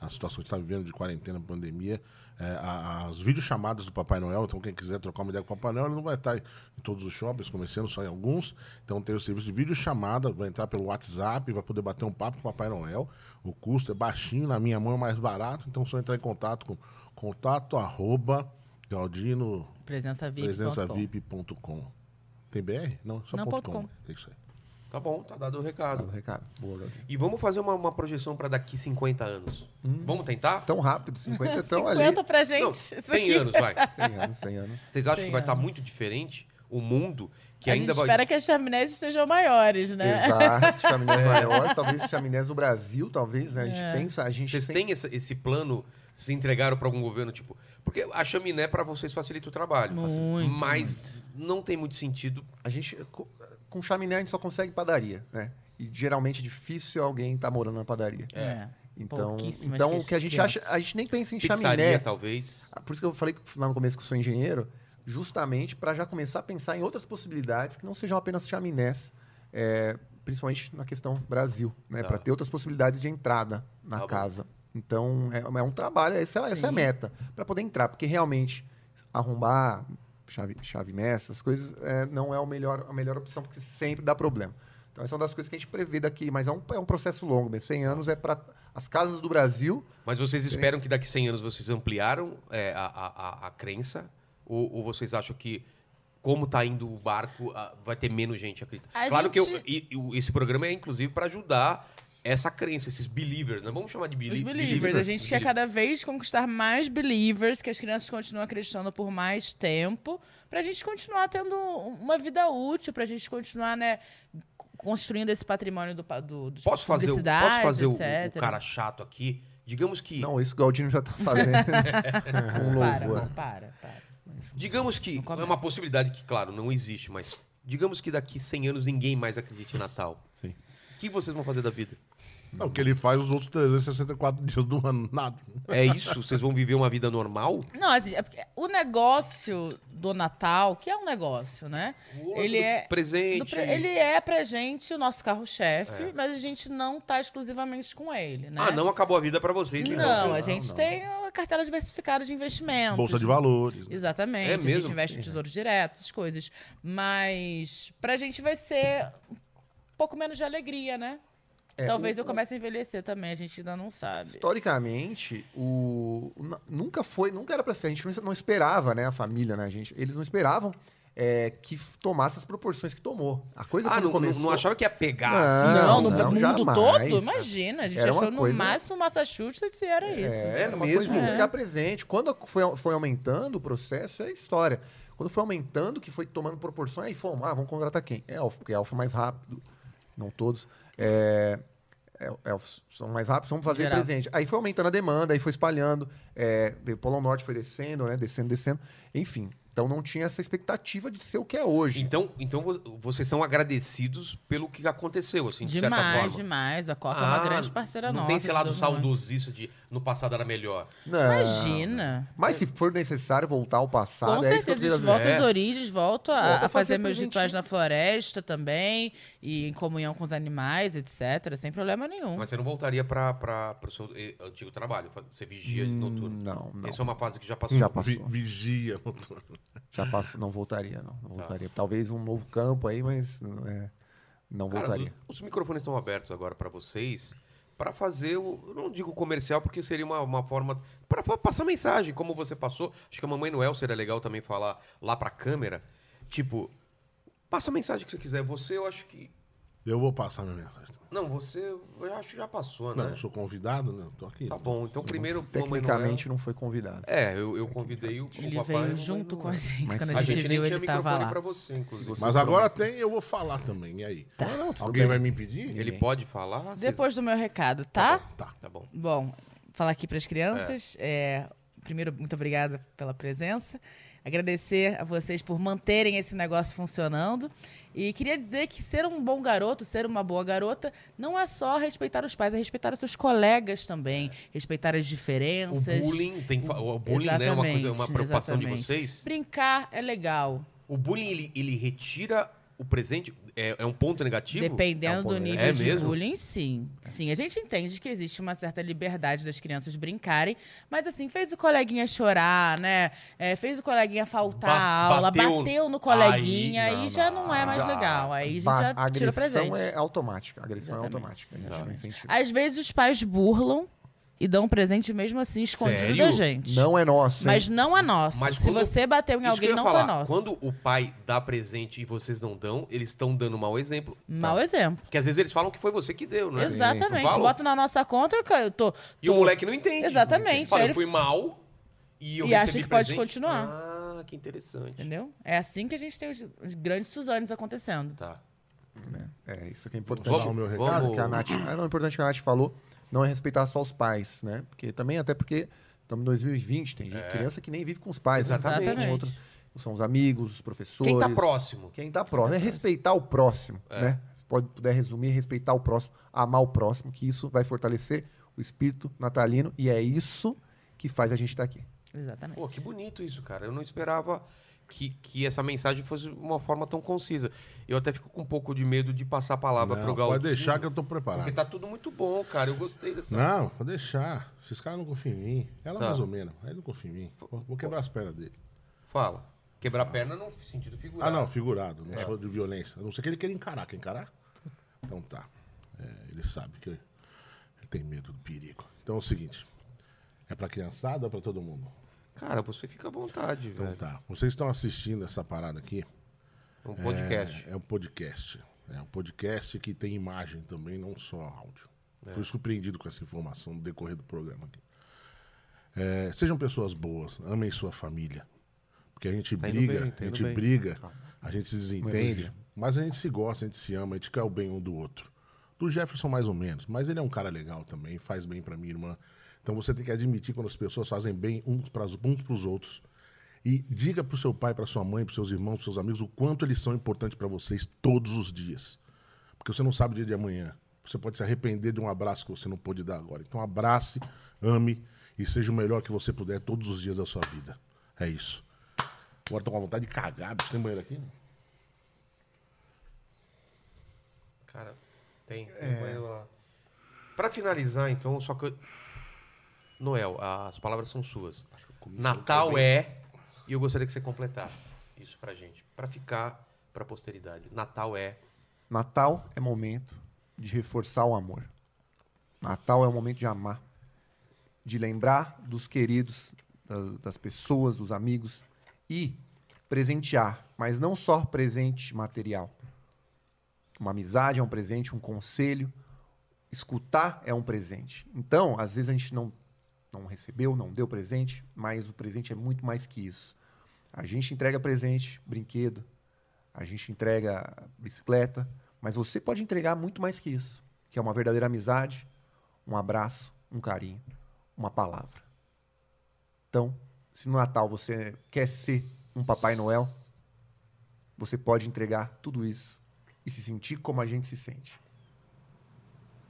B: à situação que está vivendo de quarentena, pandemia, é, a- as videochamadas do Papai Noel. Então, quem quiser trocar uma ideia com o Papai Noel, ele não vai estar em todos os shoppings, começando só em alguns. Então, tem o serviço de videochamada, vai entrar pelo WhatsApp, vai poder bater um papo com o Papai Noel. O custo é baixinho, na minha mão é mais barato. Então, é só entrar em contato com contato arroba Galdino
C: Presença VIP.
B: presençavip.com. Tem BR? Não, só
C: Não,
B: ponto
C: ponto
B: com.
C: com.
B: É isso aí.
A: Tá bom, tá dado o recado.
D: Dado o recado. Boa, Guatemi.
A: E vamos fazer uma, uma projeção pra daqui 50 anos. Vamos tentar?
D: Tão rápido, 50 tão ali.
C: 50 pra gente.
A: Não,
C: isso
A: 100
C: aqui.
A: anos,
C: <laughs>
A: vai.
D: 100 anos, 100 anos.
A: Vocês acham que
C: Cem
A: vai estar
C: anos.
A: muito diferente o mundo que
C: a
A: ainda
C: gente
A: vai
C: espera que as chaminés sejam maiores, né? <laughs>
D: Exato, chaminés maiores, talvez chaminés no Brasil, talvez, né? A
C: É.
D: gente pensa, a gente
A: Vocês
D: tem-
A: têm esse, esse plano? Se entregaram pra algum governo, tipo. Porque a chaminé pra vocês facilita o trabalho.
C: Muito,
A: mas não tem muito sentido.
D: A gente, co- com chaminé a gente só consegue padaria, né? E geralmente é difícil alguém estar morando na padaria.
C: É.
D: Então,
C: Pouquíssimas
D: então o que a gente
C: crianças.
D: acha, a gente nem pensa em
A: Pizzaria,
D: chaminé.
A: talvez.
D: Ah, Por isso que eu falei que lá no começo que eu sou engenheiro, justamente para já começar a pensar em outras possibilidades que não sejam apenas chaminés, é, principalmente na questão Brasil, né?
A: Tá.
D: Para ter outras possibilidades de entrada na
A: Tá bom.
D: casa. Então, é, é um trabalho, essa, essa é a
C: Sim.
D: meta, para poder entrar, porque realmente arrombar chave, chave nessa, essas coisas é, não é o melhor, a melhor opção, porque sempre dá problema. Então, essa é uma das coisas que a gente prevê daqui, mas é um, é um processo longo, mesmo. 100 anos é para as casas do Brasil
A: Mas vocês esperam que daqui 100 anos vocês ampliaram é, a, a, a, a crença? Ou, ou vocês acham que como tá indo o barco, ah, vai ter menos gente, acredita.
C: A
A: claro que eu-
C: gente-
A: e- e o- esse programa é, inclusive, para ajudar essa crença, esses believers, né? Vamos chamar de beli
C: Os believers. A gente quer
A: Believers.
C: cada vez conquistar mais believers, que as crianças continuam acreditando por mais tempo, pra gente continuar tendo uma vida útil, pra gente continuar, né, construindo esse patrimônio do, pa- do dos
A: Posso fazer, o, posso
C: publicidades,
A: fazer o, o
C: etc.
A: cara chato aqui? Digamos que,
D: Não, isso o Galdino já tá fazendo
A: <laughs>
D: com
A: um
C: Para,
D: louvor.
C: não,
A: é.
C: para, para.
A: digamos que
C: Não
A: é
C: começa.
A: uma possibilidade que, claro, não existe, mas digamos que daqui 100 anos ninguém mais acredite em Natal.
D: Sim.
A: O que vocês vão fazer da
C: <laughs>
A: vida?
B: Não, o que ele faz os outros 364 <laughs> dias do ano, nada.
A: É isso? Vocês vão viver uma vida normal?
C: Não, a gente- é porque o negócio do Natal, que é um negócio, né? Ele
A: Do
C: é. do
A: presente.
C: pre- Ele é pra gente o nosso carro-chefe, mas a gente não tá exclusivamente com ele, né?
A: É. Ah, não acabou a vida pra vocês, então.
C: Não, a
A: Vocês-
C: gente tem a cartela diversificada de investimentos.
B: Bolsa de valores. né?
C: Exatamente.
A: É
C: A
A: mesmo?
C: gente investe em tesouro direto, essas coisas. Mas pra gente vai ser um pouco menos de alegria, né?
D: É,
C: Talvez eu comece a envelhecer também, a gente ainda não sabe.
D: Historicamente, o o na- nunca foi, nunca era pra ser. A gente não- não esperava, né? A família, né, gente? Eles não esperavam é, que f- tomasse as proporções que tomou. A coisa
A: Ah,
D: quando
A: não, não-
D: começou.
A: não achava que ia pegar. assim?
C: Não,
D: Não,
C: no
D: não,
C: mundo
D: jamais.
C: todo? Imagina, a gente
D: Era uma
C: achou no
D: coisa-
C: máximo Massachusetts e era isso.
D: É, era uma
A: mesmo?
D: coisa de
A: É.
D: entregar presente. Quando foi, foi aumentando o processo, é história. Quando foi aumentando, que foi tomando proporção, aí fomos, ah, vamos contratar quem? Elfo, porque elfo é mais rápido. Não todos. É, el- elfos são mais rápidos, vamos fazer
C: Geral.
D: presente. Aí foi aumentando a demanda, aí foi espalhando. É, veio o Polo Norte foi descendo, né? Descendo, descendo. Enfim. Então não tinha essa expectativa de ser o que é hoje.
A: Então, então vo- vocês são agradecidos pelo que aconteceu, assim, de certa
C: Demais,
A: forma.
C: demais. A Coca é uma
A: Ah,
C: grande parceira
A: não
C: nossa. né?
A: tem, sei lá, do
C: ajudou muito.
A: saudosista de no passado era melhor.
D: Não.
C: Imagina.
D: Mas se for necessário voltar ao passado,
C: Com
D: é isso que
C: certeza,
D: eu
C: a
D: queria
C: gente
D: dizer.
C: volta às
A: É.
C: origens, volto a,
D: Volta
C: a
D: a
C: fazer
D: fazer
C: meus
D: presentinho.
C: rituais na floresta também, e em comunhão com os animais, etc. Sem problema nenhum.
A: Mas você não voltaria para o seu eh, antigo trabalho, fa- ser vigia de noturno.
D: Não, Hum, não.
A: Essa é uma fase que já passou.
D: Já passou.
B: Vi- vigia. <laughs> doutor.
D: Já passo, não voltaria, não.
A: Tá.
D: Não voltaria. Talvez um novo campo aí, mas é, não
A: Cara,
D: voltaria.
A: o- os microfones estão abertos agora para vocês para fazer o, eu não digo comercial porque seria uma, uma forma para passar mensagem como você passou. Acho que a mamãe Noel seria legal também falar lá para a câmera, tipo passa a mensagem que você quiser. Você eu acho que
B: Eu vou passar minha mensagem.
A: não, você eu acho que já passou, né?
B: Não, eu sou convidado, né? Eu Tô aqui.
A: Tá
B: né?
A: bom. Então primeiro Mamãe
D: Tecnicamente não foi convidado.
A: Noel, é, eu, eu convidei o, o
C: Ele
A: um papai. é
C: veio
A: e a
C: junto
A: mamãe
C: com a
A: Noel.
C: gente.
D: Mas
C: Quando
A: A
C: a gente
A: gente nem
C: viu,
A: tinha
C: ele tava
A: microfone
C: lá.
A: para você, inclusive.
D: você-
B: Mas agora tem, eu vou falar também. E aí?
D: Não, tudo
B: Alguém
D: bem.
B: vai me impedir?
A: Ele pode falar? Vocês-
C: Depois do meu recado, tá?
B: Tá.
A: Tá bom.
C: Bom, falar aqui para as crianças. é, primeiro, muito obrigada pela presença. Agradecer a vocês por manterem esse negócio funcionando. E queria dizer que ser um bom garoto, ser uma boa garota, não é só respeitar os pais, é respeitar os seus colegas também, respeitar as
A: É. O
C: diferenças.
A: bullying tem fa- o bullying né, é uma coisa, uma
C: Exatamente,
A: preocupação
C: exatamente.
A: de vocês.
C: Brincar é legal,
A: O bullying ele, ele retira o presente é, é um ponto negativo?
D: É um
C: Dependendo do
D: ponto
C: nível
A: negativo.
C: de
A: É mesmo?
C: bullying, sim. Sim, a gente entende que existe uma certa liberdade das crianças brincarem, mas assim, fez o coleguinha chorar, né? É, fez o coleguinha faltar
A: Ba-
C: a aula,
A: bateu-
C: bateu, no coleguinha, aí,
A: Aí, não,
C: já
A: não,
C: não é mais
A: já-
C: legal. Aí a gente
D: Ba-
C: já
D: a
C: tira o
D: agressão
C: presente.
D: é automática. A agressão
C: Exatamente.
D: é automática. A gente não incentiva.
C: Às vezes os pais burlam e dão um presente mesmo assim, escondido
A: Sério?
C: da gente.
D: Não é nosso. hein?
C: Mas não é nosso.
A: Mas
C: Se
A: quando-
C: você bateu em
A: Isso que eu
C: alguém,
A: ia
C: não
A: falar.
C: foi nosso.
A: Quando o pai dá presente e vocês não dão, eles estão dando mau exemplo.
C: Mau exemplo.
A: Porque às vezes eles falam que foi você que deu, né?
C: Exatamente.
A: Falam.
C: Bota na nossa conta, eu ca- eu tô.
A: E o
C: tô-
A: moleque não entende.
C: Exatamente.
A: Fala,
C: Aí ele-
A: eu fui mal e eu
C: E
A: recebi
C: acha que pode
A: presente.
C: continuar.
A: Ah, que interessante.
C: Entendeu? É assim que a gente tem os, os grandes Suzanes acontecendo.
A: Tá.
D: É, isso que é
B: Vou
D: importante.
B: dar o meu recado.
D: Claro
A: Vamos-
D: que a Nath. Ah, não, é importante que a Nath falou não é respeitar só os pais, né? Porque também, até porque estamos em 2020, tem gente- criança que nem vive com os pais. né?
A: É. Exatamente.
D: Com outros- são os amigos, os professores.
A: Quem tá próximo?
D: Quem tá próximo. É respeitar o próximo, né? Pode puder resumir, respeitar o próximo, amar o próximo, que isso vai fortalecer o espírito natalino e é isso que faz a gente estar aqui.
C: Exatamente.
A: Pô,
B: é.
A: que bonito isso, cara. Eu não esperava que, que essa mensagem fosse uma forma tão concisa. Eu até fico com um pouco de medo de passar a palavra
B: Não,
A: pro Galo.
B: pode deixar que eu tô preparado.
A: Porque tá tudo muito bom, cara. Eu gostei dessa.
B: Não, pode deixar. Esses caras não confiam em mim. Ela
A: Tá.
B: mais ou menos. Aí não confia em mim. Vou, vou quebrar as pernas dele.
A: Fala. Quebrar a perna no sentido
B: Ah,
A: figurado.
B: não, figurado. Não sou de violência. A não ser que ele queira encarar. Quer encarar? Então tá. É, ele sabe que ele tem medo do perigo. Então é o seguinte. É pra criançada ou pra todo mundo?
A: Cara, você fica à vontade,
B: Então
A: velho.
B: tá. Vocês estão assistindo essa parada aqui?
A: É um podcast.
B: É, é um podcast. É um podcast que tem imagem também, não só áudio. Fui surpreendido com essa informação no decorrer do programa aqui. É, sejam pessoas boas, amem sua família. Porque a gente
A: Tá indo
B: briga,
A: bem, tá
B: a
A: indo
B: gente
A: bem.
B: briga, a gente se desentende, mas a gente se gosta, a gente se ama, a gente quer o bem um do outro. Do Jefferson, mais ou menos, mas ele é um cara legal também, faz bem pra minha irmã. Então você tem que admitir quando as pessoas fazem bem uns para uns pros outros. E diga pro seu pai, pra sua mãe, pros seus irmãos, pros seus amigos, o quanto eles são importantes pra vocês todos os dias. Porque você não sabe o dia de amanhã. Você pode se arrepender de um abraço que você não pôde dar agora. Então abrace, ame e seja o melhor que você puder todos os dias da sua vida. É isso. Agora tô com vontade de cagar, bicho. Tem banheiro aqui? É.
A: Cara, tem. tem banheiro lá. Pra finalizar, então, só que. eu- Noel, as palavras são suas.
B: tá
A: Natal é. E eu gostaria que você completasse isso pra gente. Pra ficar pra posteridade. Natal é.
D: Natal é momento de reforçar o amor. Natal é o momento de amar, de lembrar dos queridos, das, das pessoas, dos amigos e presentear, mas não só presente material. Uma amizade é um presente, um conselho, escutar é um presente. Então, às vezes a gente não não recebeu, não deu presente, mas o presente é muito mais que isso. A gente entrega presente, brinquedo, a gente entrega bicicleta, mas você pode entregar muito mais que isso, que é uma verdadeira amizade, um abraço, um carinho, uma palavra. Então, se no Natal você quer ser um Papai Noel, você pode entregar tudo isso e se sentir como a gente se sente.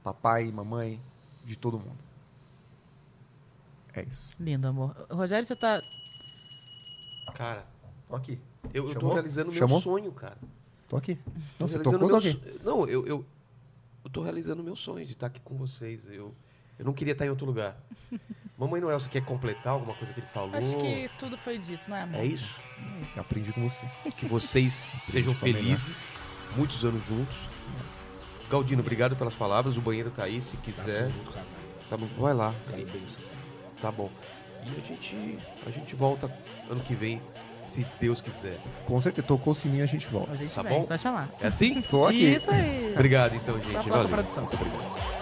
D: Papai e mamãe de todo mundo. É isso.
C: Lindo, amor. Rogério, você tá.
A: Cara,
D: Tô aqui.
A: eu, eu tô
D: Chamou?
A: realizando meu
D: Chamou?
A: sonho, cara.
D: Tô aqui.
A: Tô
D: Não, você
A: realizando
D: tocou, tô
A: meu
D: aqui.
A: so- Não, eu, eu, eu tô realizando meu sonho de estar aqui com vocês. Eu, eu não queria estar em outro
D: <laughs>
A: lugar. Mamãe Noel, você quer completar alguma coisa que ele falou?
C: Acho que tudo foi dito, né, amor?
A: É isso?
C: <laughs> É isso.
D: Aprendi com você.
A: Que vocês sejam
D: né?
A: felizes, muitos anos juntos. Galdino, obrigado pelas palavras. O banheiro tá aí, se quiser. Tá bom, vai lá. Tá bom. E a gente, a gente volta ano que vem, se Deus quiser.
D: Com certeza, tocou o sininho e a gente volta.
C: A gente
A: Tá
C: vai,
A: bom?
C: só chamar.
A: É assim?
D: Tô aqui.
C: Isso aí.
A: Obrigado, então, gente.
C: Só pra
A: Valeu.
C: produção.
A: Muito obrigado.